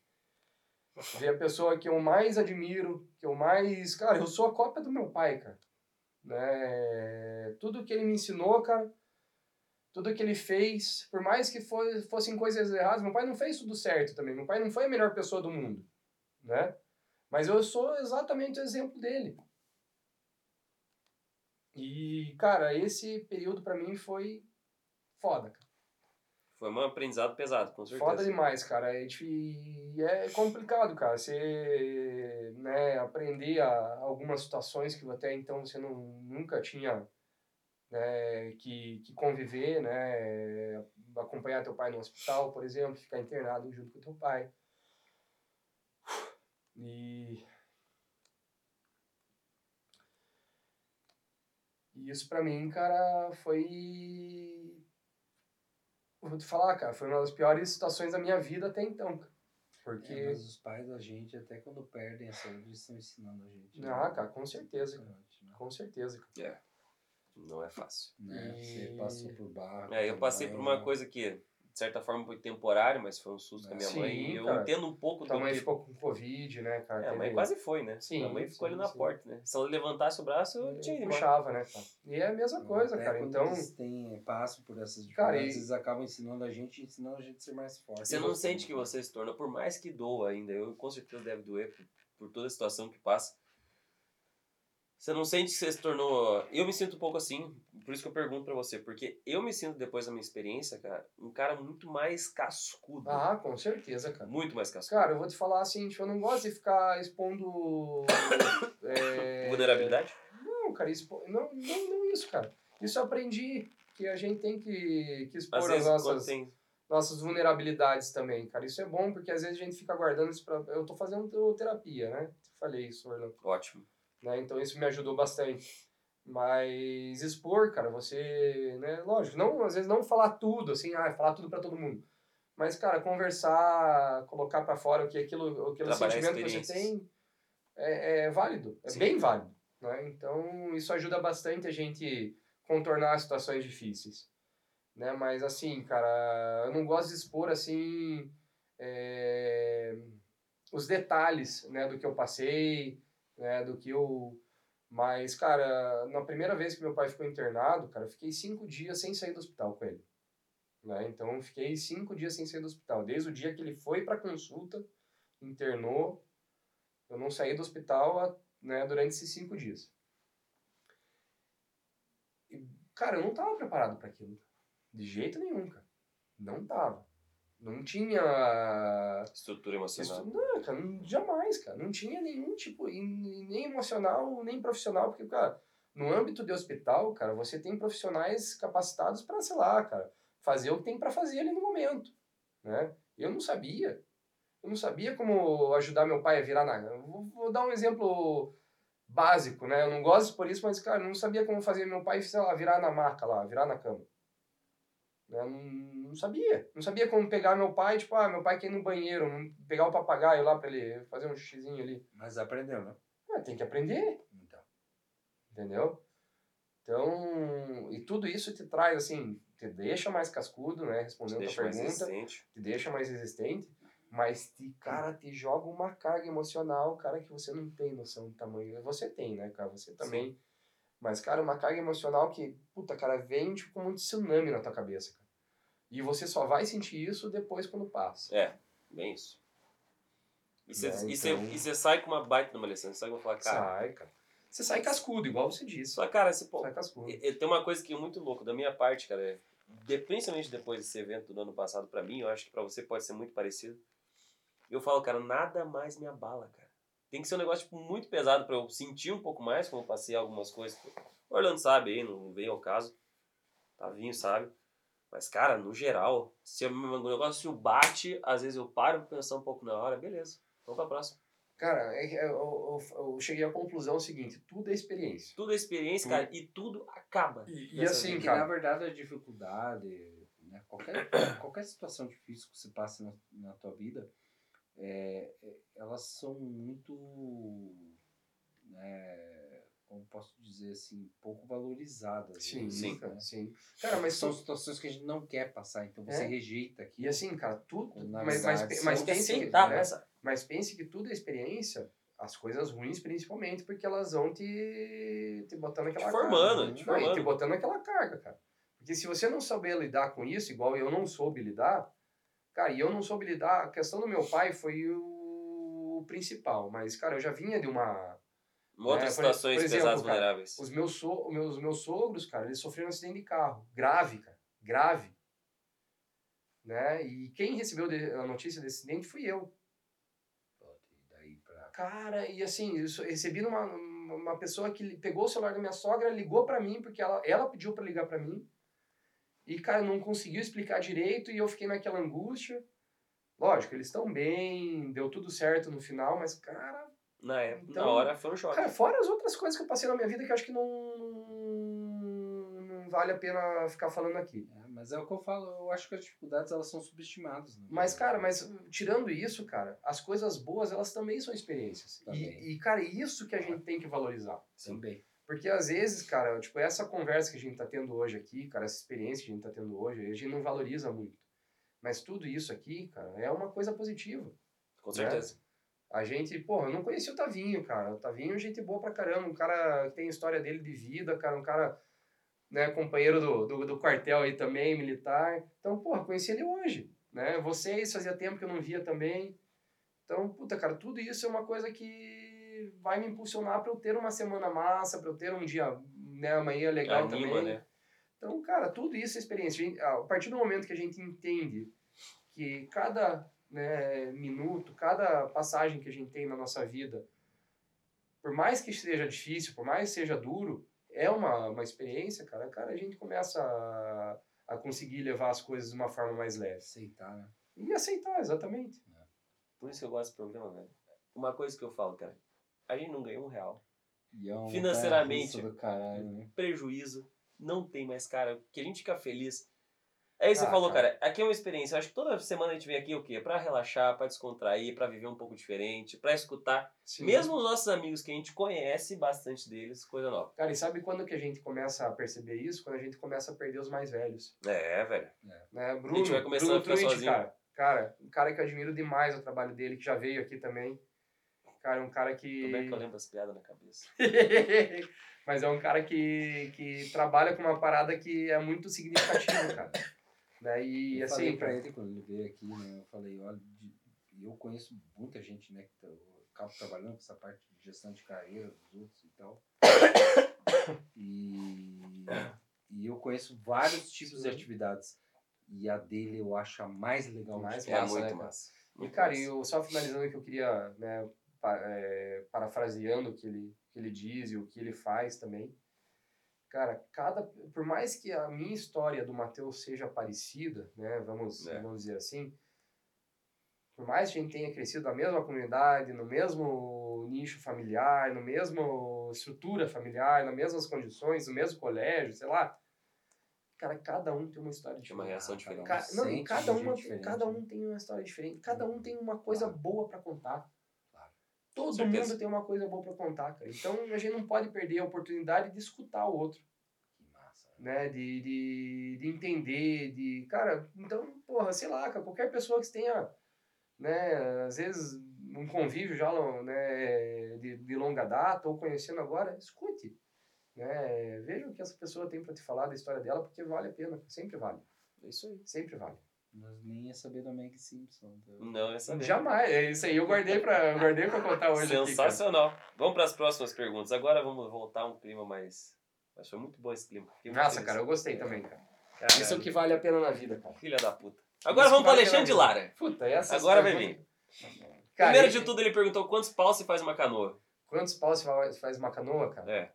[SPEAKER 1] Ver a pessoa que eu mais admiro, que eu mais, cara, eu sou a cópia do meu pai, cara. Né? Tudo que ele me ensinou, cara, tudo que ele fez, por mais que fo- fossem coisas erradas, meu pai não fez tudo certo também. Meu pai não foi a melhor pessoa do mundo, né? Mas eu sou exatamente o exemplo dele. E, cara, esse período pra mim foi foda, cara.
[SPEAKER 2] Foi um aprendizado pesado, com certeza.
[SPEAKER 1] Foda demais, cara. É, difí- é complicado, cara. Você né, aprender a algumas situações que até então você não, nunca tinha né, que, que conviver, né? Acompanhar teu pai no hospital, por exemplo, ficar internado junto com teu pai. E E isso pra mim, cara, foi. Vou te falar, cara, foi uma das piores situações da minha vida até então. cara. Porque.
[SPEAKER 3] É, mas os pais da gente, até quando perdem a saúde, eles estão ensinando a gente. né?
[SPEAKER 1] Ah, cara, com certeza, cara.
[SPEAKER 3] Impressionante, né?
[SPEAKER 1] Com certeza, cara.
[SPEAKER 2] Não é fácil.
[SPEAKER 3] Né? Você
[SPEAKER 1] E-
[SPEAKER 3] passou por barro.
[SPEAKER 2] É, eu passei por uma coisa que, de certa forma, foi temporária, mas foi um susto com a minha
[SPEAKER 1] Sim,
[SPEAKER 2] mãe. E eu
[SPEAKER 1] cara. Tá
[SPEAKER 2] entendo um pouco
[SPEAKER 1] Tua
[SPEAKER 2] do
[SPEAKER 1] mãe
[SPEAKER 2] que...
[SPEAKER 1] ficou com Covid, né, cara?
[SPEAKER 2] É, a mãe
[SPEAKER 1] Teve-
[SPEAKER 2] quase foi, né?
[SPEAKER 1] Sim,
[SPEAKER 2] a mãe ficou
[SPEAKER 1] sim,
[SPEAKER 2] ali na
[SPEAKER 1] sim.
[SPEAKER 2] porta, né? Se ela levantasse o braço, eu tinha ido embora.
[SPEAKER 1] Puxava, né, cara? E é a mesma coisa, cara. Então.
[SPEAKER 3] Né, Eles têm, passam por essas
[SPEAKER 1] Cara,
[SPEAKER 3] dificuldades,
[SPEAKER 1] e-
[SPEAKER 3] eles acabam ensinando a gente, ensinando a gente a ser mais forte.
[SPEAKER 2] Você não sente que você se torna, por mais que doa ainda, eu com certeza deve doer por, por toda a situação que passa. Você não sente que você se tornou. Eu me sinto um pouco assim, por isso que eu pergunto pra você, porque eu me sinto, depois da minha experiência, cara, um cara muito mais cascudo.
[SPEAKER 1] Ah, com certeza, cara.
[SPEAKER 2] Muito mais cascudo.
[SPEAKER 1] Cara, eu vou te falar assim, tipo, eu não gosto de ficar expondo. [COUGHS] é,
[SPEAKER 2] Vulnerabilidade?
[SPEAKER 1] Não, cara, expo... não, não, não isso, cara. Isso eu aprendi que a gente tem que, que expor
[SPEAKER 2] Às vezes,
[SPEAKER 1] as
[SPEAKER 2] quando
[SPEAKER 1] nossas,
[SPEAKER 2] tem
[SPEAKER 1] nossas vulnerabilidades também, cara. Isso é bom porque às vezes a gente fica guardando isso pra... Eu tô fazendo terapia, né? Falei isso, Orlando.
[SPEAKER 2] Ótimo.
[SPEAKER 1] Né? Então isso me ajudou bastante. Mas expor, cara, você, né? Lógico, não, às vezes não falar tudo, assim, ah, falar tudo pra todo mundo. Mas, cara, conversar, colocar pra fora o que aquilo, aquele
[SPEAKER 2] Trabalhar
[SPEAKER 1] sentimento que você
[SPEAKER 2] experiências.
[SPEAKER 1] tem é, é válido, é
[SPEAKER 2] Sim.
[SPEAKER 1] bem válido. Né? Então, isso ajuda bastante a gente contornar situações difíceis. Né? Mas, assim, cara, eu não gosto de expor, assim, é, os detalhes né, do que eu passei, né, do que eu... Mas, cara, na primeira vez que meu pai ficou internado, cara, eu fiquei cinco dias sem sair do hospital com ele. Né? Então, eu fiquei cinco dias sem sair do hospital. Desde o dia que ele foi para consulta, internou, eu não saí do hospital a- né, durante esses cinco dias. E, cara, eu não tava preparado para aquilo. De jeito nenhum, cara. Não tava. Não tinha
[SPEAKER 2] Estrutura
[SPEAKER 1] isso,
[SPEAKER 2] emocional.
[SPEAKER 1] não, cara, não- jamais, cara. Não tinha nenhum tipo, e n- nem emocional, nem profissional, porque, cara, no âmbito de hospital, cara, você tem profissionais capacitados para sei lá, cara, fazer o que tem para fazer ali no momento, né? Eu não sabia. Eu não sabia como ajudar meu pai a virar na... eu Vou, vou dar um exemplo básico, né? Eu não gosto por isso, mas, cara, eu não sabia como fazer meu pai, sei lá, virar na maca lá, virar na cama. Né? Eu Não, não sabia. Não sabia como pegar meu pai, tipo, ah, meu pai quer ir no banheiro, não- pegar o papagaio lá pra ele fazer um xizinho ali.
[SPEAKER 3] Mas aprendeu, né?
[SPEAKER 1] Ah, tem que aprender,
[SPEAKER 3] Então.
[SPEAKER 1] entendeu? Então, e tudo isso te traz, assim, te deixa mais cascudo, né?
[SPEAKER 2] Te
[SPEAKER 1] Respondendo a
[SPEAKER 2] deixa
[SPEAKER 1] tua
[SPEAKER 2] mais
[SPEAKER 1] pergunta,
[SPEAKER 2] resistente.
[SPEAKER 1] te deixa mais resistente, mas, te, cara, te joga uma carga emocional, cara, que você não tem noção do tamanho. Você tem, né, cara? Você também. Mas, cara, uma carga emocional que, puta, cara, vem tipo como um tsunami na tua cabeça, cara. E você só vai sentir isso depois quando passa.
[SPEAKER 2] É, bem isso. E você
[SPEAKER 1] Né,
[SPEAKER 2] e cê-
[SPEAKER 1] então-
[SPEAKER 2] e cê sai com uma baita de uma lição. Você sai com uma fala, cara.
[SPEAKER 1] Sai, cara. Você sai cascudo, igual você disse.
[SPEAKER 2] Só, cara, esse pô.
[SPEAKER 1] Sai cascudo.
[SPEAKER 2] e- e Tem uma coisa que é muito louco da minha parte, cara. é, de- principalmente depois desse evento do ano passado, pra mim, eu acho que pra você pode ser muito parecido. Eu falo, cara, nada mais me abala, cara. Tem que ser um negócio tipo, muito pesado pra eu sentir um pouco mais quando eu passei algumas coisas. O Orlando sabe aí, não veio ao caso. Tavinho sabe. Mas, cara, no geral, se o meu negócio bate, às vezes eu paro pra pensar um pouco na hora, beleza. Vamos pra próxima.
[SPEAKER 1] Cara, é que eu, eu- eu cheguei à conclusão seguinte: tudo é experiência.
[SPEAKER 2] Tudo é
[SPEAKER 1] Hum.
[SPEAKER 2] experiência, cara, e tudo acaba.
[SPEAKER 1] E,
[SPEAKER 2] Nessa
[SPEAKER 1] assim,
[SPEAKER 2] vida.
[SPEAKER 3] Porque, na
[SPEAKER 1] cara.
[SPEAKER 3] verdade, a dificuldade, né, qualquer, [COUGHS] qualquer situação difícil que você passe na, na tua vida, é, é, elas são muito. né, como posso dizer assim, pouco valorizadas. às
[SPEAKER 1] Sim,
[SPEAKER 3] vezes,
[SPEAKER 2] Sim.
[SPEAKER 3] né?
[SPEAKER 1] sim. Cara, mas
[SPEAKER 3] são
[SPEAKER 1] são.
[SPEAKER 3] situações que a gente não quer passar, então você
[SPEAKER 1] É.
[SPEAKER 3] rejeita aqui.
[SPEAKER 1] E assim, cara, tudo.
[SPEAKER 3] Na
[SPEAKER 1] Mas, mas,
[SPEAKER 3] verdade,
[SPEAKER 1] mas,
[SPEAKER 3] são
[SPEAKER 1] mas,
[SPEAKER 3] que
[SPEAKER 1] pense que,
[SPEAKER 4] aceitar,
[SPEAKER 1] né?
[SPEAKER 4] essa.
[SPEAKER 1] mas pense que tudo é experiência, as coisas ruins principalmente, porque elas vão te, te botando aquela
[SPEAKER 2] formando,
[SPEAKER 1] carga. né?
[SPEAKER 2] te
[SPEAKER 1] Não, e
[SPEAKER 2] formando.
[SPEAKER 1] te botando aquela carga, cara. Porque se você não saber lidar com isso, igual eu não soube lidar, cara, e eu não soube lidar, a questão do meu pai foi o principal, mas, cara, eu já vinha de uma
[SPEAKER 2] Outras
[SPEAKER 1] É, por-
[SPEAKER 2] situações
[SPEAKER 1] por exemplo,
[SPEAKER 2] pesadas
[SPEAKER 1] cara,
[SPEAKER 2] vulneráveis.
[SPEAKER 1] os meus, so, os meus, os meus sogros, cara, eles sofreram um acidente de carro. Grave, cara. Grave. Né? E quem recebeu de- a notícia desse acidente fui eu.
[SPEAKER 3] Daí pra...
[SPEAKER 1] Cara, e assim, eu so- recebi uma, uma pessoa que li- pegou o celular da minha sogra, ligou pra mim, porque ela, ela pediu pra ligar pra mim. E, cara, não conseguiu explicar direito e eu fiquei naquela angústia. Lógico, eles estão bem, deu tudo certo no final, mas, cara,
[SPEAKER 2] Na época,
[SPEAKER 1] Então,
[SPEAKER 2] na hora, foi um choque.
[SPEAKER 1] Cara, fora as outras coisas que eu passei na minha vida que eu acho que não, não vale a pena ficar falando aqui.
[SPEAKER 3] É, mas é o que eu falo, eu acho que as dificuldades elas são subestimadas. né?
[SPEAKER 1] Mas, cara, mas tirando isso, cara, as coisas boas, elas também são experiências. E-
[SPEAKER 3] Também.
[SPEAKER 1] E, cara, é isso que a gente tem que valorizar.
[SPEAKER 3] Também.
[SPEAKER 1] Porque às vezes, cara, tipo, essa conversa que a gente tá tendo hoje aqui, cara, essa experiência que a gente tá tendo hoje, a gente não valoriza muito. Mas tudo isso aqui, cara, é uma coisa positiva.
[SPEAKER 2] com
[SPEAKER 1] né?
[SPEAKER 2] certeza.
[SPEAKER 1] A gente, porra, eu não conheci o Tavinho, cara. O Tavinho é gente boa pra caramba. Um cara que tem a história dele de vida, cara. Um cara, né, companheiro do, do, do quartel aí também, militar. Então, porra, conheci ele hoje, né? Vocês, fazia tempo que eu não via também. Então, puta, cara, tudo isso é uma coisa que vai me impulsionar pra eu ter uma semana massa, pra eu ter um dia, né, amanhã legal
[SPEAKER 2] Anima,
[SPEAKER 1] também.
[SPEAKER 2] né?
[SPEAKER 1] Então, cara, tudo isso é experiência. A gente- A partir do momento que a gente entende que cada né, minuto, cada passagem que a gente tem na nossa vida, por mais que seja difícil, por mais que seja duro, é uma, uma experiência, cara. Cara, a gente começa a, a conseguir levar as coisas de uma forma mais leve.
[SPEAKER 3] Aceitar, né?
[SPEAKER 1] E aceitar, exatamente.
[SPEAKER 2] Por isso que eu gosto desse programa, velho. Uma coisa que eu falo, cara. A gente não ganhou um real.
[SPEAKER 3] E é uma
[SPEAKER 2] Financeiramente.
[SPEAKER 3] montanha-russa Do caralho, né?
[SPEAKER 2] Prejuízo. Não tem mais, cara. Que a gente fica feliz. É isso
[SPEAKER 1] Ah,
[SPEAKER 2] que você falou,
[SPEAKER 1] cara.
[SPEAKER 2] cara. Aqui é uma experiência. Eu acho que toda semana a gente vem aqui o quê? Pra relaxar, pra descontrair, pra viver um pouco diferente, pra escutar.
[SPEAKER 1] Sim.
[SPEAKER 2] Mesmo os nossos amigos que a gente conhece bastante deles, coisa nova.
[SPEAKER 1] Cara, e sabe quando que a gente começa a perceber isso? Quando a gente começa a perder os mais velhos.
[SPEAKER 2] É, velho.
[SPEAKER 1] né? Bruno,
[SPEAKER 2] gente vai começando
[SPEAKER 1] Bruno
[SPEAKER 2] a ficar
[SPEAKER 1] Truitt,
[SPEAKER 2] sozinho.
[SPEAKER 1] cara. Cara, um cara que eu admiro demais o trabalho dele, que já veio aqui também. Cara, é um cara que... [LAUGHS]
[SPEAKER 2] Como é que eu lembro as piadas na cabeça?
[SPEAKER 1] Mas é um cara que, que trabalha com uma parada que é muito significativa, cara. Né? E
[SPEAKER 3] eu
[SPEAKER 1] assim,
[SPEAKER 3] falei pra
[SPEAKER 1] cara,
[SPEAKER 3] ele quando ele veio aqui, né? Eu falei, olha, de- e eu conheço muita gente, né? Que tá, eu acabo trabalhando com essa parte de gestão de carreira dos outros e tal. [COUGHS] E, e eu conheço vários tipos de atividades. E a dele eu acho a mais legal. tipo, de
[SPEAKER 1] Mais
[SPEAKER 2] É
[SPEAKER 3] todas.
[SPEAKER 1] massa, né,
[SPEAKER 2] muito
[SPEAKER 1] cara?
[SPEAKER 2] massa.
[SPEAKER 1] E,
[SPEAKER 2] Muito
[SPEAKER 1] cara,
[SPEAKER 2] massa.
[SPEAKER 1] e eu só finalizando que eu queria, né, pa- é, parafraseando o que ele, que ele diz e o que ele faz também. Cara, cada, por mais que a minha história do Matheus seja parecida, né, vamos,
[SPEAKER 2] É.
[SPEAKER 1] vamos dizer assim, por mais que a gente tenha crescido na mesma comunidade, no mesmo nicho familiar, no mesmo estrutura familiar, nas mesmas condições, no mesmo colégio, sei lá, cara, cada um tem uma história
[SPEAKER 2] Tinha uma
[SPEAKER 1] diferente.
[SPEAKER 2] reação
[SPEAKER 3] Cada um
[SPEAKER 2] diferente.
[SPEAKER 1] Ca- não, e
[SPEAKER 3] sente
[SPEAKER 1] cada,
[SPEAKER 3] de
[SPEAKER 1] uma,
[SPEAKER 3] jeito diferente,
[SPEAKER 1] cada
[SPEAKER 3] né? Uhum,
[SPEAKER 1] um tem uma história diferente, cada um tem uma coisa
[SPEAKER 3] Claro.
[SPEAKER 1] boa pra contar.
[SPEAKER 3] Claro.
[SPEAKER 1] Todo
[SPEAKER 2] certeza.
[SPEAKER 1] mundo tem uma coisa boa pra contar, cara. Então a gente não pode perder a oportunidade de escutar o outro,
[SPEAKER 3] Que massa. né?
[SPEAKER 1] né? De, de, de entender, de. Cara, então, porra, sei lá, cara, qualquer pessoa que tenha, né, às vezes um convívio já né, de, de longa data ou conhecendo agora, escute. Né? Veja o que essa pessoa tem pra te falar da história dela, porque vale a pena, sempre vale,
[SPEAKER 2] É isso aí.
[SPEAKER 1] sempre vale.
[SPEAKER 3] Nós nem ia saber da Meg Simpson. tá?
[SPEAKER 2] Não, essa mesmo.
[SPEAKER 1] Jamais. É Isso aí eu guardei pra, eu guardei pra contar hoje. aqui, cara.
[SPEAKER 2] Sensacional. vamos para as próximas perguntas. Agora vamos voltar a um clima mais. Mas foi muito bom esse clima. Fiquei muito
[SPEAKER 1] Nossa,
[SPEAKER 2] feliz.
[SPEAKER 1] cara, eu gostei também, cara.
[SPEAKER 2] Caralho,
[SPEAKER 1] Isso é o que vale a pena na vida, cara.
[SPEAKER 2] Filha da puta. Agora
[SPEAKER 1] Isso
[SPEAKER 2] vamos
[SPEAKER 1] que
[SPEAKER 2] para
[SPEAKER 1] vale
[SPEAKER 2] Alexandre
[SPEAKER 1] a pena.
[SPEAKER 2] Lara.
[SPEAKER 1] Puta, essa é
[SPEAKER 2] Agora vai vir.
[SPEAKER 1] Cara,
[SPEAKER 2] Primeiro
[SPEAKER 1] esse-
[SPEAKER 2] de tudo, ele perguntou quantos paus se faz uma canoa.
[SPEAKER 1] Quantos paus você fa- faz uma canoa, cara?
[SPEAKER 2] É.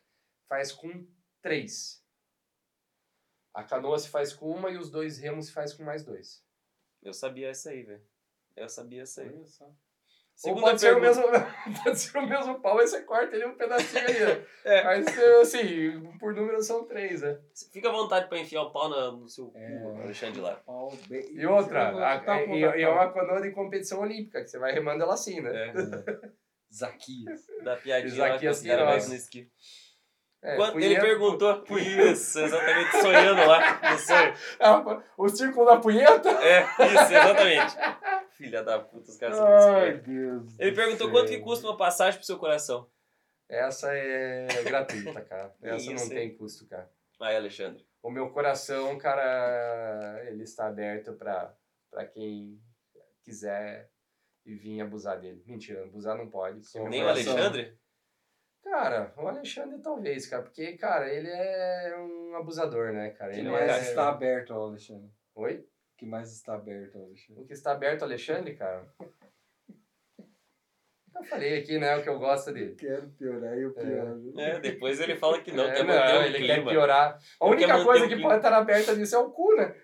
[SPEAKER 1] Faz com três. A canoa se faz com uma e os dois remos se faz com mais dois.
[SPEAKER 2] Eu sabia essa aí, velho. Eu sabia essa aí.
[SPEAKER 3] Olha só.
[SPEAKER 1] Ou
[SPEAKER 2] Segunda
[SPEAKER 1] pode ser, o
[SPEAKER 2] pergunta.
[SPEAKER 1] mesmo, [LAUGHS] pode ser o mesmo pau, aí você corta ele um pedacinho ali. ó.
[SPEAKER 2] [LAUGHS] É.
[SPEAKER 1] Mas, assim, por número são três, né?
[SPEAKER 2] Fica à vontade para enfiar o pau na- no seu cu,
[SPEAKER 3] É.
[SPEAKER 2] Alexandre Lara.
[SPEAKER 3] Pau bem-
[SPEAKER 1] E outra,
[SPEAKER 3] Eu vou botar
[SPEAKER 1] a-
[SPEAKER 3] a
[SPEAKER 1] e,
[SPEAKER 3] ponta
[SPEAKER 1] e é
[SPEAKER 3] pra-
[SPEAKER 1] uma canoa de competição olímpica, que você vai remando ela assim, né?
[SPEAKER 2] É.
[SPEAKER 3] Zaquias.
[SPEAKER 2] Da piadinha lá que
[SPEAKER 1] Isaquias
[SPEAKER 2] os caras
[SPEAKER 1] Queiroz.
[SPEAKER 2] mais no esqui.
[SPEAKER 1] É,
[SPEAKER 2] Quando- ele
[SPEAKER 1] punheta- [LAUGHS]
[SPEAKER 2] perguntou por isso, exatamente, sonhando lá no sonho.
[SPEAKER 1] Ah, o círculo da punheta?
[SPEAKER 2] É, isso, exatamente. Filha da puta, os caras são muito espertos.
[SPEAKER 1] Deus.
[SPEAKER 2] Ele
[SPEAKER 1] do
[SPEAKER 2] perguntou
[SPEAKER 1] céu.
[SPEAKER 2] quanto que custa uma passagem pro seu coração.
[SPEAKER 1] Essa é gratuita, cara. Essa
[SPEAKER 2] Isso,
[SPEAKER 1] não
[SPEAKER 2] hein?
[SPEAKER 1] tem custo, cara.
[SPEAKER 2] Aí, Alexandre.
[SPEAKER 1] o meu coração, cara, ele está aberto para para quem quiser e vir abusar dele. Mentira, abusar não pode. porque meu
[SPEAKER 2] Nem o
[SPEAKER 1] Um coração-
[SPEAKER 2] Alexandre?
[SPEAKER 1] Cara, o Alexandre talvez, cara, porque, cara, ele é um abusador, né, cara?
[SPEAKER 2] Que
[SPEAKER 1] Ele
[SPEAKER 2] não
[SPEAKER 3] mais
[SPEAKER 2] é-
[SPEAKER 3] está aberto, ó, Alexandre.
[SPEAKER 1] Oi?
[SPEAKER 3] O que mais está aberto, ó, Alexandre?
[SPEAKER 1] O que está aberto, Alexandre, cara? [LAUGHS] Eu falei aqui, né, o que eu gosto dele.
[SPEAKER 3] Quero piorar, eu pioro.
[SPEAKER 2] É, depois ele fala que não, um
[SPEAKER 1] É,
[SPEAKER 2] quer manter o
[SPEAKER 1] ele quer
[SPEAKER 2] clima.
[SPEAKER 1] piorar. A
[SPEAKER 2] Ele quer
[SPEAKER 1] única
[SPEAKER 2] manter
[SPEAKER 1] coisa
[SPEAKER 2] o
[SPEAKER 1] que
[SPEAKER 2] clima.
[SPEAKER 1] pode estar aberta nisso é o cu, né?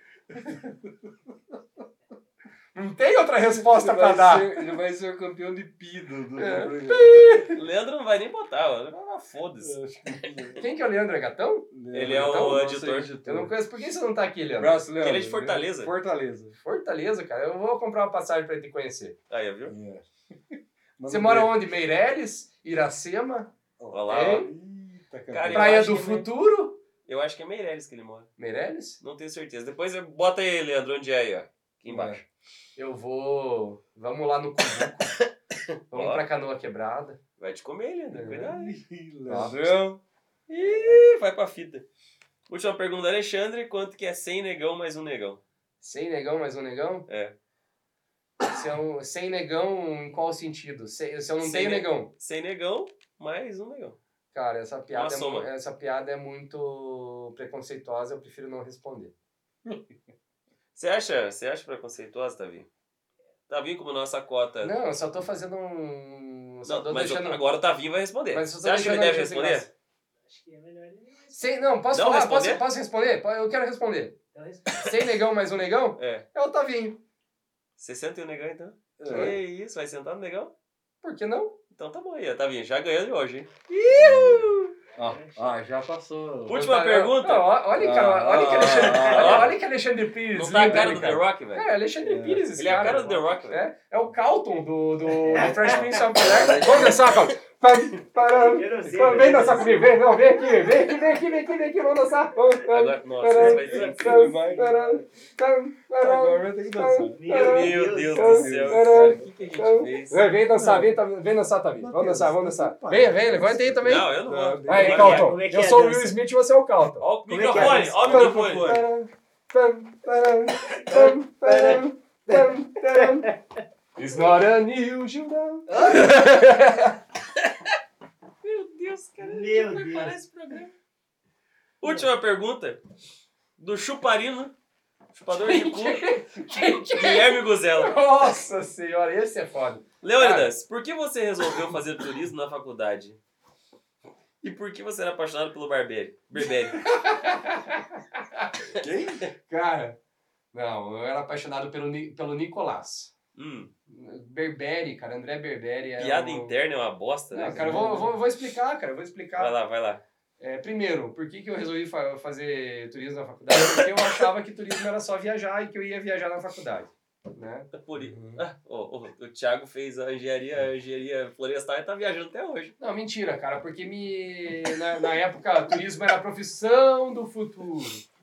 [SPEAKER 1] Não tem outra resposta
[SPEAKER 3] Ele
[SPEAKER 1] pra
[SPEAKER 3] vai
[SPEAKER 1] dar.
[SPEAKER 3] ser- ele vai ser o campeão de pido do
[SPEAKER 1] É.
[SPEAKER 3] programa.
[SPEAKER 2] Leandro não vai nem botar, ó. Ele vai lá, [LAUGHS] Foda-se.
[SPEAKER 3] Eu acho que não.
[SPEAKER 1] Quem que é o Leandro? É gatão?
[SPEAKER 2] Ele é o
[SPEAKER 3] Então, nosso
[SPEAKER 2] editor.
[SPEAKER 1] Eu não conheço. Por que você não tá aqui, Leandro?
[SPEAKER 3] Abraço, Leandro.
[SPEAKER 2] Ele é de Fortaleza.
[SPEAKER 3] Fortaleza.
[SPEAKER 1] Fortaleza, cara. Eu vou comprar uma passagem pra te conhecer.
[SPEAKER 2] Aí, viu?
[SPEAKER 3] É. [LAUGHS]
[SPEAKER 1] Você mora onde? Meireles? Iracema?
[SPEAKER 2] Olha lá, ó.
[SPEAKER 1] Hein?
[SPEAKER 3] Eita,
[SPEAKER 2] Cara, eu
[SPEAKER 1] Praia
[SPEAKER 2] acho
[SPEAKER 1] do
[SPEAKER 2] que não.
[SPEAKER 1] Futuro?
[SPEAKER 2] Eu acho que é Meirelles que ele mora.
[SPEAKER 1] Meireles?
[SPEAKER 2] Não tenho certeza. Depois bota aí, Leandro, onde é aí, ó. Aqui embaixo.
[SPEAKER 1] Eu vou... Vamos lá no Cumbuco. Vamos
[SPEAKER 2] Ó.
[SPEAKER 1] pra Canoa Quebrada.
[SPEAKER 2] Vai te comer, Leandro.
[SPEAKER 1] É.
[SPEAKER 2] Cuidado. aí.
[SPEAKER 3] Leandrão.
[SPEAKER 2] Ih, vai pra fita. Última pergunta do Alexandre: quanto que é 100 negão mais um negão?
[SPEAKER 1] Sem negão, mais um negão?
[SPEAKER 2] É.
[SPEAKER 1] Se eu- sem negão, em qual sentido? Se, se eu não
[SPEAKER 2] Sem
[SPEAKER 1] tenho
[SPEAKER 2] ne-
[SPEAKER 1] negão?
[SPEAKER 2] 100 negão mais um negão.
[SPEAKER 1] Cara, essa piada, é,
[SPEAKER 2] soma.
[SPEAKER 1] mu- essa piada é muito preconceituosa, eu prefiro não responder.
[SPEAKER 2] Você acha, você acha preconceituosa, Tavi? Tavi, como nossa cota.
[SPEAKER 1] Não, eu só tô fazendo um. Só
[SPEAKER 2] É. Não,
[SPEAKER 1] tô
[SPEAKER 2] mas
[SPEAKER 1] deixando.
[SPEAKER 2] agora o Tavinho vai responder.
[SPEAKER 1] Mas eu tô
[SPEAKER 2] Você acha que ele
[SPEAKER 1] deixando
[SPEAKER 2] deve
[SPEAKER 1] a gente
[SPEAKER 2] responder?
[SPEAKER 4] Acho que é melhor ele não
[SPEAKER 1] Sem, não, posso
[SPEAKER 2] Não
[SPEAKER 1] falar?
[SPEAKER 2] responder?
[SPEAKER 1] Posso, posso responder? Po- Eu quero responder.
[SPEAKER 4] Então, responde.
[SPEAKER 1] Sem negão mais um negão?
[SPEAKER 2] É.
[SPEAKER 1] É o Tavinho.
[SPEAKER 2] 60 e o negão, então?
[SPEAKER 3] É.
[SPEAKER 2] Que isso, vai sentar no negão?
[SPEAKER 1] Por que não?
[SPEAKER 2] Então tá bom aí, ó, Tavinho, já ganhou de hoje, hein?
[SPEAKER 3] Ó, ó, já passou.
[SPEAKER 2] Última pergunta.
[SPEAKER 1] Não, ó- olha, cara,
[SPEAKER 3] Ah,
[SPEAKER 1] olha que
[SPEAKER 3] ah,
[SPEAKER 1] Alexandre.
[SPEAKER 3] ah,
[SPEAKER 1] olha-
[SPEAKER 2] ah.
[SPEAKER 1] olha que Alexandre Pires.
[SPEAKER 2] Não tá a
[SPEAKER 1] lindo
[SPEAKER 2] cara
[SPEAKER 1] ele,
[SPEAKER 2] do The Rock, velho?
[SPEAKER 1] É, Alexandre
[SPEAKER 3] É.
[SPEAKER 1] Pires, esse
[SPEAKER 2] Ele é a
[SPEAKER 1] cara.
[SPEAKER 2] cara do The Rock, velho.
[SPEAKER 1] É, é o Calton do, do, do Fresh Prince of Bel-Air. Vamos dançar, Calton. Vai, parando.
[SPEAKER 4] Eu não sei.
[SPEAKER 1] Vamos, Vem dançar comigo, vem, não, vem aqui, vem aqui, vem aqui, vem aqui, vem aqui, vamos dançar. Vamos, vamos.
[SPEAKER 2] Agora, nossa, isso vai ser incrível.
[SPEAKER 3] Agora vai ter que dançar.
[SPEAKER 2] Meu Deus do céu, cara, o que, que a gente fez?
[SPEAKER 1] Vem, vem dançar, vem, tá- vem dançar, Tavi. Vamos dançar, vamos dançar. Vem, vem, levanta aí também.
[SPEAKER 2] Não, eu não vou.
[SPEAKER 3] Não,
[SPEAKER 1] Aí,
[SPEAKER 2] Como é que é?
[SPEAKER 1] Calton.
[SPEAKER 4] Como é que é
[SPEAKER 1] Eu sou o
[SPEAKER 4] a dança?
[SPEAKER 1] Will Smith e você é o Calton.
[SPEAKER 2] Ó o
[SPEAKER 4] Como é que é a
[SPEAKER 2] microfone,
[SPEAKER 4] dança?
[SPEAKER 2] ó o microfone.
[SPEAKER 1] It's not unusual now.
[SPEAKER 4] Meu Deus, cara.
[SPEAKER 5] Meu
[SPEAKER 4] tem que
[SPEAKER 5] Deus.
[SPEAKER 4] preparar esse programa.
[SPEAKER 2] Última pergunta. Do chuparino, chupador de cu, Guilherme Guzela.
[SPEAKER 1] Nossa senhora, esse é foda.
[SPEAKER 2] Leônidas, por que você resolveu fazer turismo na faculdade? E por que você era apaixonado pelo Barberi? Berberi.
[SPEAKER 1] Cara, não, eu era apaixonado pelo, Ni- pelo Nicolás.
[SPEAKER 2] Hum,
[SPEAKER 1] Berberi, cara, André Berberi. é
[SPEAKER 2] piada
[SPEAKER 1] um-
[SPEAKER 2] interna é uma bosta, né?
[SPEAKER 1] Não, cara, eu vou, eu vou, eu vou explicar, cara, eu vou explicar.
[SPEAKER 2] Vai lá, vai lá.
[SPEAKER 1] É, primeiro, por que, que eu resolvi fa- fazer turismo na faculdade? Porque eu achava que turismo era só viajar e que eu ia viajar na faculdade, né?
[SPEAKER 2] Por... i- Ah, ô, ô, o Thiago fez a engenharia, a engenharia florestal e tá viajando até hoje.
[SPEAKER 1] Não, mentira, cara, porque me na, na época turismo era a profissão do futuro.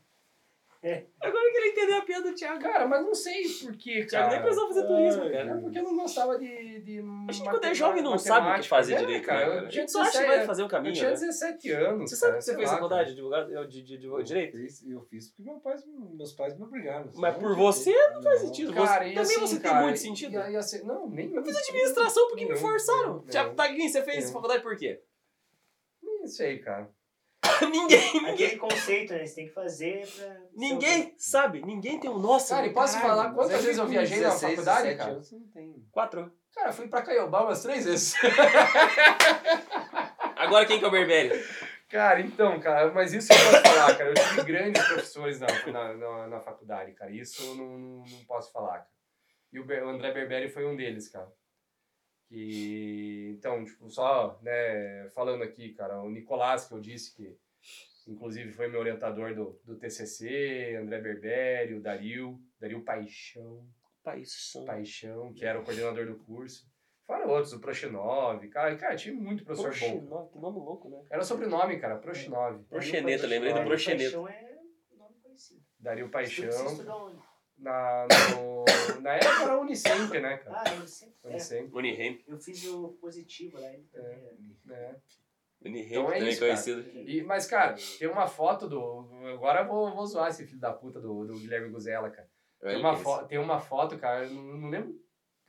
[SPEAKER 2] Agora que ele entendeu a piada do Thiago.
[SPEAKER 1] Cara, mas não sei por que,
[SPEAKER 2] O Thiago nem
[SPEAKER 1] cara.
[SPEAKER 2] precisava fazer turismo,
[SPEAKER 3] Ai,
[SPEAKER 2] cara.
[SPEAKER 1] É porque eu não gostava de. de
[SPEAKER 2] A gente
[SPEAKER 1] matemática-
[SPEAKER 2] quando é jovem não sabe o que fazer
[SPEAKER 1] É,
[SPEAKER 2] direito,
[SPEAKER 1] cara.
[SPEAKER 2] né,
[SPEAKER 1] eu
[SPEAKER 2] cara? A
[SPEAKER 1] tinha
[SPEAKER 2] gente só acha que
[SPEAKER 1] 17,
[SPEAKER 2] vai fazer o
[SPEAKER 1] Eu
[SPEAKER 2] caminho,
[SPEAKER 1] tinha
[SPEAKER 2] né?
[SPEAKER 1] 17 anos.
[SPEAKER 2] Você sabe
[SPEAKER 1] cara,
[SPEAKER 2] que você
[SPEAKER 1] sei
[SPEAKER 2] fez
[SPEAKER 1] lá,
[SPEAKER 2] faculdade de advogado, de, de, de
[SPEAKER 3] Eu
[SPEAKER 2] direito?
[SPEAKER 3] fiz- Eu fiz porque meu pai, meus pais me obrigaram.
[SPEAKER 1] assim,
[SPEAKER 2] Mas
[SPEAKER 3] senão
[SPEAKER 2] por
[SPEAKER 3] eu-
[SPEAKER 2] você não faz sentido.
[SPEAKER 1] Cara,
[SPEAKER 2] você,
[SPEAKER 1] e
[SPEAKER 2] também
[SPEAKER 1] assim,
[SPEAKER 2] você
[SPEAKER 1] cara,
[SPEAKER 2] tem muito
[SPEAKER 1] e-
[SPEAKER 2] sentido.
[SPEAKER 1] e aí, assim, não, nem eu
[SPEAKER 2] Fiz administração porque me
[SPEAKER 1] Não,
[SPEAKER 2] forçaram.
[SPEAKER 1] não.
[SPEAKER 2] Tiago Taguinho, você fez
[SPEAKER 1] Não.
[SPEAKER 2] faculdade por quê? [LAUGHS]
[SPEAKER 1] Não sei, cara.
[SPEAKER 2] ninguém,
[SPEAKER 5] Aquele
[SPEAKER 2] ninguém,
[SPEAKER 5] conceito, né? Você tem que fazer pra.
[SPEAKER 2] ninguém sabe. Ninguém tem um. Nossa,
[SPEAKER 1] Cara, e posso
[SPEAKER 2] caralho.
[SPEAKER 1] falar
[SPEAKER 3] Mas é
[SPEAKER 1] quantas
[SPEAKER 3] que
[SPEAKER 1] vezes eu
[SPEAKER 3] com
[SPEAKER 1] viajei na
[SPEAKER 3] 16,
[SPEAKER 1] faculdade,
[SPEAKER 3] 17
[SPEAKER 1] cara?
[SPEAKER 3] anos, você não tem.
[SPEAKER 2] Quatro.
[SPEAKER 1] Cara, eu fui pra Caiobá umas três vezes.
[SPEAKER 2] Agora quem que é o Berberi?
[SPEAKER 1] Cara, então, cara, mas isso eu posso falar, cara. Eu tive grandes professores na, na, na, na faculdade, cara. Isso eu não, não, não posso falar, cara. E o, Ber- o André Berberi foi um deles, cara. Que, então, tipo, só, né, falando aqui, cara, o Nicolás, que eu disse que, inclusive, foi meu orientador do, do TCC, André Berberi, o Dario, Dario Paixão.
[SPEAKER 2] Paixão.
[SPEAKER 1] Paixão, que era o coordenador do curso. Fora outros, o Proshinov. Cara, cara, tinha muito professor um
[SPEAKER 2] Poxa,
[SPEAKER 1] bom.
[SPEAKER 2] nove, que nome louco, né?
[SPEAKER 1] Era sobrenome, cara, Proshinov.
[SPEAKER 2] Proxeneta, lembrei do
[SPEAKER 5] Dario
[SPEAKER 2] Proxeneta.
[SPEAKER 5] Paixão é nome conhecido.
[SPEAKER 1] Dario
[SPEAKER 5] Você
[SPEAKER 1] Paixão.
[SPEAKER 5] estudou onde?
[SPEAKER 1] Na, no- na época era Unicamp, né, cara?
[SPEAKER 5] Ah, eu sempre. É,
[SPEAKER 1] Unicamp.
[SPEAKER 2] Unihem.
[SPEAKER 5] eu fiz o positivo lá. Ele também era.
[SPEAKER 1] né?
[SPEAKER 2] Unihem,
[SPEAKER 1] Então é
[SPEAKER 2] também
[SPEAKER 1] isso, cara.
[SPEAKER 2] conhecido.
[SPEAKER 1] E- mas, cara, tem uma foto do. Agora eu vou, vou zoar esse filho da puta do, do Guilherme Guzella, cara.
[SPEAKER 2] É
[SPEAKER 1] Tem uma, fo- tem uma foto, cara, eu não, não lembro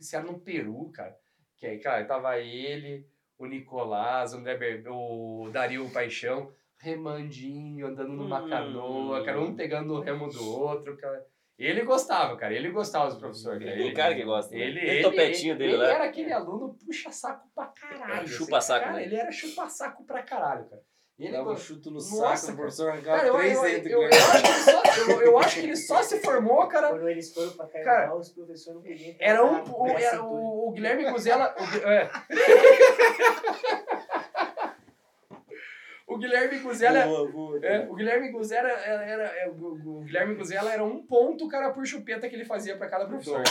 [SPEAKER 1] se era no Peru, cara. Que aí, cara, tava ele, o Nicolás, o André Ber... o Dario Paixão, remandinho, andando numa
[SPEAKER 2] Hum.
[SPEAKER 1] canoa, cara, um pegando o remo do outro, cara. Ele gostava, cara, ele gostava dos professores. cara.
[SPEAKER 2] Aquele cara que gosta. né?
[SPEAKER 1] Ele,
[SPEAKER 2] Aquele
[SPEAKER 1] ele,
[SPEAKER 2] topetinho
[SPEAKER 1] ele-
[SPEAKER 2] dele
[SPEAKER 1] ele
[SPEAKER 2] lá.
[SPEAKER 1] era aquele aluno puxa-saco pra caralho. assim.
[SPEAKER 2] Chupa-saco,
[SPEAKER 1] Cara,
[SPEAKER 2] né?
[SPEAKER 1] ele era chupa-saco pra caralho, cara. E Ele
[SPEAKER 3] Dava um
[SPEAKER 1] gostava.
[SPEAKER 3] chuto no
[SPEAKER 1] Nossa,
[SPEAKER 3] saco,
[SPEAKER 1] cara.
[SPEAKER 3] o professor arrancava
[SPEAKER 1] Cara, eu,
[SPEAKER 3] três
[SPEAKER 1] eu-
[SPEAKER 3] dentro
[SPEAKER 1] eu- eu
[SPEAKER 3] dele.
[SPEAKER 1] acho que ele só, eu, eu acho que ele só se formou, cara.
[SPEAKER 5] Quando eles foram pra carnaval,
[SPEAKER 1] Cara,
[SPEAKER 5] os professores não podiam entrar
[SPEAKER 1] Era
[SPEAKER 5] na-
[SPEAKER 4] Ah,
[SPEAKER 1] um. O,
[SPEAKER 5] na
[SPEAKER 1] era
[SPEAKER 5] cintura.
[SPEAKER 1] o, o Guilherme Guzella. O, Gui- é. [LAUGHS] O Guilherme Guzella.
[SPEAKER 3] Boa, boa.
[SPEAKER 1] é, o Guilherme Guzella era, era, é, o, o Guilherme Guzella era um ponto, cara, por chupeta que ele fazia pra cada professor.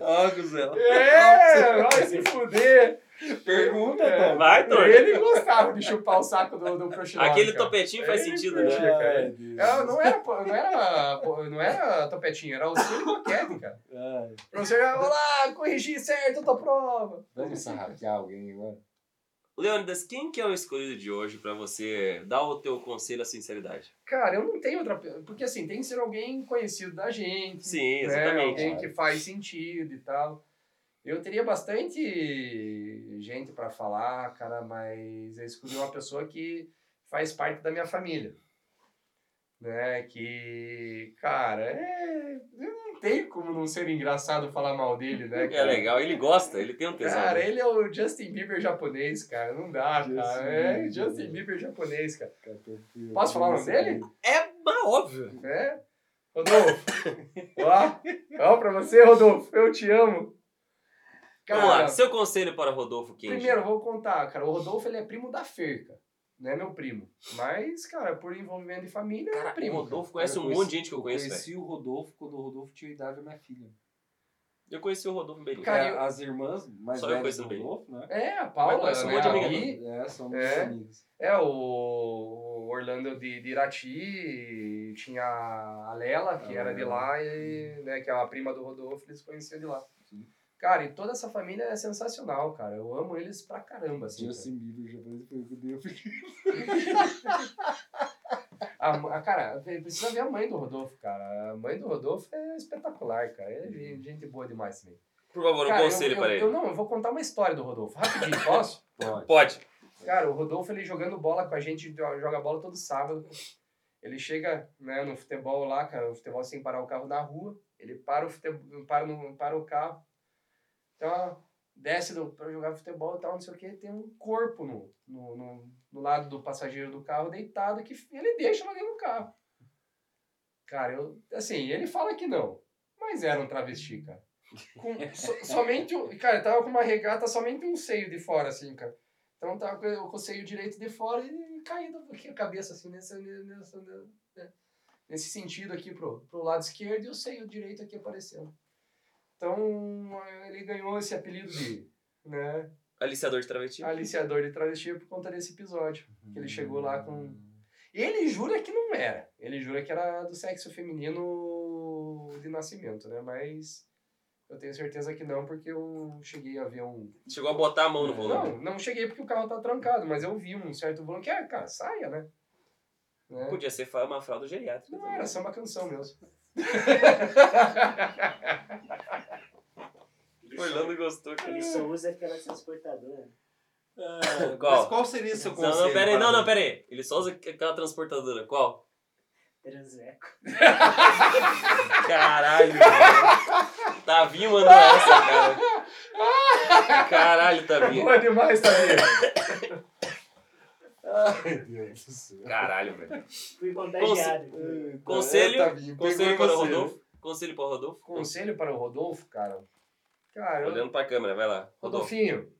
[SPEAKER 3] Ah,
[SPEAKER 1] [LAUGHS]
[SPEAKER 3] Guzela.
[SPEAKER 1] É, vai se fuder.
[SPEAKER 3] Pergunta,
[SPEAKER 1] É.
[SPEAKER 3] Tom.
[SPEAKER 2] Vai, Tom.
[SPEAKER 1] Ele gostava de chupar o saco do, do Proxinol.
[SPEAKER 2] Aquele
[SPEAKER 1] cara.
[SPEAKER 2] topetinho faz
[SPEAKER 1] Ele
[SPEAKER 2] sentido,
[SPEAKER 1] fez.
[SPEAKER 2] né?
[SPEAKER 1] Tinha, cara.
[SPEAKER 3] Ai, É, Deus.
[SPEAKER 1] Ela não era, pô, não era, pô, não era topetinho, era o Cílio Boquete, cara.
[SPEAKER 3] Ai.
[SPEAKER 1] O professor já, olha lá, corrigi certo a tua prova.
[SPEAKER 3] Vamos sarrafiar alguém agora?
[SPEAKER 2] Leônidas, quem que é o escolhido de hoje pra você dar o teu conselho à sinceridade?
[SPEAKER 1] Cara, eu não tenho outra... pe- Porque assim, tem que ser alguém conhecido da gente.
[SPEAKER 2] Sim,
[SPEAKER 1] né?
[SPEAKER 2] exatamente.
[SPEAKER 1] Alguém que faz sentido e tal. Eu teria bastante gente pra falar, cara, mas eu escolhi uma pessoa que faz parte da minha família. Né? Que, cara, é... eu não tem como não ser engraçado falar mal dele, né?
[SPEAKER 2] É
[SPEAKER 1] cara?
[SPEAKER 2] legal, ele gosta, ele tem um tesão.
[SPEAKER 1] Cara,
[SPEAKER 2] né?
[SPEAKER 1] ele é o Justin Bieber japonês, cara. Não dá,
[SPEAKER 3] Justin
[SPEAKER 1] cara. É
[SPEAKER 3] Bieber. né?
[SPEAKER 1] Justin Bieber japonês, cara.
[SPEAKER 3] Cara, tô-
[SPEAKER 1] Posso falar o nome dele?
[SPEAKER 2] É mas óbvio.
[SPEAKER 1] É? Rodolfo. ó, ó pra você, Rodolfo. Eu te amo.
[SPEAKER 2] Vamos
[SPEAKER 1] Cara,
[SPEAKER 2] lá, seu conselho para Rodolfo Quente.
[SPEAKER 1] primeiro, eu vou contar, cara. O Rodolfo, ele é primo da Ferca. Não é meu primo. Mas, cara, por envolvimento de família, é
[SPEAKER 2] cara, o
[SPEAKER 1] primo.
[SPEAKER 2] Rodolfo conhece
[SPEAKER 3] Cara, eu
[SPEAKER 2] um monte de gente que eu
[SPEAKER 3] eu
[SPEAKER 2] conheço, velho.
[SPEAKER 3] conheci o Rodolfo quando o Rodolfo tinha a idade da minha filha.
[SPEAKER 2] Eu conheci o Rodolfo bem.
[SPEAKER 1] Cara,
[SPEAKER 3] É,
[SPEAKER 1] eu-
[SPEAKER 3] As irmãs mais
[SPEAKER 2] Só eu
[SPEAKER 3] velhas
[SPEAKER 2] conheço
[SPEAKER 3] do
[SPEAKER 2] bem.
[SPEAKER 3] Rodolfo, né?
[SPEAKER 1] É, a Paula,
[SPEAKER 2] Mas conhece um
[SPEAKER 1] né?
[SPEAKER 2] monte de amiga
[SPEAKER 1] a
[SPEAKER 2] dele.
[SPEAKER 1] Gui,
[SPEAKER 3] É, são muitos
[SPEAKER 1] É.
[SPEAKER 3] amigos.
[SPEAKER 1] É, o Orlando de, de Irati, tinha a Lela, que
[SPEAKER 3] Ah.
[SPEAKER 1] era de lá, e, né, que é uma prima do Rodolfo, eles conheciam de lá.
[SPEAKER 3] Sim.
[SPEAKER 1] Cara, e toda essa família é sensacional, cara. Eu amo eles pra caramba, assim. cara.
[SPEAKER 3] Justin Bieber já parece que eu dei a filha.
[SPEAKER 1] A, ma- a- cara, precisa ver a mãe do Rodolfo, cara. A mãe do Rodolfo é espetacular, cara. É gen- gente boa demais também.
[SPEAKER 2] Por favor, um
[SPEAKER 1] Cara, eu-
[SPEAKER 2] conselho
[SPEAKER 1] eu,
[SPEAKER 2] para ele.
[SPEAKER 1] Eu não, eu vou contar uma história do Rodolfo. Rapidinho, posso?
[SPEAKER 3] Pode.
[SPEAKER 2] Pode.
[SPEAKER 1] Cara, o Rodolfo, ele jogando bola com a gente, jo- joga bola todo sábado. Ele chega né, no futebol lá, cara, o futebol sem parar o carro na rua. Ele para o, futebol, para no, para o carro. Então, desce do, pra jogar futebol e tal, não sei o que. Tem um corpo no, no, no, no lado do passageiro do carro deitado que ele deixa lá dentro do carro. Cara, eu, assim, ele fala que não, mas era um travesti, cara. Com, so- somente o. Cara, tava com uma regata, somente um seio de fora, assim, cara. Então tava com, eu com o seio direito de fora e caído aqui a cabeça, assim, nessa, nessa, né, nesse sentido aqui pro, pro lado esquerdo e o seio direito aqui aparecendo. Então ele ganhou esse apelido de né,
[SPEAKER 2] Aliciador de travesti.
[SPEAKER 1] Ah, aliciador de travesti por conta desse episódio. Que ele chegou lá com.
[SPEAKER 2] Hum.
[SPEAKER 1] Ele jura que não era. Ele jura que era do sexo feminino de nascimento, né? Mas eu tenho certeza que não, porque eu cheguei a ver um
[SPEAKER 2] Chegou a botar a mão no volante.
[SPEAKER 1] não, não cheguei porque o carro tá trancado, mas eu vi um certo volante que é, cara, saia, né? Né?
[SPEAKER 2] Podia ser fa- uma fralda geriátrica.
[SPEAKER 1] Não era só uma canção mesmo.
[SPEAKER 5] Ele
[SPEAKER 2] O
[SPEAKER 5] só-
[SPEAKER 2] Orlando gostou, cara.
[SPEAKER 5] Ele só usa aquela transportadora.
[SPEAKER 2] Ah,
[SPEAKER 3] Mas
[SPEAKER 2] Qual?
[SPEAKER 3] qual seria o seu
[SPEAKER 2] Não,
[SPEAKER 3] conselho?
[SPEAKER 2] não, pera aí.
[SPEAKER 3] para
[SPEAKER 2] Não, não,
[SPEAKER 3] ele?
[SPEAKER 2] pera aí. Ele só usa aquela transportadora. Qual?
[SPEAKER 5] Transeco.
[SPEAKER 2] Caralho, velho. Tavinho mandou essa, cara. Caralho, tá Tavinho.
[SPEAKER 1] Boa demais, Tavia.
[SPEAKER 3] Ai, Deus do céu.
[SPEAKER 2] Caralho, velho.
[SPEAKER 5] Fui contagiado.
[SPEAKER 2] Conselho-
[SPEAKER 3] É, Tavinho,
[SPEAKER 2] Conselho
[SPEAKER 3] pegou
[SPEAKER 2] para o
[SPEAKER 3] você, né?
[SPEAKER 2] Rodolfo. Conselho para o Rodolfo.
[SPEAKER 1] Conselho para o Rodolfo, cara. Cara, eu-
[SPEAKER 2] Olhando pra câmera, vai lá. Rodolfo.
[SPEAKER 1] Rodolfinho,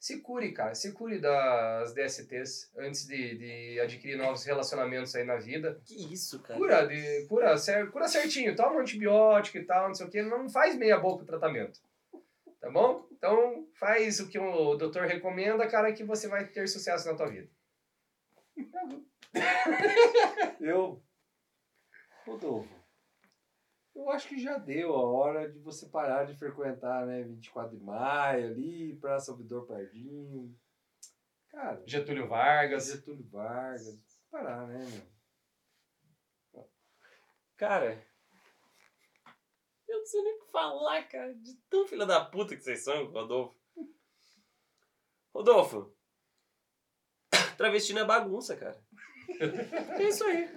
[SPEAKER 1] Se cure, cara. Se cure das DSTs antes de, de adquirir novos relacionamentos aí na vida.
[SPEAKER 2] Que isso, cara?
[SPEAKER 1] Cura, de, cura, cer, cura certinho. Toma um antibiótico e tal, não sei o que. Não faz meia boca o tratamento. Tá bom? Então faz o que o doutor recomenda, cara, que você vai ter sucesso na tua vida.
[SPEAKER 3] Eu. Rodolfo. Eu acho que já deu a hora de você parar de frequentar, né? 24 de maio ali, Praça Salvador Pardinho. Cara,
[SPEAKER 1] Getúlio Vargas.
[SPEAKER 3] Getúlio Vargas. Parar, né, meu?
[SPEAKER 2] Cara, eu não sei nem o que falar, cara, de tão filha da puta que vocês são, Rodolfo. Rodolfo, [COUGHS] travesti não é bagunça,
[SPEAKER 1] [LAUGHS]
[SPEAKER 2] cara. É isso aí.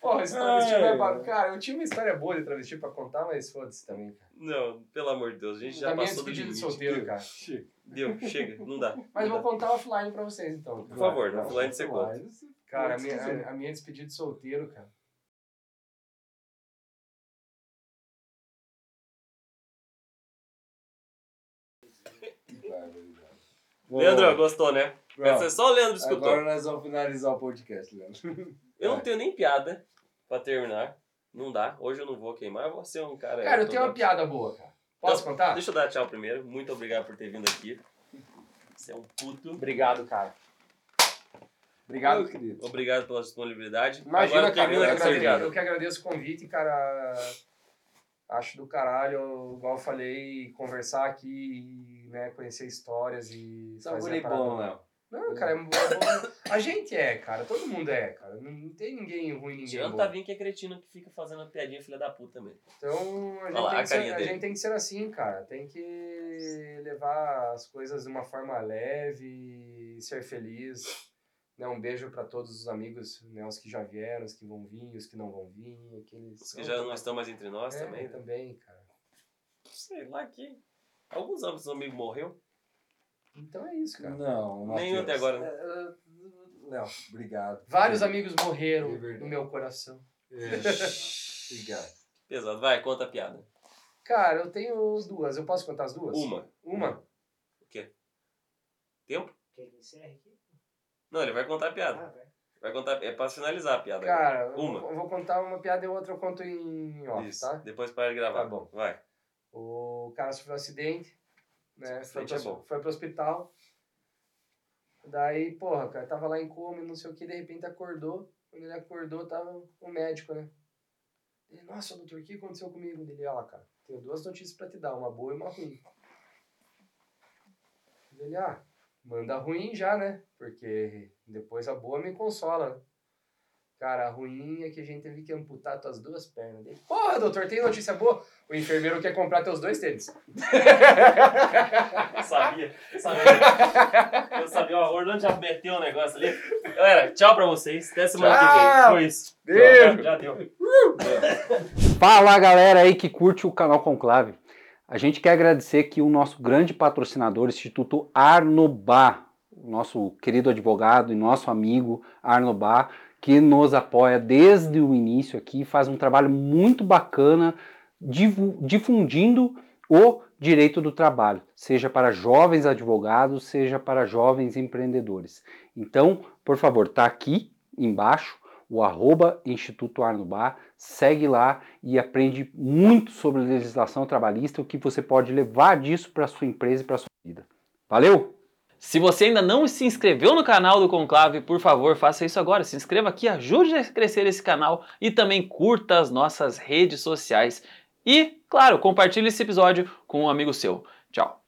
[SPEAKER 1] Porra, esse travesti não
[SPEAKER 3] Ai,
[SPEAKER 1] é bar... Cara, eu tinha uma história boa de travesti pra contar, mas foda-se também, cara.
[SPEAKER 2] Não, pelo amor de Deus, a gente já
[SPEAKER 1] Pra mim é
[SPEAKER 2] passou do
[SPEAKER 1] despedida de
[SPEAKER 2] limite.
[SPEAKER 1] solteiro,
[SPEAKER 2] [LAUGHS]
[SPEAKER 1] cara.
[SPEAKER 3] Chega.
[SPEAKER 2] Deu, chega, não dá.
[SPEAKER 1] [LAUGHS] Mas
[SPEAKER 2] não
[SPEAKER 1] vou
[SPEAKER 2] dá.
[SPEAKER 1] contar offline pra vocês, então.
[SPEAKER 2] Por favor, no
[SPEAKER 3] Vai,
[SPEAKER 2] offline você
[SPEAKER 3] vai.
[SPEAKER 1] Cara, a
[SPEAKER 3] Pode
[SPEAKER 1] minha,
[SPEAKER 3] dizer.
[SPEAKER 1] a, a minha despedida de solteiro, cara.
[SPEAKER 3] Que barbaridade.
[SPEAKER 2] Leandro, gostou, né?
[SPEAKER 3] Bom,
[SPEAKER 2] Essa é só o Leandro escutou.
[SPEAKER 3] agora nós vamos finalizar o podcast, Leandro.
[SPEAKER 2] Eu não
[SPEAKER 1] é.
[SPEAKER 3] vai.
[SPEAKER 2] tenho nem piada pra terminar. Não dá. Hoje eu não vou queimar, eu vou ser um cara.
[SPEAKER 1] Cara, eu tenho uma
[SPEAKER 2] todo-
[SPEAKER 1] piada boa, cara. Posso
[SPEAKER 2] Então,
[SPEAKER 1] contar?
[SPEAKER 2] Deixa eu dar tchau primeiro. Muito obrigado por ter vindo aqui. Você é um puto.
[SPEAKER 1] Obrigado, cara. Obrigado.
[SPEAKER 3] Meu querido.
[SPEAKER 2] Obrigado pela disponibilidade.
[SPEAKER 1] Imagina,
[SPEAKER 2] Agora
[SPEAKER 1] cara, eu,
[SPEAKER 2] termina com
[SPEAKER 1] que
[SPEAKER 2] essa
[SPEAKER 1] agradeço, eu
[SPEAKER 2] piada.
[SPEAKER 1] que agradeço o convite, cara. Acho do caralho, igual eu falei, conversar aqui, né, conhecer histórias e
[SPEAKER 2] um
[SPEAKER 3] Sabor é
[SPEAKER 1] a parada.
[SPEAKER 3] bom, Léo.
[SPEAKER 1] Não, cara, é bom. A gente é, cara. Todo mundo é, cara. Não, não tem ninguém ruim, ninguém
[SPEAKER 2] Tirando
[SPEAKER 1] bom.
[SPEAKER 2] tá vindo que é cretino que fica fazendo a piadinha filha da puta também.
[SPEAKER 1] Então, a
[SPEAKER 2] Olha
[SPEAKER 1] gente,
[SPEAKER 2] lá,
[SPEAKER 1] tem
[SPEAKER 2] a
[SPEAKER 1] que
[SPEAKER 2] carinha
[SPEAKER 1] ser, a
[SPEAKER 2] dele.
[SPEAKER 1] gente tem que ser assim, cara. Tem que levar as coisas de uma forma leve e ser feliz. Né? Um beijo pra todos os amigos, né? os que já vieram, os que vão vir, os que não vão vir. Aqueles...
[SPEAKER 2] Os que já não estão mais entre nós
[SPEAKER 1] tá É,
[SPEAKER 2] também. né?
[SPEAKER 1] também, cara.
[SPEAKER 2] Sei lá que. Alguns anos meu amigo morreu.
[SPEAKER 1] Então é isso, cara.
[SPEAKER 3] Não, Matheus.
[SPEAKER 2] Nenhum até agora, né?
[SPEAKER 3] É, é, Léo, obrigado.
[SPEAKER 1] Vários amigos morreram
[SPEAKER 3] É verdade.
[SPEAKER 1] no meu coração.
[SPEAKER 3] É, obrigado.
[SPEAKER 2] [LAUGHS] Pesado. Vai, conta a piada.
[SPEAKER 1] Cara, eu tenho duas. Eu posso contar as duas?
[SPEAKER 2] Uma.
[SPEAKER 1] Uma?
[SPEAKER 5] Quer que encerre aqui?
[SPEAKER 2] Não, ele vai contar a piada.
[SPEAKER 5] Ah, vai.
[SPEAKER 2] Vai contar. É pra finalizar a piada.
[SPEAKER 1] Cara, eu
[SPEAKER 2] Uma.
[SPEAKER 1] vou- eu vou contar uma piada e outra eu conto em off,
[SPEAKER 2] Isso.
[SPEAKER 1] tá?
[SPEAKER 2] Depois para de gravar.
[SPEAKER 1] Tá bom.
[SPEAKER 2] Vai.
[SPEAKER 1] O cara sofreu um acidente, né? Foi
[SPEAKER 2] Acidente
[SPEAKER 1] pro,
[SPEAKER 2] é bom.
[SPEAKER 1] foi pro hospital. Daí, porra, cara, tava lá em coma e não sei o que, de repente acordou. Quando ele acordou, tava o médico, né? Ele, nossa, doutor, o que aconteceu comigo? Ele, olha lá, cara, tenho duas notícias pra te dar, uma boa e uma ruim. Ele, ah, manda ruim já, né? Porque depois a boa me consola, né? Cara, a ruim é que a gente teve que amputar tuas duas pernas. Ele, porra, doutor, tem notícia boa? O enfermeiro quer comprar teus dois tênis.
[SPEAKER 2] Eu sabia. Eu sabia. Eu sabia. Ó, o Orlando já meteu o um negócio ali. Galera, tchau pra vocês. Até semana que vem.
[SPEAKER 1] Tchau.
[SPEAKER 2] Foi isso.
[SPEAKER 1] Beijo.
[SPEAKER 2] Já, já deu.
[SPEAKER 6] Fala galera aí que curte o canal Conclave. A gente quer agradecer que o nosso grande patrocinador, Instituto Arnobá, o nosso querido advogado e nosso amigo Arnobá, que nos apoia desde o início aqui, faz um trabalho muito bacana divu- difundindo o direito do trabalho, seja para jovens advogados, seja para jovens empreendedores. Então, por favor, tá aqui embaixo o arroba Instituto Arnobá, segue lá e aprende muito sobre legislação trabalhista, o que você pode levar disso para sua empresa e para sua vida. Valeu!
[SPEAKER 7] Se você ainda não se inscreveu no canal do Conclave, por favor, faça isso agora. Se inscreva aqui, ajude a crescer esse canal e também curta as nossas redes sociais. E, claro, compartilhe esse episódio com um amigo seu. Tchau!